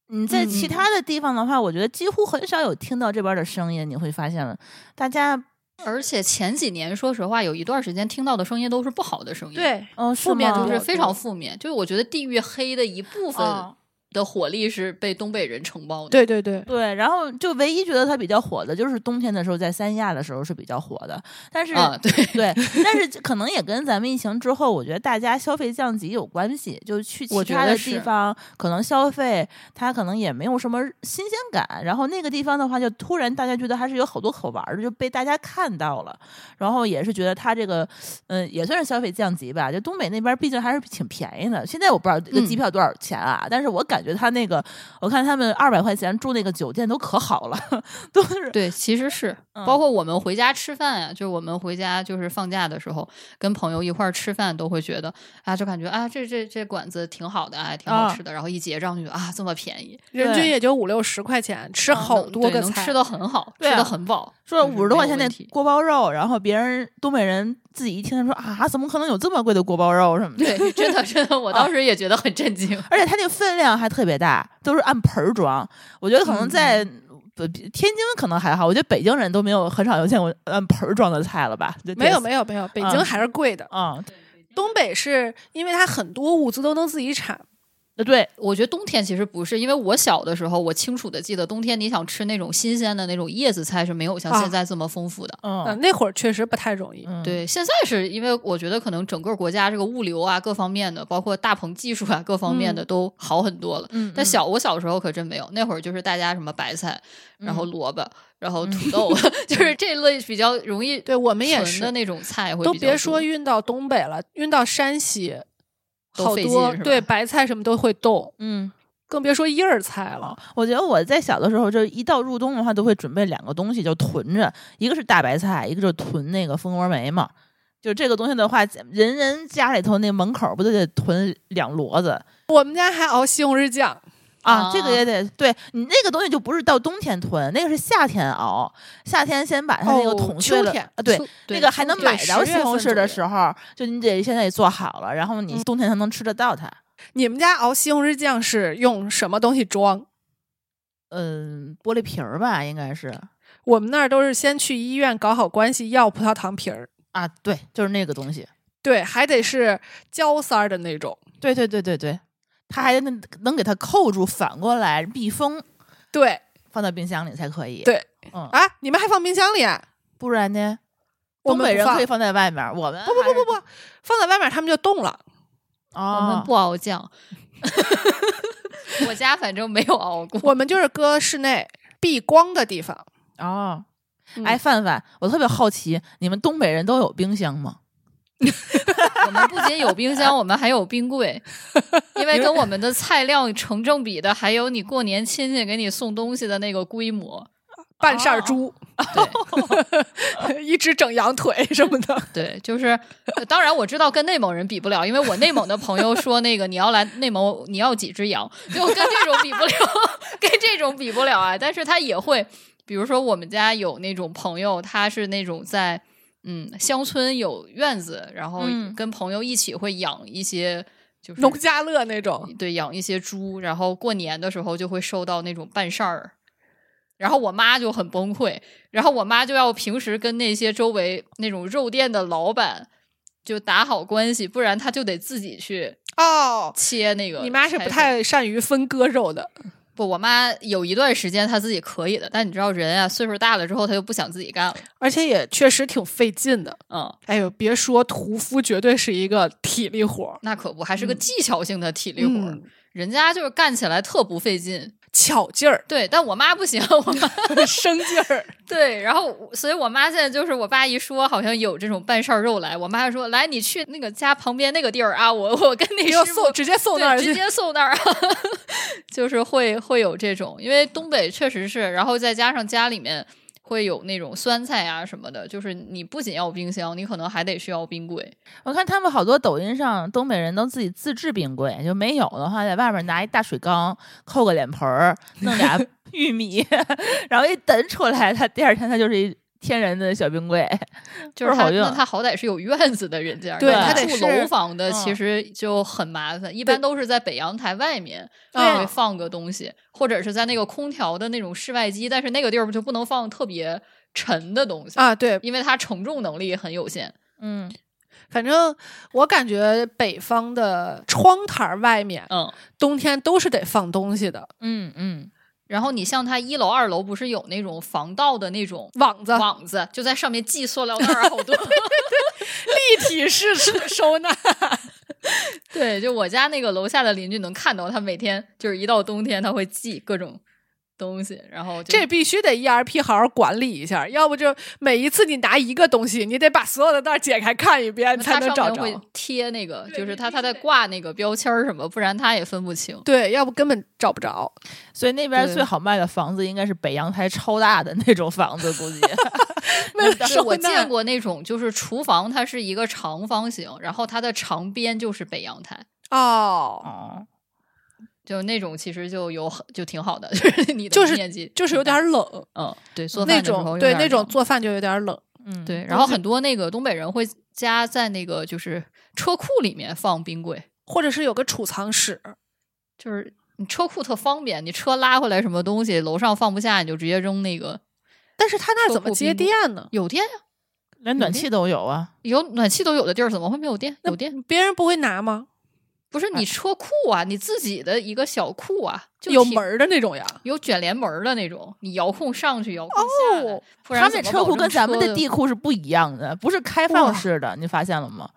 [SPEAKER 2] 你在其
[SPEAKER 4] 嗯
[SPEAKER 2] 他的地方的话，我觉得几乎很少有听到这边的声音。你会发现，大家，
[SPEAKER 4] 而且前几年，说实话，有一段时间听到的声音都是不好的声音，，
[SPEAKER 3] 对，
[SPEAKER 2] 嗯、
[SPEAKER 4] 负面
[SPEAKER 2] 吗
[SPEAKER 4] 就是非常负面。就是我觉得地域黑的一部分
[SPEAKER 2] 哦
[SPEAKER 4] 的火力是被东北人承包的。，
[SPEAKER 3] 对对对，
[SPEAKER 2] 对，然后就唯一觉得它比较火的，就是冬天的时候在三亚的时候是比较火的，但是、
[SPEAKER 4] 啊，对，
[SPEAKER 2] 对，但是可能也跟咱们疫情之后，我觉得大家消费降级有关系。就去其
[SPEAKER 4] 我觉
[SPEAKER 2] 他
[SPEAKER 4] 得
[SPEAKER 2] 的
[SPEAKER 4] 是
[SPEAKER 2] 地方，可能消费它可能也没有什么新鲜感。然后那个地方的话，就突然大家觉得还是有好多可玩儿的，就被大家看到了。然后也是觉得它这个，嗯、也算是消费降级吧。就东北那边毕竟还是挺便宜的。现在我不知道这个机
[SPEAKER 4] 嗯
[SPEAKER 2] 票多少钱啊，但是我感觉他那个，我看他们二百块钱住那个酒店都可好了， 都是
[SPEAKER 4] 对，其实是
[SPEAKER 2] 嗯
[SPEAKER 4] 包括我们回家吃饭啊，就是我们回家就是放假的时候，跟朋友一块儿吃饭，都会觉得啊，就感觉啊，这这这馆子挺好的啊，挺好
[SPEAKER 2] 啊
[SPEAKER 4] 吃的。然后一结账就啊，这么便宜，
[SPEAKER 3] 人
[SPEAKER 2] 对
[SPEAKER 3] 均也就五六十块钱，吃
[SPEAKER 4] 这
[SPEAKER 3] 好多个
[SPEAKER 4] 能
[SPEAKER 3] 菜，
[SPEAKER 4] 吃的很好，
[SPEAKER 2] 对
[SPEAKER 4] 吃
[SPEAKER 2] 啊
[SPEAKER 4] 的很饱，
[SPEAKER 2] 说
[SPEAKER 4] 就是
[SPEAKER 2] 五十多
[SPEAKER 4] 没
[SPEAKER 2] 块
[SPEAKER 4] 有
[SPEAKER 2] 钱那
[SPEAKER 4] 问题
[SPEAKER 2] 锅包肉，然后别人东北人自己一听他说啊，怎么可能有这么贵的锅包肉什么的？
[SPEAKER 4] 对，真的真的，我当时也觉得很震惊。
[SPEAKER 2] 而且它那个分量还特别大，都是按盆儿装。我觉得可能在
[SPEAKER 4] 嗯
[SPEAKER 2] 不天津可能还好，我觉得北京人都没有很少有见过按盆儿装的菜了吧？就
[SPEAKER 3] 没有
[SPEAKER 2] 这
[SPEAKER 3] 没有没有，北京
[SPEAKER 2] 嗯
[SPEAKER 3] 还是贵的。
[SPEAKER 2] 嗯，
[SPEAKER 3] 东北是因为它很多物资都能自己产，
[SPEAKER 2] 对，
[SPEAKER 4] 我觉得冬天其实不是，因为我小的时候，我清楚的记得，冬天你想吃那种新鲜的那种叶子菜是没有像
[SPEAKER 3] 啊
[SPEAKER 4] 现在这么丰富的。
[SPEAKER 3] 嗯、
[SPEAKER 2] 嗯
[SPEAKER 3] 那会儿确实不太容易。
[SPEAKER 2] 嗯，
[SPEAKER 4] 对，现在是因为我觉得可能整个国家这个物流啊，各方面的，包括大棚技术啊，各方
[SPEAKER 3] 嗯
[SPEAKER 4] 面的都好很多了。
[SPEAKER 2] 嗯，嗯
[SPEAKER 4] 但小我小时候可真没有，那会儿就是大家什么白菜，然
[SPEAKER 3] 嗯
[SPEAKER 4] 后萝卜，然后 土豆， 就是这类比较容易
[SPEAKER 3] 对我们也
[SPEAKER 4] 存的
[SPEAKER 3] 是，
[SPEAKER 4] 那种菜会
[SPEAKER 3] 都
[SPEAKER 4] 比较
[SPEAKER 3] 别说
[SPEAKER 4] 多
[SPEAKER 3] 运到东北了，运到山西，
[SPEAKER 4] 都
[SPEAKER 3] 好
[SPEAKER 4] 费劲
[SPEAKER 3] 多
[SPEAKER 4] 是吧
[SPEAKER 3] 对白菜什么都会冻，
[SPEAKER 2] 嗯。
[SPEAKER 3] 更别说叶儿菜了。
[SPEAKER 2] 哦我觉得我在小的时候，就是一到入冬的话，都会准备两个东西，就囤着，一个是大白菜，一个就是囤那个蜂窝煤嘛。就这个东西的话，人人家里头那门口不都得囤两摞子，
[SPEAKER 3] 我们家还熬西红柿酱，
[SPEAKER 2] 啊，这
[SPEAKER 4] 啊
[SPEAKER 2] 个也得对你那个东西就不是到冬天囤，那个是夏天熬，夏天先把它那个
[SPEAKER 3] 哦
[SPEAKER 2] 捅
[SPEAKER 3] 秋
[SPEAKER 2] 碎了，
[SPEAKER 3] 天
[SPEAKER 2] 啊，对
[SPEAKER 4] 秋，
[SPEAKER 2] 那
[SPEAKER 4] 对
[SPEAKER 2] 个还能
[SPEAKER 3] 秋
[SPEAKER 2] 买
[SPEAKER 3] 对
[SPEAKER 2] 着
[SPEAKER 3] 10
[SPEAKER 2] 西
[SPEAKER 3] 月
[SPEAKER 2] 红
[SPEAKER 3] 份
[SPEAKER 2] 柿的
[SPEAKER 3] 左右
[SPEAKER 2] 时候，就你得现在也做好了，然后你冬天才能吃得到它。
[SPEAKER 3] 你们家熬西红柿酱是用什么东西装？
[SPEAKER 2] 嗯，玻璃瓶儿吧，应该是
[SPEAKER 3] 我们那儿都是先去医院搞好关系，要葡萄糖皮儿，
[SPEAKER 2] 啊，对，就是那个东西，
[SPEAKER 3] 对，还得是胶塞儿的那种，
[SPEAKER 2] 对对对对对，它还能能给它扣住，反过来避风，
[SPEAKER 3] 对
[SPEAKER 2] 放到冰箱里才可以。
[SPEAKER 3] 对，
[SPEAKER 4] 哦
[SPEAKER 2] 嗯，
[SPEAKER 3] 啊，你们还放冰箱里啊、
[SPEAKER 2] 不然呢？
[SPEAKER 3] 我
[SPEAKER 2] 东
[SPEAKER 3] 们
[SPEAKER 2] 北
[SPEAKER 3] 不
[SPEAKER 2] 人
[SPEAKER 3] 放
[SPEAKER 2] 可以放在外面儿，我们
[SPEAKER 3] 不不不不不，放在外面他们就冻了。
[SPEAKER 2] 不，
[SPEAKER 4] 我
[SPEAKER 2] 我
[SPEAKER 3] 啊
[SPEAKER 4] 们不 熬酱， 我家反正没有熬过。
[SPEAKER 3] 我们就是搁室内避光的地方。
[SPEAKER 2] 哦，
[SPEAKER 3] 嗯
[SPEAKER 2] 哎，范范，我特别好奇，你们东北人都有冰箱吗？
[SPEAKER 4] 我们不仅有冰箱，我们还有冰柜，因为跟我们的菜量成正比的，还有你过年亲戚给你送东西的那个规模。
[SPEAKER 3] 半
[SPEAKER 4] 哦
[SPEAKER 3] 扇儿猪，
[SPEAKER 4] 对
[SPEAKER 3] 一只整羊腿什么的。
[SPEAKER 4] 对，就是，呃当然我知道跟内蒙人比不了，因为我内蒙的朋友说那个你要来内蒙，你要几只羊，就跟这种比不了， 跟这种比不了啊。但是他也会，比如说我们家有那种朋友，他是那种在嗯乡村有院子，然后
[SPEAKER 2] 嗯
[SPEAKER 4] 跟朋友一起会养一些。就是
[SPEAKER 3] 农家乐那种，
[SPEAKER 4] 对，养一些猪，然后过年的时候就会收到那种半扇儿，然后我妈就很崩溃，然后我妈就要平时跟那些周围那种肉店的老板就打好关系，不然她就得自己去
[SPEAKER 3] 哦，
[SPEAKER 4] 切那个。
[SPEAKER 3] 你妈是不太善于分割肉的，
[SPEAKER 4] 不，我妈有一段时间她自己可以的，但你知道人啊，岁数大了之后她就不想自己干了，
[SPEAKER 3] 而且也确实挺费劲的。
[SPEAKER 4] 嗯。
[SPEAKER 3] 哎呦，别说屠夫绝对是一个体力活儿，
[SPEAKER 4] 那可不，还是个
[SPEAKER 3] 嗯
[SPEAKER 4] 技巧性的体力活儿，
[SPEAKER 3] 嗯
[SPEAKER 4] 人家就是干起来特不费劲。、
[SPEAKER 3] 巧劲儿
[SPEAKER 4] 对，但我妈不行，我妈
[SPEAKER 3] 生劲 儿。
[SPEAKER 4] 对，然后我所以我妈现在就是我爸一说好像有这种半扇肉来，我妈就说来你去那个家旁边那个地儿啊，我我跟那
[SPEAKER 3] 要
[SPEAKER 4] 师傅
[SPEAKER 3] 送，直接送那儿
[SPEAKER 4] 对直
[SPEAKER 3] 去。
[SPEAKER 4] 接送那儿， 就是会会有这种，因为东北确实是，然后再加上家里面会有那种酸菜啊什么的，就是你不仅要冰箱，你可能还得需要冰柜。
[SPEAKER 2] 我看他们好多抖音上东北人都自己自制冰柜，就没有的话，在外面拿一大水缸，扣个脸盆儿，弄 俩玉米， 然后一等出来，它第二天它就是一天然的小冰柜。
[SPEAKER 4] 就是
[SPEAKER 2] 倍儿
[SPEAKER 4] 他
[SPEAKER 2] 好用
[SPEAKER 4] 那他好歹是有院子的人家，
[SPEAKER 3] 对
[SPEAKER 4] 他
[SPEAKER 2] 他
[SPEAKER 3] 得
[SPEAKER 4] 住
[SPEAKER 3] 是
[SPEAKER 4] 楼房的
[SPEAKER 2] 嗯
[SPEAKER 4] 其实就很麻烦，一般都是在北阳台外面
[SPEAKER 3] 对
[SPEAKER 4] 会放个东西，或者是在那个空调的那种室外机，但是那个地儿就不能放特别沉的东西，
[SPEAKER 3] 啊，对，
[SPEAKER 4] 因为它承重能力很有限。
[SPEAKER 2] 嗯，
[SPEAKER 3] 反正我感觉北方的窗台儿外面，
[SPEAKER 4] 嗯，
[SPEAKER 3] 冬天都是得放东西的，
[SPEAKER 2] 嗯嗯，
[SPEAKER 4] 然后你像它一楼、二楼不是有那种防盗的那种
[SPEAKER 3] 网子、啊
[SPEAKER 4] 网子，就在上面系塑料袋儿好多。
[SPEAKER 3] 立体式 收纳，
[SPEAKER 4] 对，就我家那个楼下的邻居能看到，他每天就是一到冬天他会系各种东西，然后就
[SPEAKER 3] 这必须得 ERP 好好管理一下，要不就每一次你拿一个东西，你得把所有的袋儿解开看一遍，你才
[SPEAKER 4] 它
[SPEAKER 3] 能
[SPEAKER 4] 上
[SPEAKER 3] 找
[SPEAKER 4] 面
[SPEAKER 3] 着。
[SPEAKER 4] 会贴那个，
[SPEAKER 3] 对
[SPEAKER 4] 就是
[SPEAKER 3] 你
[SPEAKER 4] 它
[SPEAKER 3] 必
[SPEAKER 4] 它
[SPEAKER 3] 须
[SPEAKER 4] 在
[SPEAKER 3] 得
[SPEAKER 4] 挂那个标签儿什么，不然它也分 不清。
[SPEAKER 3] 对，要不根本找不着。
[SPEAKER 2] 所以那边
[SPEAKER 3] 对
[SPEAKER 2] 最好卖的房子应该是北阳台超大的那种房子， 估计
[SPEAKER 3] 为了
[SPEAKER 4] 是
[SPEAKER 3] 收
[SPEAKER 4] 我
[SPEAKER 3] 纳
[SPEAKER 4] 见过那种，就是厨房它是一个长方形，然后它的长边就是北阳台，
[SPEAKER 3] 哦，
[SPEAKER 2] 哦，
[SPEAKER 4] 就那种其实就有很就挺好的， 就是你的
[SPEAKER 3] 就是
[SPEAKER 4] 面积
[SPEAKER 3] 就是有
[SPEAKER 4] 挺大
[SPEAKER 3] 点儿冷，
[SPEAKER 4] 嗯，对，做
[SPEAKER 3] 那
[SPEAKER 4] 饭的时候
[SPEAKER 3] 种
[SPEAKER 4] 有
[SPEAKER 3] 对
[SPEAKER 4] 点
[SPEAKER 3] 那种
[SPEAKER 4] 冷
[SPEAKER 3] 做饭就有点冷。
[SPEAKER 2] 嗯，
[SPEAKER 4] 对，然后很多那个东北人会加在那个就是车库里面放冰柜，
[SPEAKER 3] 或者是有个储藏室，
[SPEAKER 4] 就是你车库特方便，你车拉回来什么东西楼上放不下，你就直接扔那个
[SPEAKER 3] 但是他那儿怎么接电呢？
[SPEAKER 4] 有电啊呀、
[SPEAKER 2] 连暖气都有啊，
[SPEAKER 4] 有暖气都有的地儿怎么会没有电？有电
[SPEAKER 3] 别人不会拿吗？
[SPEAKER 4] 不
[SPEAKER 2] 哎
[SPEAKER 4] 是你车库啊，你自己的一个小库啊，就
[SPEAKER 3] 有
[SPEAKER 4] 挺
[SPEAKER 3] 门儿的那种呀。
[SPEAKER 4] 有卷帘门儿的那种，你遥控上去，遥控下来，
[SPEAKER 3] 哦
[SPEAKER 4] 不然
[SPEAKER 2] 他们
[SPEAKER 4] 怎么
[SPEAKER 2] 车
[SPEAKER 4] 保
[SPEAKER 2] 库
[SPEAKER 4] 证
[SPEAKER 2] 跟咱们
[SPEAKER 4] 车
[SPEAKER 2] 的地库是不一样的，不是开
[SPEAKER 3] 哇
[SPEAKER 2] 放式的，你发现了吗？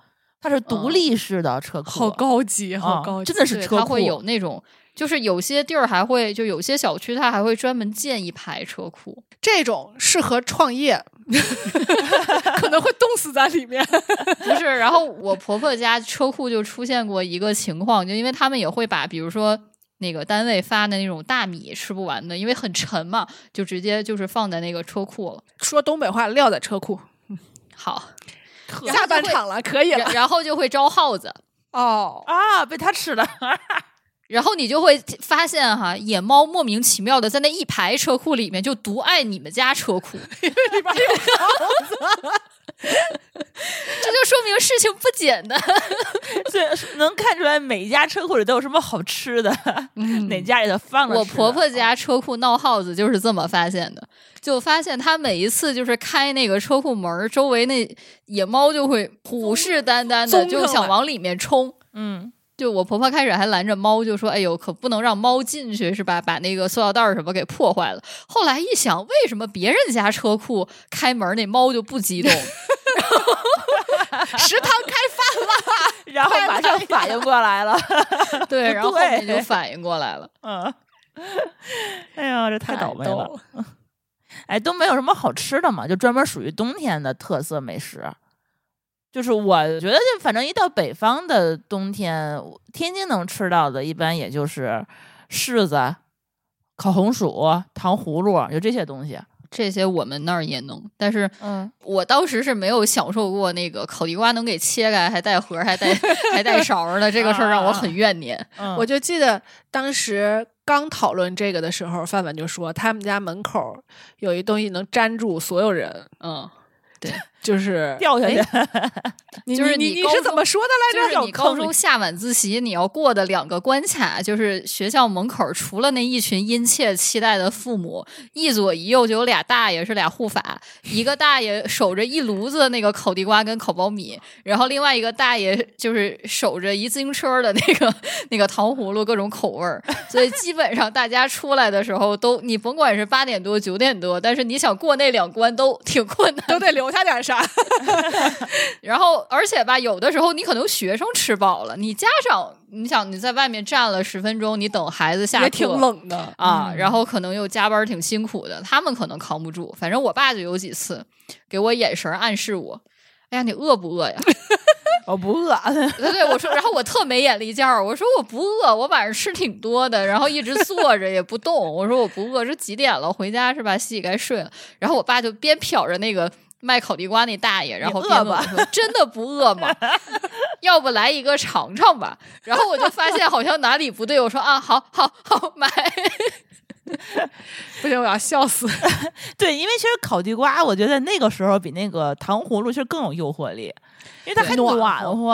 [SPEAKER 2] 它是独
[SPEAKER 4] 嗯
[SPEAKER 2] 立式的车库，
[SPEAKER 3] 好高级，
[SPEAKER 4] 啊
[SPEAKER 2] 嗯
[SPEAKER 3] 好高级！
[SPEAKER 2] 真的是
[SPEAKER 4] 对，
[SPEAKER 2] 车
[SPEAKER 4] 它
[SPEAKER 2] 库
[SPEAKER 4] 会有那种，就是有些地儿还会，就有些小区它还会专门建一排车库。
[SPEAKER 3] 这种适合创 业，可能会冻死在里面。
[SPEAKER 4] 不是，然后我婆婆家车库就出现过一个情况，就因为他们也会把，比如说。那个单位发的那种大米吃不完的，因为很沉嘛，就直接就是放在那个车库了。
[SPEAKER 3] 说东北话，撂在车库。
[SPEAKER 4] 好，然后
[SPEAKER 3] 下
[SPEAKER 4] 就
[SPEAKER 3] 半
[SPEAKER 4] 会
[SPEAKER 3] 场了，可以
[SPEAKER 4] 然
[SPEAKER 3] 了。
[SPEAKER 4] 然后就会招耗子，
[SPEAKER 3] 哦，
[SPEAKER 2] 啊，被他 吃了，
[SPEAKER 4] 然后你就会发现哈，野猫莫名其妙的在那一排车库里面就独爱你们家车库，
[SPEAKER 3] 里边有
[SPEAKER 4] 这就说明事情不简单。
[SPEAKER 2] 这能看出来每一家车库里都有什么好吃的，哪家里头放了
[SPEAKER 4] 嗯我
[SPEAKER 2] 吃的
[SPEAKER 4] 婆婆
[SPEAKER 3] 嗯
[SPEAKER 4] 家车库闹耗子就是这么发现的，就发现她每一次就是开那个车库门儿，周围那野猫就会虎视眈眈的，
[SPEAKER 3] 棕
[SPEAKER 4] 就
[SPEAKER 3] 上
[SPEAKER 4] 想
[SPEAKER 3] 来
[SPEAKER 4] 往里面冲。
[SPEAKER 2] 嗯，
[SPEAKER 4] 就我婆婆开始还拦着猫，就说：“哎呦，可不能让猫进去，是吧？把那个塑料袋儿什么给破坏了。”后来一想，为什么别人家车库开门那猫就不激动？
[SPEAKER 3] 食堂开饭了，
[SPEAKER 2] 然后马上反应过来 了，
[SPEAKER 4] 对，然后后面就
[SPEAKER 2] 对
[SPEAKER 4] 反应过来了。
[SPEAKER 2] 嗯， 哎呀，这太倒霉
[SPEAKER 3] 太
[SPEAKER 2] 了
[SPEAKER 3] 逗。
[SPEAKER 2] 哎，东北有什么好吃的吗？就专门属于冬天的特色美食。就是我觉得，就反正一到北方的冬天，天津能吃到的，一般也就是柿子、烤红薯、糖葫芦，就这些东西。
[SPEAKER 4] 这些我们那儿也能，但是
[SPEAKER 2] 嗯，
[SPEAKER 4] 我当时是没有享受过那个烤地瓜能给切开，还带盒儿，还带 还带勺儿的这个事儿，让我很怨念。
[SPEAKER 3] 我
[SPEAKER 2] 我
[SPEAKER 3] 就记得当时刚讨论这个的时候，范范就说他们家门口有一东西能粘住所有人，
[SPEAKER 4] 嗯，
[SPEAKER 3] 就是
[SPEAKER 2] 掉下去，
[SPEAKER 3] 你
[SPEAKER 4] 就是
[SPEAKER 3] 你
[SPEAKER 4] 你
[SPEAKER 3] 你
[SPEAKER 4] 高
[SPEAKER 3] 是
[SPEAKER 4] 中
[SPEAKER 3] 怎么说的来
[SPEAKER 4] 就
[SPEAKER 3] 着？
[SPEAKER 4] 是你高中下晚自习你要过的两个关卡，就是学校门口儿除了那一群殷切期待的父母，一左一右就有俩大爷是俩护法，一个大爷守着一炉子那个烤地瓜跟烤苞米，然后另外一个大爷就是守着一自行车的那个那个糖葫芦各种口味儿，所以基本上大家出来的时候都，你甭管是八点多九点多，但是你想过那两关都挺困难的
[SPEAKER 3] 都得留下点啥？
[SPEAKER 4] 然后，而且吧，有的时候你可能学生吃饱了，你家长，你想你在外面站了十分钟，你等孩子下课
[SPEAKER 3] 也挺冷嗯的。
[SPEAKER 4] 啊，然后可能又加班挺辛苦的，他们可能扛不住。反正我爸就有几次给我眼神暗示我。哎呀，你饿不饿呀？
[SPEAKER 2] 我不饿。
[SPEAKER 4] 对对，我说，然后我特没眼力见儿，我说我不饿，我晚上吃挺多的，然后一直坐着也不动，我说我不饿，这几点了？回家是吧？洗洗该睡了。然后我爸就边瞟着那个卖烤地瓜那大爷，然后
[SPEAKER 2] 你饿
[SPEAKER 4] 边问
[SPEAKER 2] 吧
[SPEAKER 4] 我说：“真的不 饿吗？要不来一个尝尝吧？”然后我就发现好像哪里不对，我说：“啊，好好好，买。
[SPEAKER 3] 不行，我要笑 死。
[SPEAKER 2] 对，因为其实烤地瓜，我觉得那个时候比那个糖葫芦其实更有诱惑力，因为它
[SPEAKER 4] 对
[SPEAKER 2] 还
[SPEAKER 3] 暖
[SPEAKER 2] 暖和，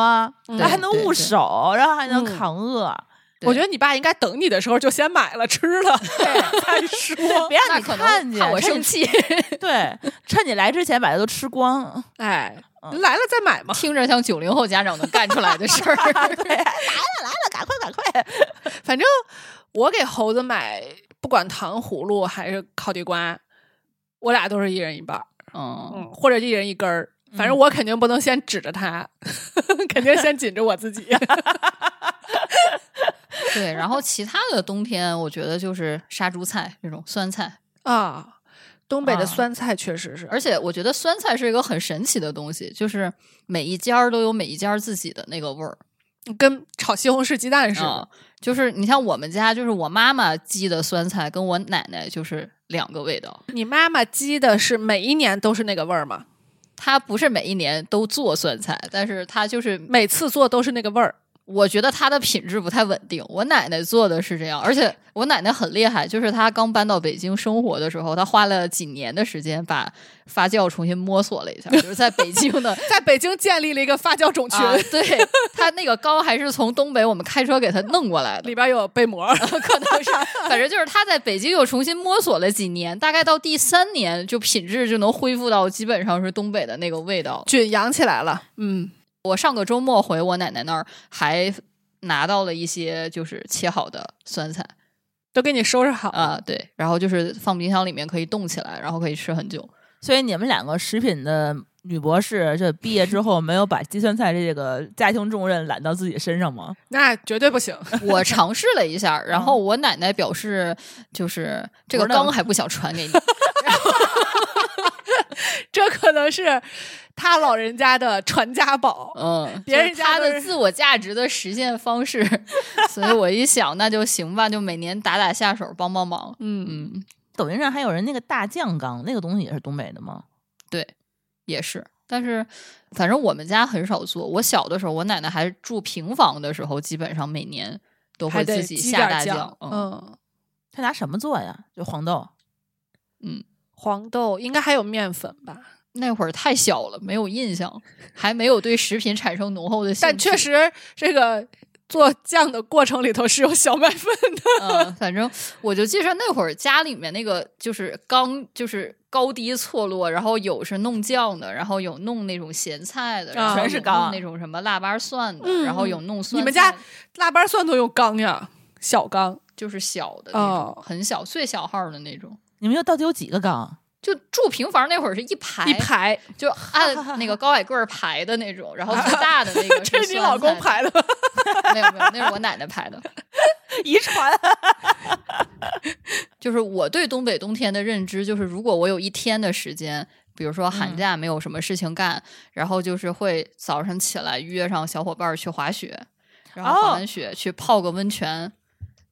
[SPEAKER 3] 嗯
[SPEAKER 2] 它还能
[SPEAKER 4] 对
[SPEAKER 2] 捂
[SPEAKER 4] 对
[SPEAKER 2] 手，然后还能
[SPEAKER 3] 嗯
[SPEAKER 2] 扛饿。
[SPEAKER 4] 对
[SPEAKER 3] 我觉得你爸应该等你的时候就先买了吃了 再说。
[SPEAKER 2] 别”让
[SPEAKER 4] 那
[SPEAKER 2] 你
[SPEAKER 4] 可
[SPEAKER 2] 看
[SPEAKER 4] 能
[SPEAKER 2] 见，
[SPEAKER 4] 怕我
[SPEAKER 2] 趁
[SPEAKER 4] 生
[SPEAKER 2] 你
[SPEAKER 4] 气，
[SPEAKER 2] 对，趁你来之前把它都吃光。
[SPEAKER 3] 哎，
[SPEAKER 2] 嗯
[SPEAKER 3] 来了再买嘛。
[SPEAKER 4] 听着像九零后家长能干出来的事儿。
[SPEAKER 2] 赶快赶快！
[SPEAKER 3] 反正我给猴子买，不管糖葫芦还是烤地瓜，我俩都是一人一半儿，
[SPEAKER 4] 嗯，
[SPEAKER 3] 嗯，或者一人一根儿。反正我肯定不能 先指着他，肯定先紧着我自己。
[SPEAKER 4] 对，然后其他的冬天，我觉得就是杀猪菜这种酸菜，
[SPEAKER 3] 啊，东北
[SPEAKER 4] 啊
[SPEAKER 3] 的酸菜确实是，
[SPEAKER 4] 而且我觉得酸菜是一个很神奇的东西，就是每一家儿都有每一家儿自己的那个味儿。
[SPEAKER 3] 嗯跟炒西红柿鸡蛋似的
[SPEAKER 4] 啊，就是你像我们家，就是我妈妈鸡的酸菜跟我奶奶就是两个味道。
[SPEAKER 3] 你妈妈鸡的是每一年都是那个味儿吗？
[SPEAKER 4] 她不是每一年都做酸菜，但是她就是
[SPEAKER 3] 每次做都是那个味儿
[SPEAKER 4] 我觉得它的品质不太稳定。我奶奶做的是这样，而且我奶奶很厉害，就是她刚搬到北京生活的时候，她花了几年的时间把发酵重新摸索了一下，就是在北京的
[SPEAKER 3] 在北京建立了一个发酵 种群，
[SPEAKER 4] 啊，对她那个糕还是从东北我们开车给她弄过来的
[SPEAKER 3] 里。边有贝膜。
[SPEAKER 4] 可能 是，反正就是她在北京又重新摸索了几年，大概到第三年就品质就能恢复到基本上是东北的那个味道。
[SPEAKER 3] 菌养起来了，嗯，
[SPEAKER 4] 我上个周末回我奶奶那儿，还拿到了一些就是切好的酸菜，
[SPEAKER 3] 都给你收拾好
[SPEAKER 4] 啊，对，然后就是放冰箱里面可以冻起来，然后可以吃很久。
[SPEAKER 2] 所以你们两个食品的女博士，这毕业之后没有把鸡酸菜这个家庭重任揽到自己身上吗？
[SPEAKER 3] 那绝对不行。
[SPEAKER 4] 我尝试了一下，然后我奶奶表示，就是这个
[SPEAKER 2] 嗯不是那
[SPEAKER 4] 缸还不想传给你，
[SPEAKER 3] 这可能是他老人家的传家宝。
[SPEAKER 4] 嗯，
[SPEAKER 3] 别人
[SPEAKER 4] 就是
[SPEAKER 3] 家
[SPEAKER 4] 她
[SPEAKER 3] 都
[SPEAKER 4] 的
[SPEAKER 3] 是
[SPEAKER 4] 自我价值的实现方式。 所以我一想，那就行吧，就每年打打下手，帮帮忙。
[SPEAKER 3] 嗯，
[SPEAKER 4] 嗯，
[SPEAKER 2] 抖音上还有人那个大酱缸，那个东西也是东北的吗？
[SPEAKER 4] 对，也是。但是，反正我们家很少做。我小的时候，我奶奶还住平房的时候，基本上每年都
[SPEAKER 3] 还
[SPEAKER 4] 会
[SPEAKER 3] 得
[SPEAKER 4] 自己
[SPEAKER 3] 积
[SPEAKER 4] 下
[SPEAKER 3] 点
[SPEAKER 4] 大
[SPEAKER 3] 酱
[SPEAKER 4] 酱。，
[SPEAKER 3] 嗯，
[SPEAKER 2] 他拿什么做呀？就黄豆。
[SPEAKER 3] 黄豆应该还有面粉吧，
[SPEAKER 4] 那会儿太小了，没有印象，还没有对食品产生浓厚的兴趣。
[SPEAKER 3] 但确，实这个做酱的过程里头是有小麦粉的。
[SPEAKER 4] 嗯，反正我就记着那会儿家里面那个就是缸，就是高低错落，然后有是弄酱的，然后有弄那种咸菜的，然后
[SPEAKER 3] 全
[SPEAKER 4] 有
[SPEAKER 2] 是缸
[SPEAKER 4] 弄那种什么腊八蒜的，
[SPEAKER 3] 嗯
[SPEAKER 4] 然后有弄酸菜的。
[SPEAKER 3] 你们家腊八蒜都用缸呀，小缸
[SPEAKER 4] 就是小的那种，
[SPEAKER 3] 哦
[SPEAKER 4] 很小，最小号的那种。
[SPEAKER 2] 你们又到底有几个 缸？
[SPEAKER 4] 就住平房那会儿是一排
[SPEAKER 3] 一，排，
[SPEAKER 4] 就按那个高矮个儿排的那种，然后最大的那个
[SPEAKER 3] 这
[SPEAKER 4] 是
[SPEAKER 3] 是你老公
[SPEAKER 4] 酸菜
[SPEAKER 3] 排的 吧？
[SPEAKER 4] 的，没有没有，那是我奶奶排的。
[SPEAKER 2] 遗传。
[SPEAKER 4] 就是我对东北冬天的认知，就是如果我有一天的时间，比如说
[SPEAKER 3] 嗯
[SPEAKER 4] 寒假没有什么事情干，然后就是会早上起来约上小伙伴儿去滑雪，然后滑
[SPEAKER 3] 哦
[SPEAKER 4] 完雪去泡个温泉。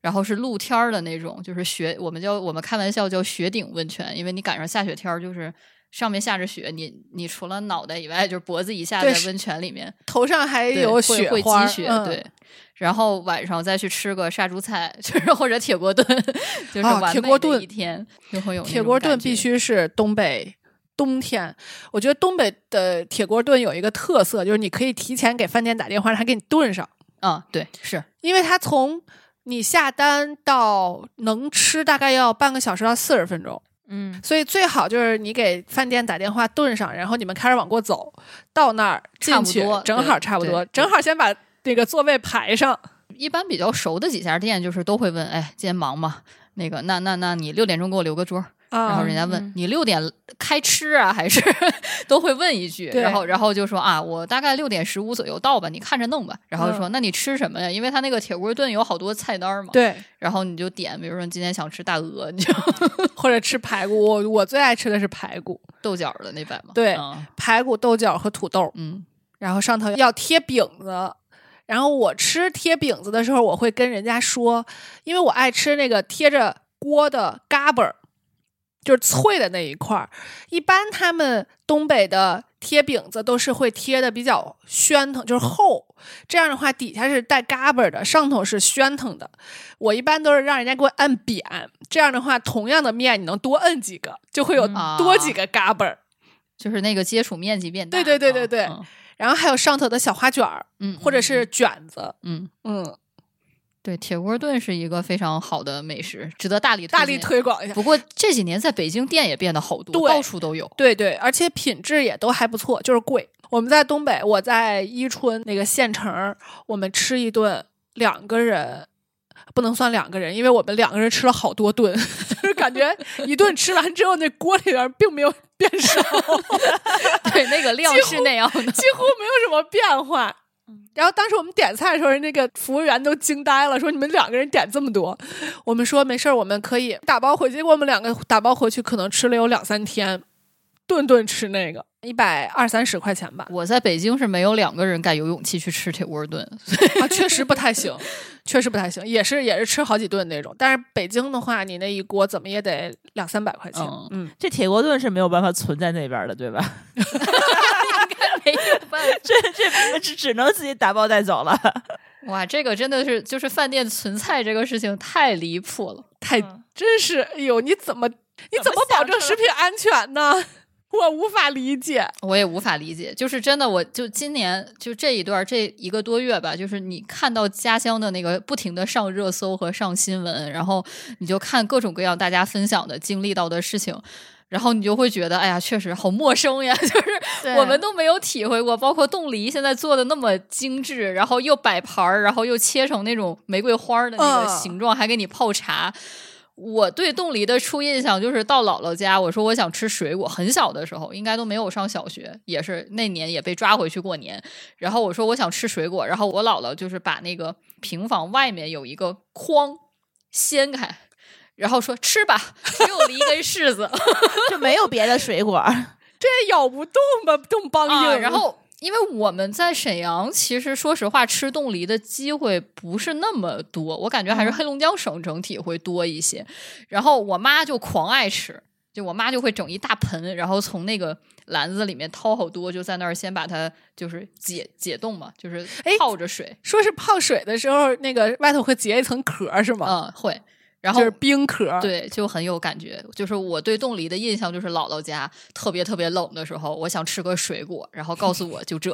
[SPEAKER 4] 然后是露天儿的那种，就是雪，我们叫我们开玩笑叫雪顶温泉，因为你赶上下雪天儿，就是上面下着雪，你你除了脑袋以外，就是脖子以下在
[SPEAKER 3] 对是
[SPEAKER 4] 温泉里面，
[SPEAKER 3] 头上还
[SPEAKER 4] 对
[SPEAKER 3] 有
[SPEAKER 4] 会
[SPEAKER 3] 雪
[SPEAKER 4] 会
[SPEAKER 3] 花，
[SPEAKER 4] 积雪，
[SPEAKER 3] 嗯
[SPEAKER 4] 对。然后晚上再去吃个杀猪菜， 就是或者铁锅炖，就是
[SPEAKER 3] 啊
[SPEAKER 4] 完美
[SPEAKER 3] 铁锅
[SPEAKER 4] 的
[SPEAKER 3] 炖
[SPEAKER 4] 一天就会有那
[SPEAKER 3] 铁
[SPEAKER 4] 种
[SPEAKER 3] 锅
[SPEAKER 4] 感
[SPEAKER 3] 炖
[SPEAKER 4] 觉
[SPEAKER 3] 必。须是东北冬天。我觉得东北的铁锅炖有一个特色，就是你可以提前给饭店打电话，让他给你炖上，
[SPEAKER 4] 啊，对，是
[SPEAKER 3] 因为他从你下单到能吃大概要半个小时到四十分钟，
[SPEAKER 2] 嗯，
[SPEAKER 3] 所以最好就是你给饭店打电话炖上，然后你们开始往过走，到那儿
[SPEAKER 4] 差
[SPEAKER 3] 进
[SPEAKER 4] 不
[SPEAKER 3] 去
[SPEAKER 4] 多
[SPEAKER 3] 正好差不
[SPEAKER 4] 对
[SPEAKER 3] 多，
[SPEAKER 4] 对
[SPEAKER 3] 正好先把那个座位排上。
[SPEAKER 4] 一般比较熟的几家店，就是都会问，哎，今天忙吗？那个，那那那你六点钟给我留个桌儿，然
[SPEAKER 3] 啊
[SPEAKER 4] 后人家问、你六点开吃啊，还是 都会问一句，
[SPEAKER 3] 对
[SPEAKER 4] 然后然后就说啊，我大概六点十五左右到吧，你看着弄吧。然后说、
[SPEAKER 3] 嗯
[SPEAKER 4] 那你吃什么呀？因为他那个铁锅炖有好多菜单儿嘛，
[SPEAKER 3] 啊对，
[SPEAKER 4] 然后你就点，比如说你今天想吃大鹅，你就
[SPEAKER 3] 或者吃排骨，我我最爱吃的是排骨，
[SPEAKER 4] 豆角儿的那版嘛，
[SPEAKER 3] 对
[SPEAKER 4] 嗯
[SPEAKER 3] 排骨、豆角和土豆。
[SPEAKER 4] 嗯
[SPEAKER 3] 然后上头要贴饼子。然后我吃贴饼子的时候，我会跟人家说，因为我爱吃那个贴着锅的嘎嘣儿，就是脆的那一块儿。一般他们东北的贴饼子都是会贴的比较宣腾，就是厚。这样的话，底下是带嘎嘣儿的，上头是宣腾的。我一般都是让人家给我摁扁，这样的话，同样的面你能多摁几个，就会有
[SPEAKER 4] 嗯
[SPEAKER 3] 多几个嘎嘣儿。
[SPEAKER 4] 就是那个接触面积变大，
[SPEAKER 3] 对对对对对
[SPEAKER 4] 嗯
[SPEAKER 3] 然后还有上头的小花卷儿，
[SPEAKER 4] 嗯，嗯
[SPEAKER 3] 或者是卷子，
[SPEAKER 4] 嗯，
[SPEAKER 3] 嗯，
[SPEAKER 4] 对，铁锅炖是一个非常好的美食，值得大力
[SPEAKER 3] 大
[SPEAKER 4] 荐
[SPEAKER 3] 力。推广一下。
[SPEAKER 4] 不过这几年在北京店也变得好多，
[SPEAKER 3] 对
[SPEAKER 4] 到 处都有。
[SPEAKER 3] 对对，而且品质也都还不错，就是贵。我们在东北，我在伊春那个县城儿，我们吃一顿两个人。不能算两个人，因为我们两个人吃了好多顿， 就是感觉一顿吃完之后，那锅里边并没有变少，几
[SPEAKER 4] 对，那个量
[SPEAKER 3] 几乎
[SPEAKER 4] 是那样的。。
[SPEAKER 3] 乎没有什么变化。然后当时我们点菜的时候，那个服务员都惊呆了，说你们两个人点这么多。我们说没事儿，我们可以打包回去。结果我们两个打包回去，可能吃了有两三天，顿顿吃那个，一百二三十块钱吧
[SPEAKER 4] 我在北京是没有两个人敢有勇气去吃铁锅炖，
[SPEAKER 3] 啊，确实不太行， 确实不太行，也是也是吃好几顿那种。但是北京的话，你那一锅怎么也得两三百块钱。
[SPEAKER 4] 嗯
[SPEAKER 3] 嗯，
[SPEAKER 2] 这铁锅炖是没有办法存在那边的，对吧？
[SPEAKER 4] 没有办法。
[SPEAKER 2] 这这只只能自己打包带走 了。
[SPEAKER 4] 哇，这个真的是就是饭店存菜这个事情太离谱了。
[SPEAKER 3] 太真是，哎呦，你怎么你怎么保证食品安全呢？ 我无法理解。
[SPEAKER 4] 我也无法理解，就是真的，我就今年就这一段这一个多月吧，就是你看到家乡的那个不停的上热搜和上新闻，然后你就看各种各样大家分享的经历到的事情，然后你就会觉得，哎呀，确实好陌生呀， 就是我们都没有体会过，包括冻梨现在做的那么精致，然后又摆盘儿，然后又切成那种玫瑰花儿的那个
[SPEAKER 3] 嗯
[SPEAKER 4] 形状，还给你泡茶。我对冻梨的初印象就是到姥姥家，我说我想吃水果。很小的时候，应该都没有上小学，也是那年也被抓回去过年。然后我说我想吃水果，然后我姥姥就是把那个平房外面有一个筐掀开，然后说吃吧，只有梨跟柿子。
[SPEAKER 2] 就没有别的水果。
[SPEAKER 3] 这 咬不动吧，冻梆硬、
[SPEAKER 4] 啊。然后，因为我们在沈阳，其实说实话，吃冻梨的机会不是那么多，我感觉还是黑龙江省整体会多一些。然后我妈就狂爱吃，就我妈就会整一大盆，然后从那个。篮子里面掏好多，就在那儿先把它就是解解冻嘛，就是
[SPEAKER 3] 哎
[SPEAKER 4] 泡着水，
[SPEAKER 3] 说是泡水的时候，那个外头会结一层壳是吗？
[SPEAKER 4] 嗯，会。然后
[SPEAKER 3] 就是冰壳。，
[SPEAKER 4] 对，就很有感觉。就是我对冻梨的印象，就是姥姥家特别特别冷的时候，我想吃个水果，然后告诉我就这，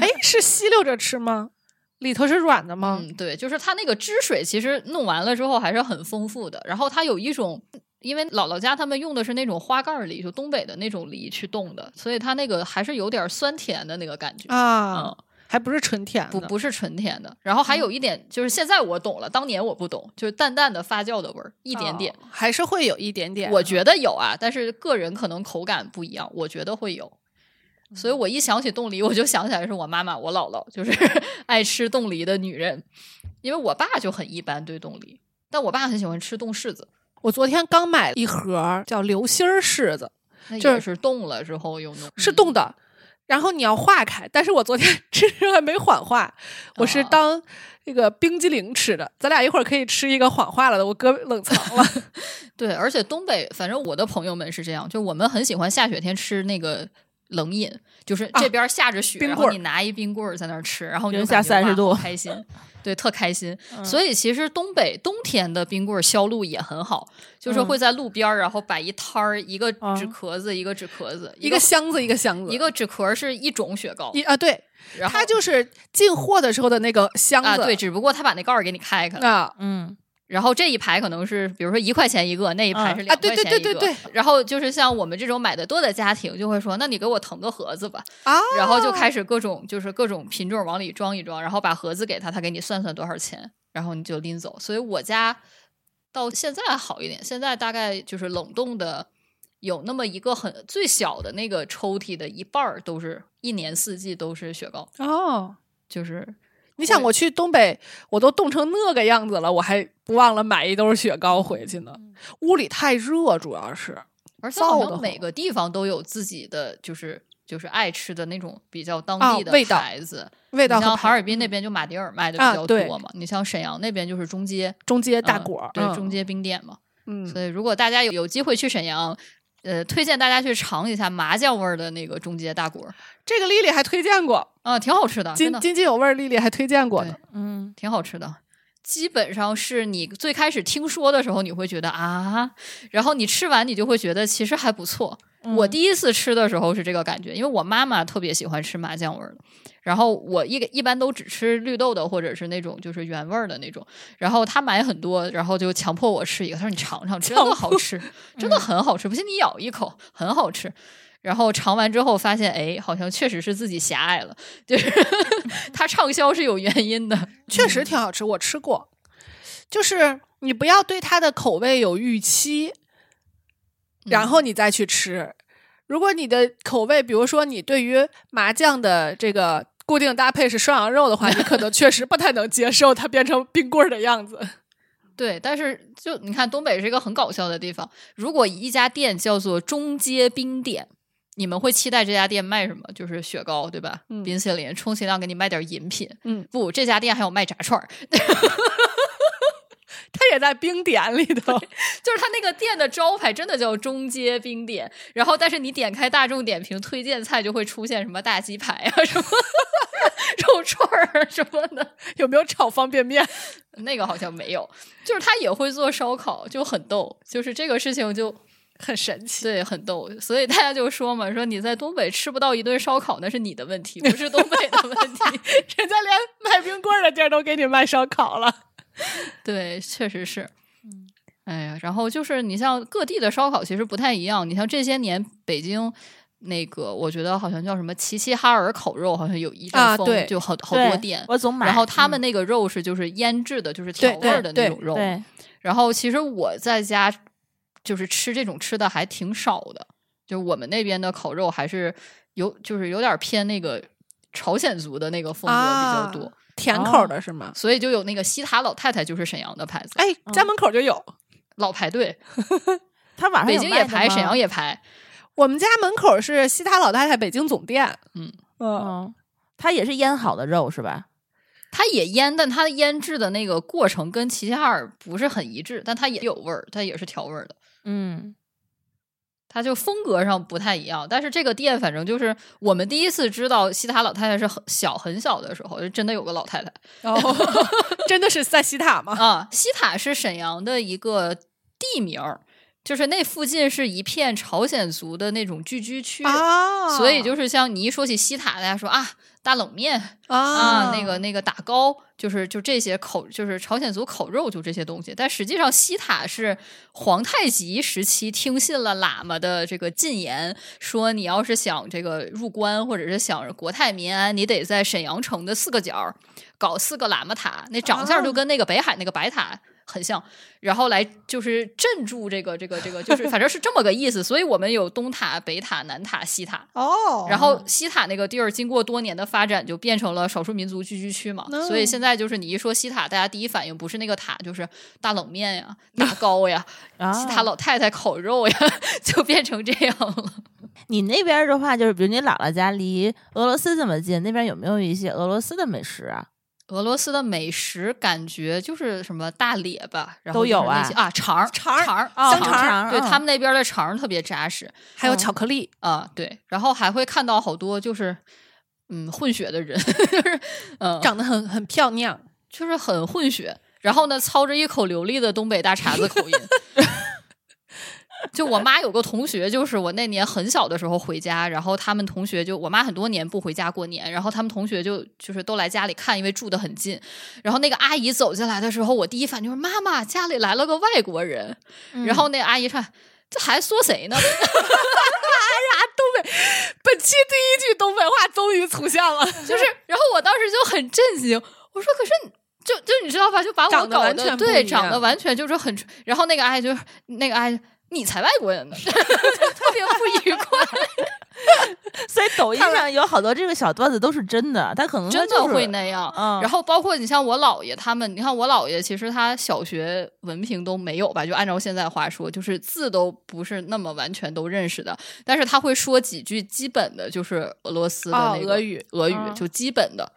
[SPEAKER 3] 哎，是吸溜着吃吗？里头是软的吗？
[SPEAKER 4] 嗯，对，就是它那个汁水其实弄完了之后还是很丰富的。然后它有一种，因为姥姥家他们用的是那种花盖儿梨，就东北的那种梨去冻的，所以它那个还是有点酸甜的那个感觉。
[SPEAKER 3] 啊，
[SPEAKER 4] 嗯，
[SPEAKER 3] 还不是纯甜
[SPEAKER 4] 不
[SPEAKER 3] 的。嗯
[SPEAKER 4] 不是纯甜的，然后还有一点、就是现在我懂了，当年我不懂，就是淡淡的发酵的味儿，一
[SPEAKER 3] 一
[SPEAKER 4] 点点。
[SPEAKER 3] 哦还是会有一点点。
[SPEAKER 4] 我觉得有啊，但是个人可能口感不一样，我觉得会有。所以
[SPEAKER 3] 嗯
[SPEAKER 4] 我一想起冻梨，我就想起来是我妈妈、我姥姥，就是 爱吃冻梨的女人。因为我爸就很一般对冻梨，但我爸很喜欢吃冻柿子，
[SPEAKER 3] 我昨天刚买了一盒叫流心儿柿子，
[SPEAKER 4] 那
[SPEAKER 3] 就
[SPEAKER 4] 也
[SPEAKER 3] 是
[SPEAKER 4] 是冻了之后又弄，
[SPEAKER 3] 是冻
[SPEAKER 4] 的。
[SPEAKER 3] 的。然后你要化开，但是我昨天 吃还没缓化，我是
[SPEAKER 4] 啊
[SPEAKER 3] 当那个冰激凌吃的。咱俩一会儿可以吃一个缓化了的，我搁冷藏了。
[SPEAKER 4] 对，而且东北，反正我的朋友们是这样，就我们很喜欢下雪天吃那个冷饮，就是
[SPEAKER 3] 啊
[SPEAKER 4] 这边下着雪，
[SPEAKER 3] 冰
[SPEAKER 4] 然
[SPEAKER 3] 棍儿
[SPEAKER 4] 后你拿一冰棍儿在那儿吃，然后你就
[SPEAKER 2] 零下
[SPEAKER 4] 感觉哇
[SPEAKER 2] 30度
[SPEAKER 4] 好开心，对，特开心。
[SPEAKER 3] 嗯
[SPEAKER 4] 所以其实东北冬天的冰棍儿销路也很好，就是
[SPEAKER 3] 嗯
[SPEAKER 4] 会在路边儿，然后摆一摊儿，一个
[SPEAKER 2] 啊
[SPEAKER 4] 纸壳子，一个纸壳子，
[SPEAKER 3] 一
[SPEAKER 4] 一
[SPEAKER 3] 个箱子一个箱子，
[SPEAKER 4] 一个纸壳是一种雪糕，
[SPEAKER 3] 一啊，对，
[SPEAKER 4] 然后
[SPEAKER 3] 它就是进货的时候的那个箱子，
[SPEAKER 4] 啊对，只不过他把那盖儿给你开开了。
[SPEAKER 3] 啊
[SPEAKER 2] 嗯，
[SPEAKER 4] 然后这一排可能是，比如说一块钱一个，那一排是
[SPEAKER 3] 啊
[SPEAKER 4] 两
[SPEAKER 3] 对
[SPEAKER 4] 块
[SPEAKER 3] 对
[SPEAKER 4] 钱一个。
[SPEAKER 3] 对对对
[SPEAKER 4] 然后就是像我们这种买的多的家庭，就会说，那你给我腾个盒子吧。
[SPEAKER 3] 啊，
[SPEAKER 4] 然后就开始各种就是各种品种往里装一装，然后把盒子给他，他给你算算多少钱，然后你就拎走。所以我家到现在好一点，现在大概就是冷冻的有那么一个很最小的那个抽屉的一半儿都是一年四季都是雪糕，
[SPEAKER 3] 哦。
[SPEAKER 4] 就是
[SPEAKER 3] 你想我去东北，我都冻成那个样子了，我还不忘了买一兜雪糕回去呢。
[SPEAKER 4] 嗯
[SPEAKER 3] 屋里太热，主要是
[SPEAKER 4] 而且好
[SPEAKER 3] 燥得
[SPEAKER 4] 像每
[SPEAKER 3] 慌
[SPEAKER 4] 个地方都有自己的就是。就是爱吃的那种比较当
[SPEAKER 3] 啊
[SPEAKER 4] 地的
[SPEAKER 3] 味道
[SPEAKER 4] 牌子，
[SPEAKER 3] 味道
[SPEAKER 4] 你
[SPEAKER 3] 和
[SPEAKER 4] 像哈尔
[SPEAKER 3] 盘
[SPEAKER 4] 滨那边就马迭尔卖的比
[SPEAKER 3] 啊
[SPEAKER 4] 较
[SPEAKER 3] 对
[SPEAKER 4] 多嘛，你像沈阳那边就是中街
[SPEAKER 3] 中街大
[SPEAKER 4] 嗯
[SPEAKER 3] 果儿，
[SPEAKER 4] 对
[SPEAKER 3] 嗯
[SPEAKER 4] 中街冰店嘛，
[SPEAKER 3] 嗯
[SPEAKER 4] 所以如果大家有有机会去沈阳，呃，推荐大家去尝一下麻酱味儿的那个中街大果，
[SPEAKER 3] 这个丽丽还推荐过，
[SPEAKER 4] 啊、挺好吃的，真
[SPEAKER 3] 津
[SPEAKER 4] 的
[SPEAKER 3] 津津有味儿，丽丽还推荐过呢。
[SPEAKER 2] 嗯，
[SPEAKER 4] 挺好吃的。基本上是你最开始听说的时候，你会觉得啊，然后你吃完你就会觉得其实还不错。我第一次吃的时候是这个感觉，因为我妈妈特别喜欢吃麻酱味儿的，然后我一一般都只吃绿豆的或者是那种就是原味儿的那种，然后她买很多，然后就强迫我吃一个，她说你尝尝，真的好吃，真的很好吃，不信你咬一口，很好吃。然后尝完之后发现，哎，好像确实是自己狭隘了，就是它畅销是有原因的。
[SPEAKER 3] 确实挺好吃，我吃过。就是你不要对它的口味有预期，然后你再去吃。如果你的口味，比如说你对于麻酱的这个固定搭配是涮羊肉的话，你可能确实不太能接受它变成冰棍儿的样子。
[SPEAKER 4] 对，但是就你看，东北是一个很搞笑的地方。如果一家店叫做中街冰店，你们会期待这家店卖什么？就是雪糕，对吧？
[SPEAKER 3] 嗯
[SPEAKER 4] 冰淇淋，充其量给你卖点饮品。
[SPEAKER 3] 嗯，
[SPEAKER 4] 不，这家店还有卖炸串儿，
[SPEAKER 3] 它也在冰点里头，
[SPEAKER 4] 就是他那个店的招牌真的叫中街冰店。然后，但是你点开大众点评推荐菜，就会出现什么大鸡排啊，什么 肉串儿啊什么的。
[SPEAKER 3] 有没有炒方便面？
[SPEAKER 4] 那个好像没有，就是他也会做烧烤，就很逗。就是这个事情就
[SPEAKER 3] 很神奇。
[SPEAKER 4] 对，很逗。所以大家就说嘛，说你在东北吃不到一顿烧烤，那是你的问题，不是东北的问 题。
[SPEAKER 3] 人家连卖冰棍儿的地儿都给你卖烧烤了。
[SPEAKER 4] 对，确实是。
[SPEAKER 3] 嗯
[SPEAKER 4] 哎呀，然后就是你像各地的烧烤其实不太一样，你像这些年北京。那个，我觉得好像叫什么齐齐哈尔烤肉，好像有一阵
[SPEAKER 3] 啊
[SPEAKER 4] 风，
[SPEAKER 3] 对
[SPEAKER 4] 就好好多
[SPEAKER 2] 对
[SPEAKER 4] 店。
[SPEAKER 2] 我总买。
[SPEAKER 4] 然后他
[SPEAKER 2] 嗯
[SPEAKER 4] 们那个肉是就是腌制的，就是调
[SPEAKER 3] 对
[SPEAKER 4] 味儿的那
[SPEAKER 3] 对
[SPEAKER 4] 种肉。
[SPEAKER 2] 对
[SPEAKER 4] 然后其实我在家就是吃这种吃的还挺少的，就是我们那边的烤肉还是有就是有点偏那个朝鲜族的那个风格比较多，
[SPEAKER 3] 甜口的是
[SPEAKER 2] 啊
[SPEAKER 3] 吗？
[SPEAKER 4] 所以就有那个西塔老太太就是沈阳的牌子，
[SPEAKER 3] 哎，家门口就有。
[SPEAKER 4] 老排队，
[SPEAKER 2] 他晚上
[SPEAKER 4] 北
[SPEAKER 2] 有
[SPEAKER 4] 京
[SPEAKER 2] 卖
[SPEAKER 4] 也
[SPEAKER 2] 的
[SPEAKER 4] 排，沈
[SPEAKER 3] 啊
[SPEAKER 2] 吗
[SPEAKER 4] 阳也排，
[SPEAKER 3] 我们家门口是西塔老太太北京总店。
[SPEAKER 4] 嗯
[SPEAKER 3] 嗯
[SPEAKER 2] 嗯，它也是腌好的肉是吧？
[SPEAKER 4] 它也腌，但它的腌制的那个过程跟齐齐哈尔不是很一致，但它也有味儿，它也是调味儿的。
[SPEAKER 2] 嗯，
[SPEAKER 4] 它就风格上不太一样，但是这个店反正就是我们第一次知道西塔老太太是很小很小的时候，就真的有个老太太
[SPEAKER 3] 哦， 真的是在西塔吗？
[SPEAKER 4] 啊。西塔是沈阳的一个地名儿，就是那附近是一片朝鲜族的那种聚居区，
[SPEAKER 3] 啊
[SPEAKER 4] 所以就是像你一说起西塔，大家说啊大冷面
[SPEAKER 3] 啊
[SPEAKER 4] 啊，那个那个打糕，就是就这些口，就是朝鲜族口肉，就这些东西。但实际上，西塔是皇太极时期听信了喇嘛的这个进言，说你要是想这个入关，或者是想国泰民安，你得在沈阳城的四个角儿搞四个喇嘛塔，那长相就跟那个北海那个白塔。很像，然后来就是镇住这个这个这个，就是反正是这么个意思，所以我们有东塔、北塔、南塔、西塔，
[SPEAKER 3] 哦，
[SPEAKER 4] 然后西塔那个地儿经过多年的发展，就变成了少数民族聚居区嘛。
[SPEAKER 3] 嗯
[SPEAKER 4] 所以现在就是你一说西塔，大家第一反应不是那个塔，就是大冷面呀、大糕呀、
[SPEAKER 2] 啊，
[SPEAKER 4] 西塔老太太烤肉呀， 就变成这样了。
[SPEAKER 2] 你那边儿的话，就是比如你姥姥家离俄罗斯这么近，那边有没有一些俄罗斯的美食啊？
[SPEAKER 4] 俄罗斯的美食感觉就是什么大列巴，然后
[SPEAKER 2] 都有
[SPEAKER 4] 就是那些啊，肠儿
[SPEAKER 3] 肠儿
[SPEAKER 4] 肠儿
[SPEAKER 3] 香肠儿
[SPEAKER 2] 肠
[SPEAKER 4] 对他们那边的肠儿特别扎实
[SPEAKER 3] 还有巧克力，
[SPEAKER 4] 啊，对，然后还会看到好多就是嗯混血的人， 就是嗯
[SPEAKER 3] 长得很很漂亮。
[SPEAKER 4] 就是很混血，然后呢，操着一口流利的东北大碴子口音。 就我妈有个同学，就是我那年很小的时候回家，然后他们同学就我妈很多年不回家过年，然后他们同学就就是都来家里看，因为住得很近。然后那个阿姨走进来的时候，我第一反应就是妈妈家里来了个外国人，然后那阿姨看这还说谁呢？ 哎
[SPEAKER 3] 本期第一句东北话终于出现了，
[SPEAKER 4] 就是，然后我当时就很震惊，我说可是你。就就你知道吧？就把我搞
[SPEAKER 3] 长得
[SPEAKER 4] 得
[SPEAKER 3] 完全不
[SPEAKER 4] 对，
[SPEAKER 3] 一样
[SPEAKER 4] 长得完全就是很，然后那个阿姨就那个阿姨，你才外国人呢， 就特别不愉快，
[SPEAKER 2] 所以抖音上有好多这个小段子都是真的，他可能他
[SPEAKER 4] 真 的
[SPEAKER 2] 就是
[SPEAKER 4] 会那样。
[SPEAKER 2] 嗯
[SPEAKER 4] 然后包括你像我姥爷他们，你看我姥爷其实他小学文凭都没有吧，就按照现在话说，就是字都不是那么完全都认识的，但是他会说几句基本的，就是俄罗斯的
[SPEAKER 3] 哦
[SPEAKER 4] 那个、
[SPEAKER 3] 俄语，
[SPEAKER 4] 俄语、
[SPEAKER 2] 嗯
[SPEAKER 4] 就基本的。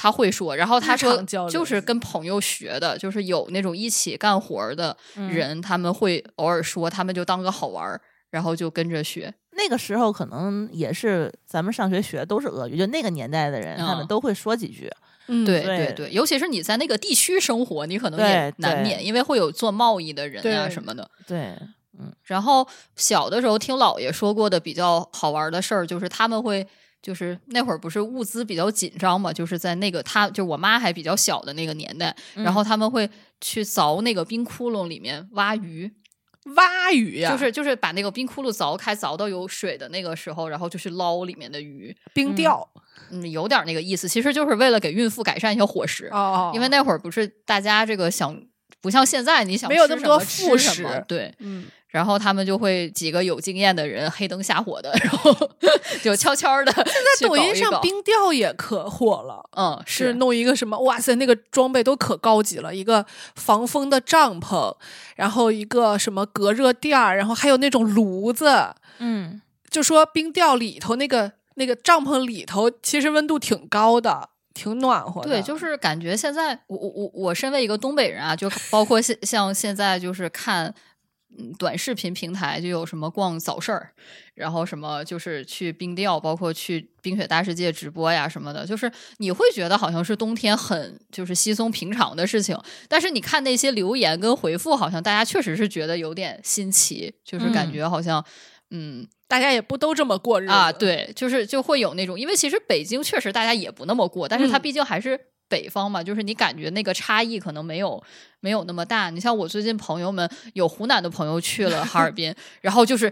[SPEAKER 4] 他会说，然后他
[SPEAKER 3] 日
[SPEAKER 4] 说
[SPEAKER 3] 常交流
[SPEAKER 4] 就是跟朋友学的，就是有那种一起干活儿的人，他们会偶尔说，他们就当个好玩儿，然后就跟着学。
[SPEAKER 2] 那个时候可能也是咱们上学学的都是俄语，就那个年代的人，
[SPEAKER 4] 嗯
[SPEAKER 2] 他们都会说几句。
[SPEAKER 3] 嗯
[SPEAKER 4] 对
[SPEAKER 2] 对
[SPEAKER 4] 对对，尤其是你在那个地区生活，你可能也
[SPEAKER 2] 对
[SPEAKER 4] 难免，因为会有做贸易的人呀、
[SPEAKER 3] 对
[SPEAKER 4] 什么的。
[SPEAKER 2] 对，
[SPEAKER 4] 然后小的时候听姥爷说过的比较好玩的事儿，就是他们会。就是那会儿不是物资比较紧张嘛，就是在那个他就我妈还比较小的那个年代，然后他们会去凿那个冰窟窿里面挖鱼，
[SPEAKER 3] 蛙语呀，
[SPEAKER 4] 就是就是把那个冰窟窿凿开，凿到有水的那个时候，然后就去捞里面的鱼，
[SPEAKER 3] 冰钓
[SPEAKER 4] 嗯，有点那个意思，其实就是为了给孕妇改善一下伙食，
[SPEAKER 3] 哦
[SPEAKER 4] 因为那会儿不是大家这个想不像现在，你想
[SPEAKER 3] 没有
[SPEAKER 4] 吃
[SPEAKER 3] 那么
[SPEAKER 4] 什
[SPEAKER 3] 多
[SPEAKER 4] 吃
[SPEAKER 3] 副
[SPEAKER 4] 什么
[SPEAKER 3] 食
[SPEAKER 4] 对，
[SPEAKER 3] 嗯
[SPEAKER 4] 然后他们就会几个有经验的人黑灯瞎火的，然后 就悄悄的
[SPEAKER 3] 在抖音上冰钓也可火了。
[SPEAKER 4] 嗯
[SPEAKER 3] 是
[SPEAKER 4] 是
[SPEAKER 3] 弄一个什么？哇塞，那个装备都可高级了，一个防风的帐篷，然后一个什么隔热垫儿，然后还有那种炉子。
[SPEAKER 2] 嗯，
[SPEAKER 3] 就说冰钓里头那个那个帐篷里头，其实温度挺高的，挺暖和的。
[SPEAKER 4] 对，就是感觉现在我我我我身为一个东北人啊，就包括现像现在就是看。嗯，短视频平台就有什么逛早市儿，然后什么就是去冰钓，包括去冰雪大世界直播呀什么的，就是你会觉得好像是冬天很就是稀松平常的事情，但是你看那些留言跟回复，好像大家确实是觉得有点新奇，就是感
[SPEAKER 2] 嗯
[SPEAKER 4] 觉好像嗯
[SPEAKER 3] 大家也不都这么过日子
[SPEAKER 4] 啊，，对，就是就会有那种，因为其实北京确实大家也不那么过，但是它
[SPEAKER 3] 嗯
[SPEAKER 4] 毕竟还是北方嘛，就是你感觉那个差异可能没有没有那么大。你像我最近朋友们有湖南的朋友去了哈 尔滨，然后就是。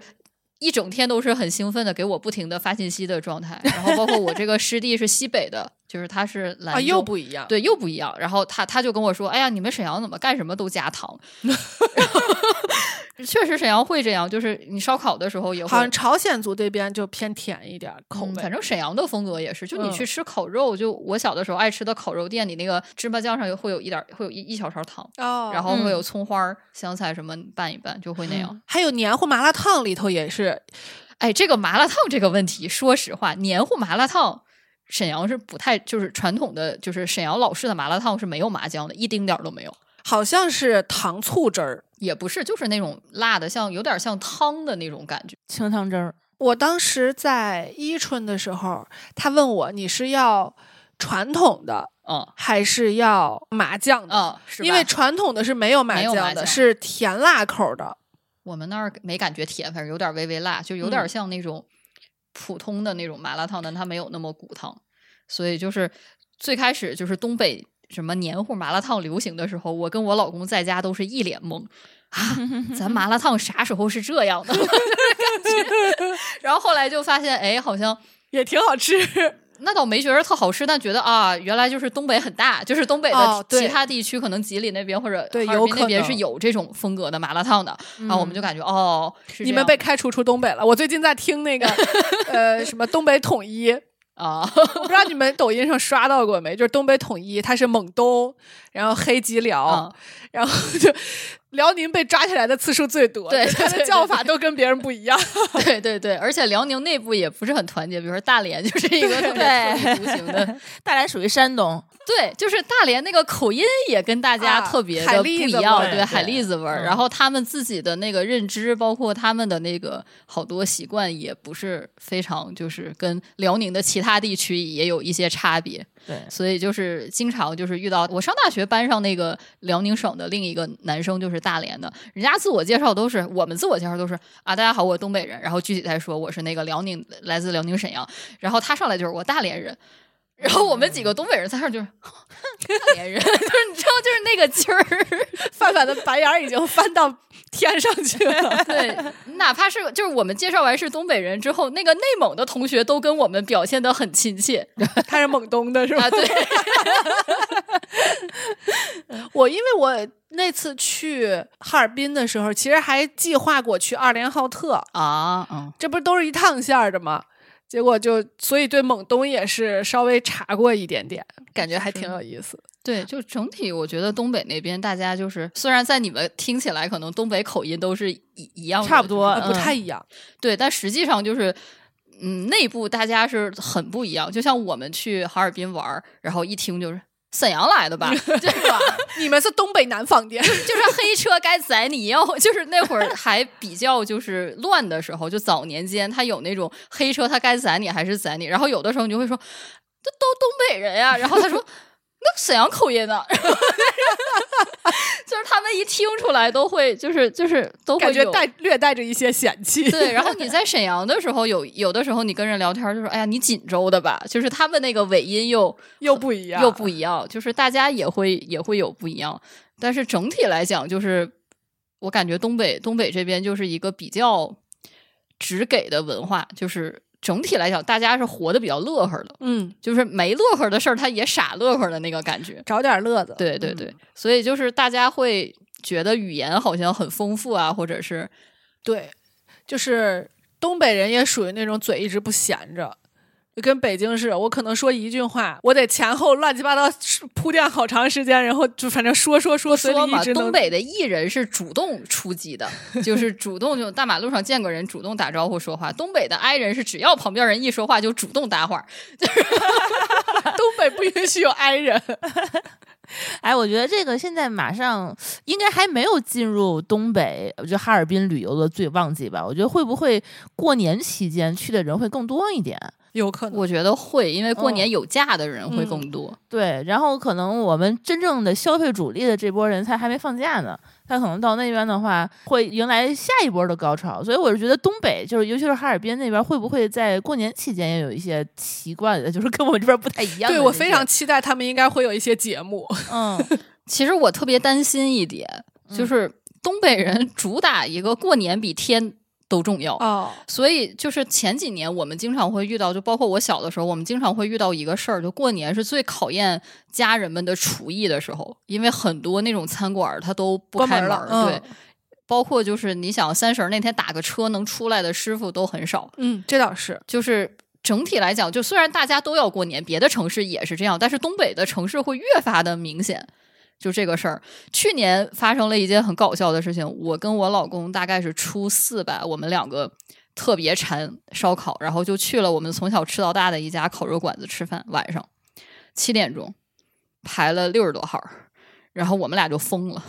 [SPEAKER 4] 一整天都是很兴奋的，给我不停的发信息的状态。然后包括我这个师弟是西北的，就是他是 兰州，
[SPEAKER 3] 啊，又不一样。
[SPEAKER 4] 对，又不一样。然后他他就跟我说：“哎呀，你们沈阳怎么干什么都加糖？” 确实，沈阳会这样，就是你烧烤的时候也会
[SPEAKER 3] 好像朝鲜族这边就偏甜一点儿口
[SPEAKER 4] 嗯
[SPEAKER 3] 味，
[SPEAKER 4] 反正沈阳的风格也是，就你
[SPEAKER 3] 嗯
[SPEAKER 4] 去吃烤肉，就我小的时候爱吃的烤肉店里，那个芝麻酱上会有一点儿，会有一一小勺糖，
[SPEAKER 3] 哦，
[SPEAKER 4] 然后会
[SPEAKER 2] 嗯
[SPEAKER 4] 有葱花儿、香菜什么拌一拌，就会那样。
[SPEAKER 3] 还有黏糊麻辣烫里头也是，
[SPEAKER 4] 哎，这个麻辣烫这个问题，说实话，黏糊麻辣烫。沈阳是不太，就是传统的，就是沈阳老式的麻辣烫是没有麻酱的，一丁点儿都没有。
[SPEAKER 3] 好像是糖醋汁儿。
[SPEAKER 4] 也不是，就是那种辣的，像有点像汤的那种感觉。
[SPEAKER 2] 清汤汁儿，
[SPEAKER 3] 我当时在伊春的时候，他问我你是要传统的
[SPEAKER 4] 嗯
[SPEAKER 3] 还是要麻酱的？
[SPEAKER 4] 嗯，是吧
[SPEAKER 3] 因为传统的是没有麻
[SPEAKER 4] 没有
[SPEAKER 3] 酱的，
[SPEAKER 4] 麻酱
[SPEAKER 3] 是甜辣口的。
[SPEAKER 4] 我们那儿没感觉甜，反正有点微微辣，就有点
[SPEAKER 3] 嗯
[SPEAKER 4] 像那种普通的那种麻辣烫，但它没有那么骨汤。所以就是最开始就是东北什么黏糊麻辣烫流行的时候，我跟我老公在家都是一脸懵啊，咱麻辣烫啥时候是这样的？ 就是感觉。然后后来就发现，哎，好像。
[SPEAKER 3] 也挺好吃，
[SPEAKER 4] 那倒没觉得特好吃，但觉得啊，原来就是东北很大，就是东北
[SPEAKER 3] 哦
[SPEAKER 4] 的
[SPEAKER 3] 对
[SPEAKER 4] 其他地区，可能吉林那边或者
[SPEAKER 3] 对
[SPEAKER 4] 哈尔
[SPEAKER 3] 有
[SPEAKER 4] 滨
[SPEAKER 3] 可
[SPEAKER 4] 那边
[SPEAKER 3] 能
[SPEAKER 4] 是有这种风格的麻辣烫的，然后我
[SPEAKER 3] 嗯
[SPEAKER 4] 们就感觉哦，是
[SPEAKER 3] 你
[SPEAKER 4] 这
[SPEAKER 3] 们
[SPEAKER 4] 样
[SPEAKER 3] 被开除出东北了。我最近在听那 个呃什么东北统一，
[SPEAKER 4] 啊，
[SPEAKER 3] 我不知道你们抖音上刷到过没？就是东北统一，他是蒙东，然后黑吉辽，
[SPEAKER 4] 嗯
[SPEAKER 3] 然后就辽宁被抓起来的次数最多，
[SPEAKER 4] 对
[SPEAKER 3] 就是他
[SPEAKER 4] 对
[SPEAKER 3] 的
[SPEAKER 4] 对
[SPEAKER 3] 叫法都跟别人不一样。
[SPEAKER 4] 哦对对对，而且辽宁内部也不是很团结，比如说大连就是一个特别特立独行 的，
[SPEAKER 2] 大连属于山东，
[SPEAKER 4] 对，就是大连那个口音也跟大家
[SPEAKER 3] 啊
[SPEAKER 4] 特别
[SPEAKER 3] 海
[SPEAKER 4] 的不
[SPEAKER 3] 蛎
[SPEAKER 4] 一
[SPEAKER 3] 子味
[SPEAKER 4] 样，
[SPEAKER 3] 儿
[SPEAKER 4] 对
[SPEAKER 2] 对
[SPEAKER 4] 海蛎子味儿，
[SPEAKER 2] 嗯
[SPEAKER 4] 然后他们自己的那个认知，包括他们的那个好多习惯，也不是非常就是跟辽宁的其他地区也有一些差别，
[SPEAKER 2] 对，
[SPEAKER 4] 所以就是经常就是遇到我上大学班上那个辽宁省的另一个男生就是大连的，人家自我介绍都是我们自我介绍都是啊大家好我东北人，然后具体再说我是那个辽宁来自辽宁沈阳，然后他上来就是我大连人。然后我们几个东北人在那儿 就是大连人， 就是你知道，就是那个劲儿。。
[SPEAKER 3] 范范的白眼儿已经翻到天上 去了
[SPEAKER 4] 对，哪怕是就是我们介绍完是东北人之后，那个内蒙的同学都跟我们表现的很亲切
[SPEAKER 3] 他是蒙东的是吧？
[SPEAKER 4] 啊。 对，
[SPEAKER 3] 我因为我那次去哈尔滨的时候，其实还计划过去二连浩特，
[SPEAKER 4] 啊，嗯，
[SPEAKER 3] 这不是都是一趟线儿的吗？结果就所以对蒙东也是稍微查过一点点，感觉还挺有意思。
[SPEAKER 4] 对，就整体我觉得东北那边大家就是，虽然在你们听起来可能东北口音都是一一样的，
[SPEAKER 2] 差不多嗯
[SPEAKER 4] 就
[SPEAKER 3] 呃不
[SPEAKER 4] 是
[SPEAKER 3] 太一样，
[SPEAKER 4] 对，但实际上就是。嗯，内部大家是很不一样，就像我们去哈尔滨玩儿，然后一听就是沈阳来的吧， 就是吧？
[SPEAKER 3] 你们是东北南方的，
[SPEAKER 4] 就是黑车该宰你要，就是那会儿还比较就是乱的时候，就早年间他有那种黑车，他该宰你还是宰你，然后有的时候你就会说，这都东北人呀、 然后他说那沈阳口音呢、就是他们一听出来都会，就是就是都会
[SPEAKER 3] 感觉
[SPEAKER 4] 有
[SPEAKER 3] 带略带着一些嫌弃。
[SPEAKER 4] 对，然后你在沈阳的时候，有有的时候你跟人聊天就说：“哎呀，你锦州的吧？”就是他们那个尾音又
[SPEAKER 3] 又不一样，
[SPEAKER 4] 又不一样，就是大家也会也会有不一样，但是整体来讲，就是我感觉东北东北这边就是一个比较直给的文化，就是整体来讲，大家是活得比较乐呵的，
[SPEAKER 3] 嗯，
[SPEAKER 4] 就是没乐呵的事儿，他也傻乐呵的那个感觉。
[SPEAKER 3] 找点乐子。
[SPEAKER 4] 对对对，所以就是大家会觉得语言好像很丰富啊，或者是
[SPEAKER 3] 对，就是东北人也属于那种嘴一直不闲着，跟北京似的。我可能说一句话，我得前后乱七八糟铺垫好长时间，然后就反正说说说，嘴
[SPEAKER 4] 说
[SPEAKER 3] 里一
[SPEAKER 4] 嘛，
[SPEAKER 3] 直
[SPEAKER 4] 东
[SPEAKER 3] 能。
[SPEAKER 4] 北的艺人是主动出 击的，就是主动就大马路上见个人主动打招呼说话。东北的 i 人是只要旁边人一说话就主动搭话，
[SPEAKER 3] 东北不允许有 i 人，
[SPEAKER 2] 哎，我觉得这个现在马上应该还没有进入东北，就哈尔滨旅游的最旺季吧。我觉得会不会过年期间去的人会更多一点？
[SPEAKER 3] 有可能。
[SPEAKER 4] 我觉得会，因为过年
[SPEAKER 2] 嗯
[SPEAKER 4] 有假的人会
[SPEAKER 3] 嗯
[SPEAKER 4] 更多。
[SPEAKER 2] 对，然后可能我们真正的消费主力的这波人才还没放假呢，他可能到那边的话会迎来下一波的高潮，所以我是觉得东北就是尤其是哈尔滨那边会不会在过年期间也有一些奇怪的，就是跟我们这边不太哎一样的那些。
[SPEAKER 3] 对我非常期待他们应该会有一些节目，
[SPEAKER 2] 嗯，
[SPEAKER 4] 其实我特别担心一点，
[SPEAKER 3] 嗯
[SPEAKER 4] 就是东北人主打一个过年比天都重要。
[SPEAKER 3] 哦，
[SPEAKER 4] 所以就是前几年我们经常会遇到，就包括我小的时候，我们经常会遇到一个事儿，就过年是最考验家人们的厨艺的时候，因为很多那种餐馆儿它都不
[SPEAKER 3] 关
[SPEAKER 4] 开
[SPEAKER 3] 门
[SPEAKER 4] 门
[SPEAKER 3] 了
[SPEAKER 4] 儿，
[SPEAKER 3] 嗯
[SPEAKER 4] 对。包括就是你想三十儿那天打个车能出来的师傅都很少，
[SPEAKER 3] 嗯，这倒是，
[SPEAKER 4] 就是整体来讲，就虽然大家都要过年，别的城市也是这样，但是东北的城市会越发的明显。就这个事儿，去年发生了一件很搞笑的事情。我跟我老公大概是初四吧，我们两个特别馋烧烤，然后就去了我们从小吃到大的一家烤肉馆子吃饭。晚上七点钟排了六十多号儿，然后我们俩就疯了。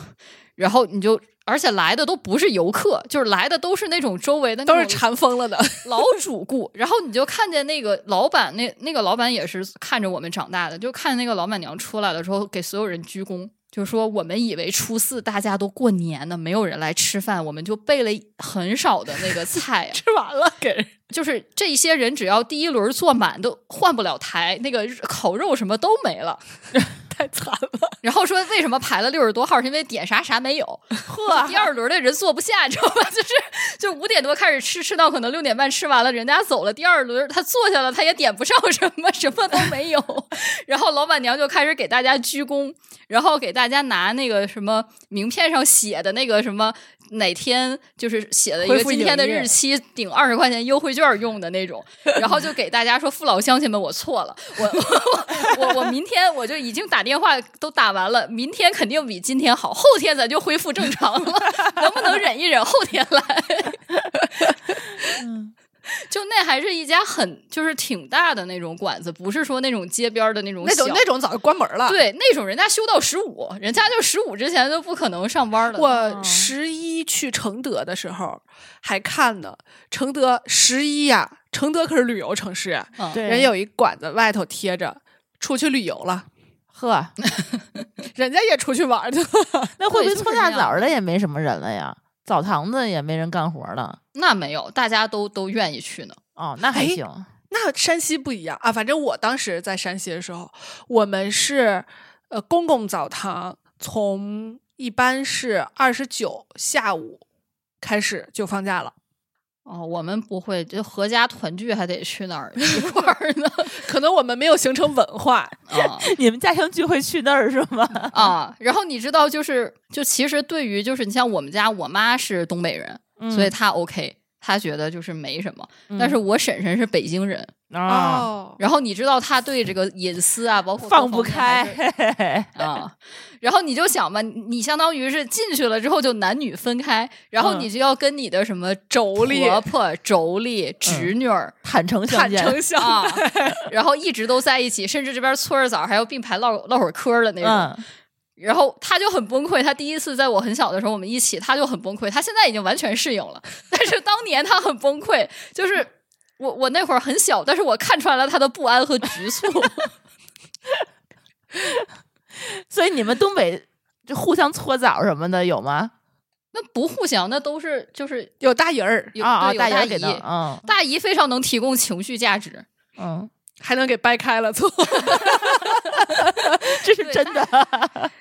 [SPEAKER 4] 然后你就，而且来的都不是游客，就是来的都是那种周围的那
[SPEAKER 3] 都是
[SPEAKER 4] 种
[SPEAKER 3] 馋疯了的，
[SPEAKER 4] 老主顾，然后你就看见那个老板，那那个老板也是看着我们长大的，就看那个老板娘出来的时候，给所有人鞠躬，就说我们以为初四大家都过年呢，没有人来吃饭，我们就备了很少的那个菜、啊，
[SPEAKER 3] 吃完了给人
[SPEAKER 4] 就是这些人只要第一轮坐满都换不了台，那个烤肉什么都没了。
[SPEAKER 3] 太惨了。
[SPEAKER 4] 然后说为什么排了六十多号，是因为点啥啥没有，
[SPEAKER 2] 呵
[SPEAKER 4] 第二轮的人坐不下，你知道吗？ 就是就五点多开始吃，吃到可能六点半吃完了，人家走了。第二轮他坐下了，他也点不上什么，什么都没有。然后老板娘就开始给大家鞠躬，然后给大家拿那个什么名片上写的那个什么哪天就是写的一
[SPEAKER 3] 恢
[SPEAKER 4] 个
[SPEAKER 3] 复
[SPEAKER 4] 今天的
[SPEAKER 3] 营业
[SPEAKER 4] 日期，顶二十块钱优惠券用的那种。然后就给大家说父老乡亲们，我错了，我 我我我明天我就已经打电话都打完了，明天肯定比今天好，后天咱就恢复正常了， 能不能忍一忍，后天来？
[SPEAKER 3] 嗯
[SPEAKER 4] 就那还是一家很就是挺大的那种馆子，不是说那种街边儿的那种
[SPEAKER 3] 那种啊
[SPEAKER 4] 小
[SPEAKER 3] 那种早就关门了。，
[SPEAKER 4] 对那种人家休到十五，人家就十五之前都不可能上班了。嗯
[SPEAKER 3] 我十一去承德的时候还看呢，承德十一呀，承德可是旅游城市啊，
[SPEAKER 4] 嗯
[SPEAKER 2] 对
[SPEAKER 3] 人有一馆子外头贴着。出去旅游了，
[SPEAKER 2] 呵，
[SPEAKER 3] 人家也出去玩 去了。
[SPEAKER 2] 那会不
[SPEAKER 4] 对
[SPEAKER 2] 会
[SPEAKER 4] 就
[SPEAKER 2] 搓
[SPEAKER 4] 是
[SPEAKER 2] 大
[SPEAKER 4] 那
[SPEAKER 2] 枣
[SPEAKER 4] 样
[SPEAKER 2] 儿的也没什么人了呀？澡堂子也没人干活了。
[SPEAKER 4] 那没有，大家都都愿意去呢。
[SPEAKER 2] 哦，那还
[SPEAKER 3] 哎
[SPEAKER 2] 行。
[SPEAKER 3] 那山西不一样啊，反正我当时在山西的时候，我们是呃公共澡堂，从一般是二十九下午开始就放假了。
[SPEAKER 4] 哦，我们不会，就合家团聚还得去那儿一块儿呢。
[SPEAKER 3] 可能我们没有形成文 化，
[SPEAKER 4] 啊
[SPEAKER 2] 你们家庭聚会去那儿是吗？
[SPEAKER 4] 啊，然后你知道，就是就其实对于就是你像我们家，我妈是东北人，所
[SPEAKER 2] 嗯
[SPEAKER 4] 以她 OK，她觉得就是没什么。但是我婶婶是北京人，
[SPEAKER 2] 啊，
[SPEAKER 4] 然后你知道她对这个隐私啊，包括各
[SPEAKER 2] 放不
[SPEAKER 4] 方面还
[SPEAKER 2] 开
[SPEAKER 4] 是。啊，然后你就想吧，你你相当于是进去了之后就男女分开，然后
[SPEAKER 2] 嗯
[SPEAKER 4] 你就要跟你的什 么妯
[SPEAKER 3] 娌
[SPEAKER 4] 婆婆、妯娌、侄女儿、
[SPEAKER 2] 坦诚嗯相
[SPEAKER 3] 坦
[SPEAKER 2] 见。
[SPEAKER 3] 诚相
[SPEAKER 4] 啊，然后一直都在一起，甚至这边搓着澡还要并排唠唠会儿嗑儿的那种。
[SPEAKER 2] 嗯，
[SPEAKER 4] 然后他就很崩溃。他第一次在我很小的时候，我们一起，他就很崩溃。他现在已经完全适应了， 但是当年他很崩溃，就是我我那会儿很小，但是我看出来了他的不安和局促。
[SPEAKER 2] 所以你们东北就互相搓澡什么的有吗？
[SPEAKER 4] 那不互相，那都是就是
[SPEAKER 3] 有大人儿，
[SPEAKER 4] 有、
[SPEAKER 2] 啊啊，
[SPEAKER 4] 对有大
[SPEAKER 2] 爷给的，嗯
[SPEAKER 4] 大姨非常能提供情绪价值，
[SPEAKER 2] 嗯，
[SPEAKER 3] 还能给掰开了做。
[SPEAKER 2] 这是
[SPEAKER 4] 对
[SPEAKER 2] 真
[SPEAKER 4] 大
[SPEAKER 2] 的。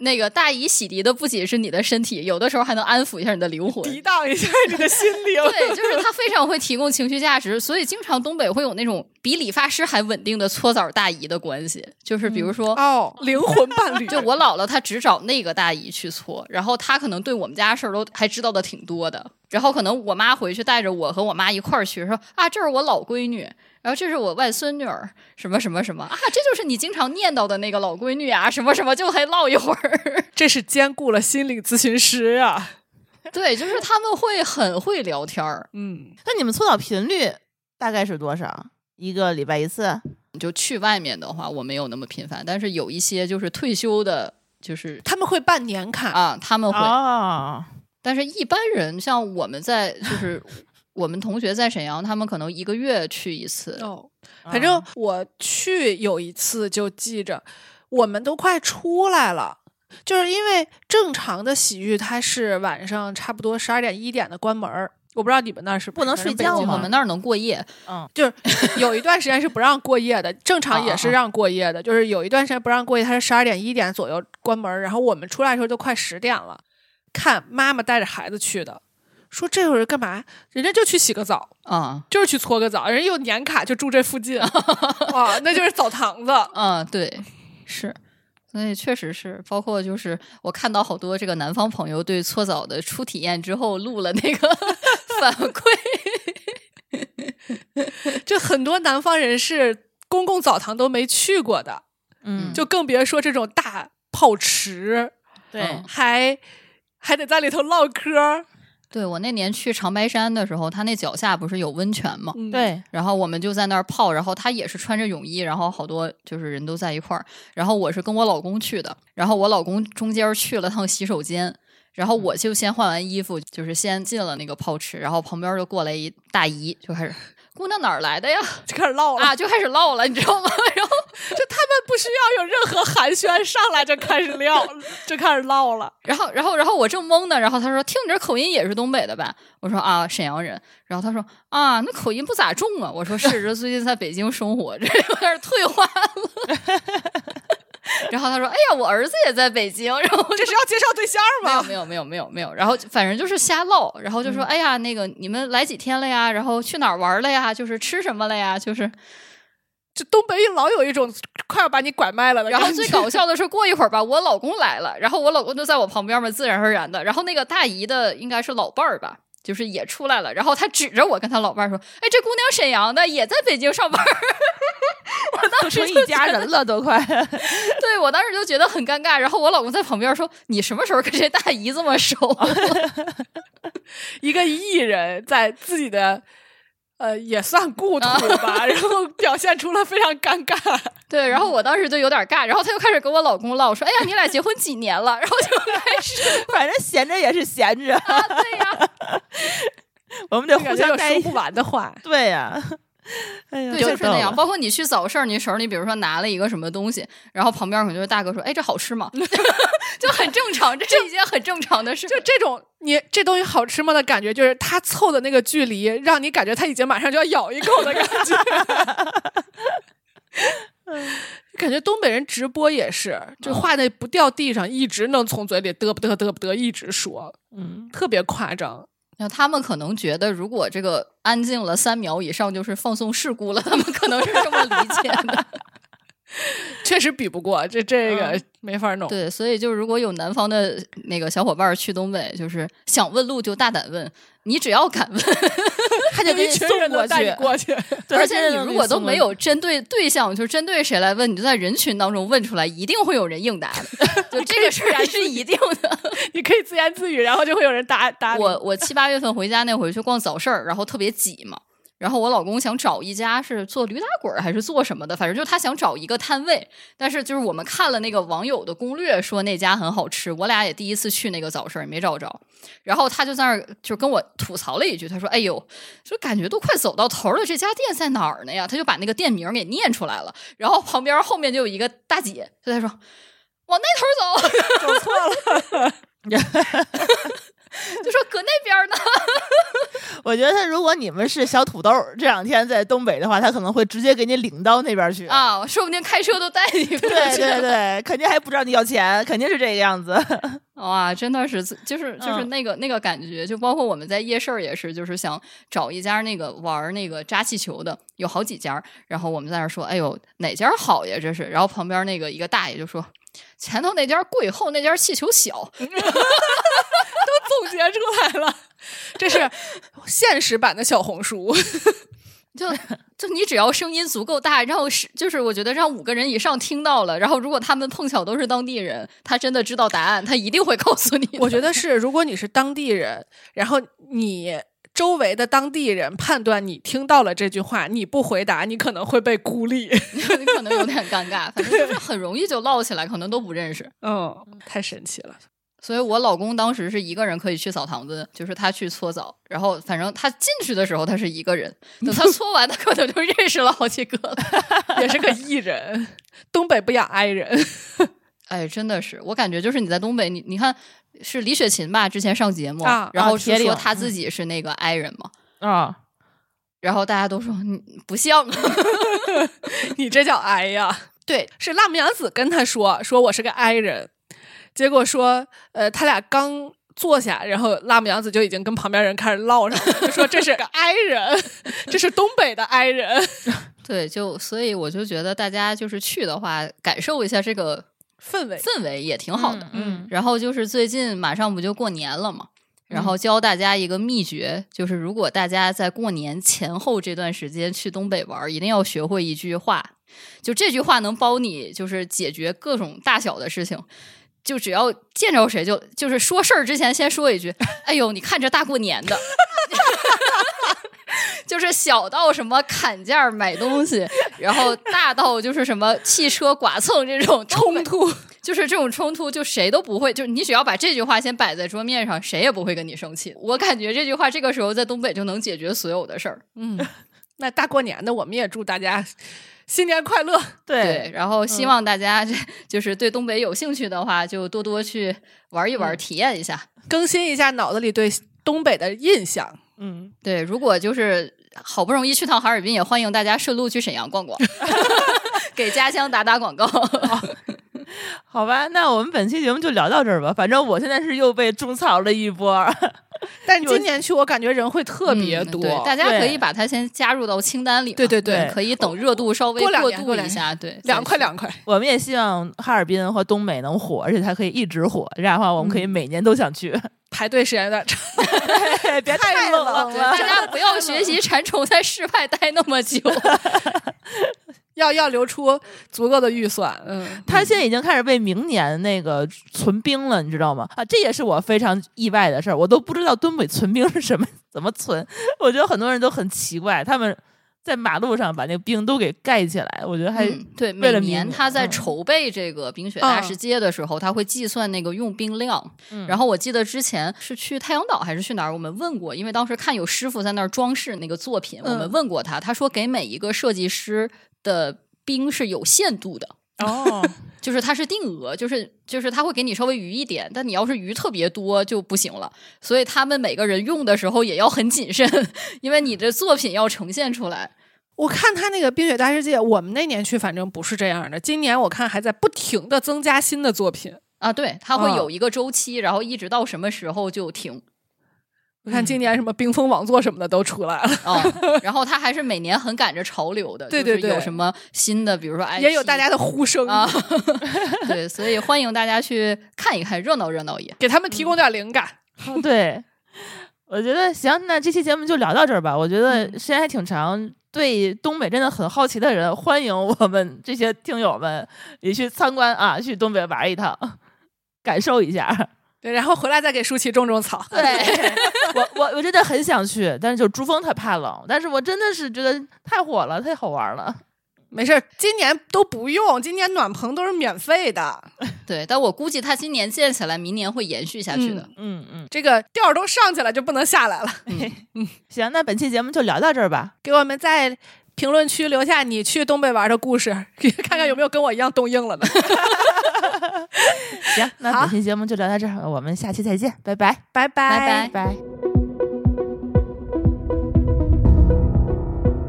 [SPEAKER 4] 那个大姨洗涤的不仅是你的身体，有的时候还能安抚一下你的灵魂，
[SPEAKER 3] 涤荡一下你的心灵。
[SPEAKER 4] 对，就是他非常会提供情绪价值，所以经常东北会有那种比理发师还稳定的搓澡大姨的关系，就是比如说。
[SPEAKER 3] 哦，灵魂伴侣。
[SPEAKER 4] 就我姥姥，她只找那个大姨去搓，然后她可能对我们家事儿都还知道的挺多的。然后可能我妈回去带着我和我妈一块儿去，说啊，这是我老闺女，然后这是我外孙女儿，什么什么什么啊，这就是你经常念叨的那个老闺女啊，什么什么，就还唠一会儿。
[SPEAKER 3] 这是兼顾了心理咨询师啊。
[SPEAKER 4] 对，就是他们会很会聊天儿，
[SPEAKER 3] 嗯，
[SPEAKER 2] 那你们搓澡频率大概是多少？一个礼拜一次？
[SPEAKER 4] 就去外面的话，我没有那么频繁，但是有一些就是退休的，就是
[SPEAKER 3] 他们会办年卡，
[SPEAKER 4] 啊，他们会，
[SPEAKER 2] 哦，
[SPEAKER 4] 但是一般人像我们在就是我们同学在沈阳，他们可能一个月去一次，
[SPEAKER 3] 哦，反正我去有一次就记着，我们都快出来了，就是因为正常的洗浴它是晚上差不多十二点一点的关门儿，我不知道你们那儿是
[SPEAKER 2] 不能
[SPEAKER 3] 是反正
[SPEAKER 2] 睡觉
[SPEAKER 3] 北京
[SPEAKER 2] 吗
[SPEAKER 4] 我们那儿能过夜，
[SPEAKER 2] 嗯，
[SPEAKER 3] 就是 有一段时间是不让过夜的，正常也是让过夜的，就是有一段时间不让过夜，它是十二点一点左右关门儿，然后我们出来的时候都快十点了，看妈妈带着孩子去的，说这会儿干嘛？人家就去洗个澡。
[SPEAKER 4] 啊、
[SPEAKER 3] 就是去搓个澡，人家有年卡就住这附近，哇，那就是澡堂子。
[SPEAKER 4] 啊，对，是，所以确实是，包括就是我看到好多这个南方朋友对搓澡的初体验之后录了那个 反馈，
[SPEAKER 3] 就很多南方人是公共澡堂都没去过的，
[SPEAKER 2] 嗯，
[SPEAKER 3] 就更别说这种大泡池，
[SPEAKER 2] 对，
[SPEAKER 4] 嗯
[SPEAKER 3] 还还得在里头唠嗑儿。
[SPEAKER 4] 对我那年去长白山的时候，他那脚下不是有温泉吗？
[SPEAKER 3] 嗯，
[SPEAKER 2] 对，
[SPEAKER 4] 然后我们就在那儿泡，然后他也是穿着泳衣，然后好多就是人都在一块儿。然后我是跟我老公去的，然后我老公中间去了趟洗手间，然后我就先换完衣服，就是先进了那个泡池，然后旁边就过来一大姨，就开始姑娘哪儿来的呀？
[SPEAKER 3] 嗯就开始唠了。
[SPEAKER 4] 啊，就开始唠了，你知道吗？ 然后
[SPEAKER 3] 就他们不需要有任何寒暄，上来就开始聊，就开始唠了。
[SPEAKER 4] 然后，然后，然后我正懵呢，然后他说：“听你这口音也是东北的吧？”我说：“啊，沈阳人。”然后他说：“啊，那口音不咋重啊。”我说：“是，这最近在北京生活，这有点退化了。” 然后他说：“哎呀，我儿子也在北京。”然后我就
[SPEAKER 3] 这是要介绍对象
[SPEAKER 4] 没有
[SPEAKER 3] 吗？
[SPEAKER 4] 没有没有没有没有，然后反正就是瞎唠，然后就说：“哎呀，那个你们来几天了呀？然后去哪儿玩了呀？就是吃什么了呀？就是……
[SPEAKER 3] 就东北老有一种快要把你拐卖了的
[SPEAKER 4] 然
[SPEAKER 3] 感觉。
[SPEAKER 4] 后最搞笑的是，过一会儿吧，我老公来了，然后我老公就在我旁边嘛，自然而然的。然后那个大姨的应该是老伴儿吧，就是也出来了，然后他指着我跟他老伴儿说：“哎，这姑娘沈阳的，也在北京上班。”我当时
[SPEAKER 2] 成
[SPEAKER 4] 就
[SPEAKER 2] 一家人了都快，
[SPEAKER 4] 对我当时就觉得很尴尬。然后我老公在旁边说：“你什么时候跟这大姨这么熟？”
[SPEAKER 3] 一个艺人在自己的呃也算故土吧， 然后表现出了非常尴 尬。
[SPEAKER 4] 对，然后我当时就有点尬，然后他就开始跟我老公唠说：“哎呀，你俩结婚几年了？”然后就 开始
[SPEAKER 2] 反正闲着也是闲着，
[SPEAKER 4] 啊，对呀、
[SPEAKER 2] 我们得
[SPEAKER 3] 感
[SPEAKER 2] 互
[SPEAKER 3] 觉
[SPEAKER 2] 相
[SPEAKER 3] 有
[SPEAKER 2] 待
[SPEAKER 3] 说
[SPEAKER 2] 一
[SPEAKER 3] 不完的话。
[SPEAKER 2] 对呀、 哎呀，
[SPEAKER 4] 对，
[SPEAKER 2] 太
[SPEAKER 4] 就是
[SPEAKER 2] 逗
[SPEAKER 4] 那样。
[SPEAKER 2] 了
[SPEAKER 4] 包括你去早市儿，你手里比如说拿了一个什么东西，然后旁边可能就是大哥说：“哎，这好吃吗？” 就很正常，这是一件很正常的事。
[SPEAKER 3] 就这种，你这东西好吃吗的感觉，就是他凑的那个距离，让你感觉他已经马上就要咬一口的感觉。 感觉东北人直播也是，就话那不掉地上，一直能从嘴里嘚不嘚嘚不嘚一直说，
[SPEAKER 2] 嗯，
[SPEAKER 3] 特别夸张。
[SPEAKER 4] 那他们可能觉得，如果这个安静了三秒以上，就是放松事故了，他们可能是这么理解的。
[SPEAKER 3] 确实比不过，这这个
[SPEAKER 2] 嗯
[SPEAKER 3] 没法弄。
[SPEAKER 4] 对，所以就如果有南方的那个小伙伴儿去东北，就是想问路就大胆问，你只要敢问，
[SPEAKER 2] 他就
[SPEAKER 3] 有
[SPEAKER 2] 给
[SPEAKER 3] 一
[SPEAKER 2] 你
[SPEAKER 3] 群
[SPEAKER 2] 送
[SPEAKER 3] 人
[SPEAKER 2] 过
[SPEAKER 3] 能带你
[SPEAKER 2] 去，
[SPEAKER 3] 过 去，
[SPEAKER 2] 对
[SPEAKER 4] 而
[SPEAKER 2] 他
[SPEAKER 4] 且
[SPEAKER 2] 真
[SPEAKER 4] 你
[SPEAKER 2] 的给
[SPEAKER 4] 如果都
[SPEAKER 2] 送过
[SPEAKER 4] 没
[SPEAKER 2] 去
[SPEAKER 4] 有针对对象，就是针对谁来问，你就在人群当中问出来，一定会有人应答的。 就这个事儿是一定的。
[SPEAKER 3] 你可以自言自语，然后就会有人答答你。
[SPEAKER 4] 我我七八月份回家那回去逛早市儿，然后特别挤嘛。然后我老公想找一家是做驴打滚儿还是做什么的，反正就是他想找一个摊位。但是就是我们看了那个网友的攻略，说那家很好吃，我俩也第一次去那个早市儿，也没找着。然后他就在那儿就跟我吐槽了一句，他说：“哎呦，就感觉都快走到头了，这家店在哪儿呢呀？”他就把那个店名给念出来了。然后旁边后面就有一个大姐就在说：“往那头走。”
[SPEAKER 3] 走错了，
[SPEAKER 4] 就说搁那边儿呢。
[SPEAKER 2] 我觉得如果你们是小土豆儿，这两天在东北的话，他可能会直接给你领到那边去。
[SPEAKER 4] 啊，说不定开车都带你过去。
[SPEAKER 2] 对 对对，肯定还不知道你要钱，肯定是这个样子。
[SPEAKER 4] 哇，真的是，就是就是
[SPEAKER 2] 嗯
[SPEAKER 4] 那个、那个感觉，就包括我们在夜市儿也是，就是想找一家那个玩儿那个扎气球的，有好几家儿，然后我们在那儿说，哎呦哪家儿好呀这是，然后旁边那个一个大爷就说。前头那家儿贵，后那家儿气球小，都走
[SPEAKER 3] 总结出来了，这是现实版的小红书。
[SPEAKER 4] 就就你只要声音足够大，然后是就是我觉得让五个人以上听到了，然后如果他们碰巧都是当地人，他真的知道答案，他一定会告诉你的。
[SPEAKER 3] 我觉得是，如果你是当地人，然后你周围的当地人判断你听到了这句话，你不回答，你可能会被孤立。
[SPEAKER 4] 你可能有点尴尬，反正就是很容易就唠起来，可能都不认识。
[SPEAKER 3] 嗯，太神奇了。
[SPEAKER 4] 所以我老公当时是一个人可以去澡堂子，就是他去搓澡，然后反正他进去的时候他是一个人，等 他搓完，他可能就认识了好几个了。
[SPEAKER 3] 也是个艺人， 东北不养 i 人。
[SPEAKER 4] 哎，真的是，我感觉就是你在东北，你你看是李雪琴吧，之前上节目，
[SPEAKER 3] 啊
[SPEAKER 4] 然
[SPEAKER 2] 啊
[SPEAKER 4] 后是
[SPEAKER 2] 铁
[SPEAKER 4] 说
[SPEAKER 2] 岭
[SPEAKER 4] 她自己是那个 i 人嘛，
[SPEAKER 2] 啊、
[SPEAKER 4] 然后大家都说你不像，啊
[SPEAKER 3] 你这叫 i 呀？对，是辣目洋子跟他说，说我是个 i 人，结果说，呃，他俩刚坐下，然后辣目洋子就已经跟旁边人开始唠上了，就说这是个 i 人， 这是东北的 i 人。
[SPEAKER 4] 对，就所以我就觉得大家就是去的话，感受一下这个
[SPEAKER 3] 氛围
[SPEAKER 4] 氛围也挺好的。
[SPEAKER 2] 嗯
[SPEAKER 4] 然后就是最近马上不就过年了嘛，然后教大家一个秘诀，就是如果大家在过年前后这段时间去东北玩儿，一定要学会一句话，就这句话能帮你就是解决各种大小的事情。就只要见着谁就就是说事儿之前先说一句，哎呦，你看这大过年的，就是小到什么砍价买东西，然后大到就是什么汽车剐蹭这种冲突，就是这种冲突，就谁都不会，就是你只要把这句话先摆在桌面上，谁也不会跟你生气。我感觉这句话这个时候在东北就能解决所有的事儿。
[SPEAKER 3] 嗯，那大过年的，我们也祝大家新年快乐。
[SPEAKER 4] 对，然后
[SPEAKER 3] 嗯
[SPEAKER 4] 希望大家这、就是对东北有兴趣的话，就多多去玩一玩，
[SPEAKER 3] 嗯
[SPEAKER 4] 体验一下。
[SPEAKER 3] 更新一下脑子里对东北的印象。
[SPEAKER 2] 嗯，
[SPEAKER 4] 对，如果就是好不容易去趟哈尔滨，也欢迎大家顺路去沈阳逛逛， 给家乡打打广告。
[SPEAKER 3] 哦
[SPEAKER 2] 好吧，那我们本期节目就聊到这儿吧。反正我现在是又被种草了一波儿，
[SPEAKER 3] 但今年去，我感觉人会特别
[SPEAKER 4] 嗯
[SPEAKER 3] 多。
[SPEAKER 4] 对大家可以
[SPEAKER 2] 对
[SPEAKER 4] 把它先加入到清单里嘛。
[SPEAKER 3] 对对对
[SPEAKER 4] 可以等热度稍微
[SPEAKER 3] 过两年
[SPEAKER 4] 渡
[SPEAKER 3] 过两
[SPEAKER 4] 一下，对，
[SPEAKER 3] 凉快
[SPEAKER 4] 再去。
[SPEAKER 3] 凉快。
[SPEAKER 2] 我们也希望哈尔滨或东北能火，而且它可以一直火。这样的话，我们可以每年都想去。
[SPEAKER 3] 排队时间有点长，
[SPEAKER 2] 别太冷了，
[SPEAKER 4] 对，大家不要学 习馋虫在室外待那么 久。
[SPEAKER 3] 要要留出足够的预算。嗯，
[SPEAKER 2] 他现在已经开始为明年那个存兵了，你知道吗？啊，这也是我非常意外的事儿，我都不知道东北存兵是什么，怎么存？我觉得很多人都很奇怪，他们在马路上把那个兵都给盖起来，我觉得还、
[SPEAKER 4] 嗯对，
[SPEAKER 2] 为
[SPEAKER 4] 每
[SPEAKER 2] 了
[SPEAKER 4] 年
[SPEAKER 2] 明
[SPEAKER 4] 他在
[SPEAKER 2] 嗯
[SPEAKER 4] 筹备这个冰雪大世界的时候，他会计算那个用兵量。
[SPEAKER 2] 嗯
[SPEAKER 4] 然后我记得之前是去太阳岛还是去哪儿，我们问过，因为当时看有师傅在那儿装饰那个作品，我们
[SPEAKER 3] 嗯
[SPEAKER 4] 问过他，他说给每一个设计师的兵是有限度的。
[SPEAKER 2] 哦，
[SPEAKER 4] 就是它是定额，就是就是他会给你稍微余一点，但你要是余特别多就不行了。所以他们每个人用的时候也要很谨慎， 因为你的作品要呈现出来。
[SPEAKER 3] 我看他那个《冰雪大世界》，我们那年去反正不是这样的，今年我看还在不停的增加新的作品。
[SPEAKER 4] 啊，对，它会
[SPEAKER 3] 啊
[SPEAKER 4] 有一个周期，然后一直到什么时候就停
[SPEAKER 3] 我看今年什么冰封王座什么的都出来了，
[SPEAKER 4] 啊。然后它还是每年很赶着潮流的，
[SPEAKER 3] 对
[SPEAKER 4] 就是
[SPEAKER 3] 对对
[SPEAKER 4] 有什么新的，比如说 IP,
[SPEAKER 3] 也有大家的呼声，
[SPEAKER 4] 哎啊， 对，所以欢迎大家去看一看，热闹热闹也。
[SPEAKER 3] 给他们提供点灵感。
[SPEAKER 2] 对，我觉得行，那这期节目就聊到这儿吧。我觉得时间还挺长，对东北真的很好奇的人，欢迎我们这些听友们也去参观啊，去东北玩一趟，感受一下。
[SPEAKER 3] 对，然后回来再给舒淇种 种草。
[SPEAKER 2] 对我我我真的很想去，但是就珠峰他怕冷，但是我真的是觉得太火了，太好玩了。
[SPEAKER 3] 没事儿，今年都不用，今年暖棚都是免费的。
[SPEAKER 4] 对，但我估计它今年建起来，明年会延续下去的。
[SPEAKER 2] 嗯嗯，
[SPEAKER 3] 这个调儿都上去了，就不能下来了。
[SPEAKER 4] 嗯
[SPEAKER 2] 行，那本期节目就聊到这儿吧。
[SPEAKER 3] 给我们在评论区留下你去东北玩的故事， 看看有没有跟我一样冻硬了的。
[SPEAKER 2] 行，那本期节目就聊到这儿，我们下期再见，拜拜，
[SPEAKER 3] 拜拜
[SPEAKER 4] 拜
[SPEAKER 2] 拜
[SPEAKER 4] 拜
[SPEAKER 2] 拜。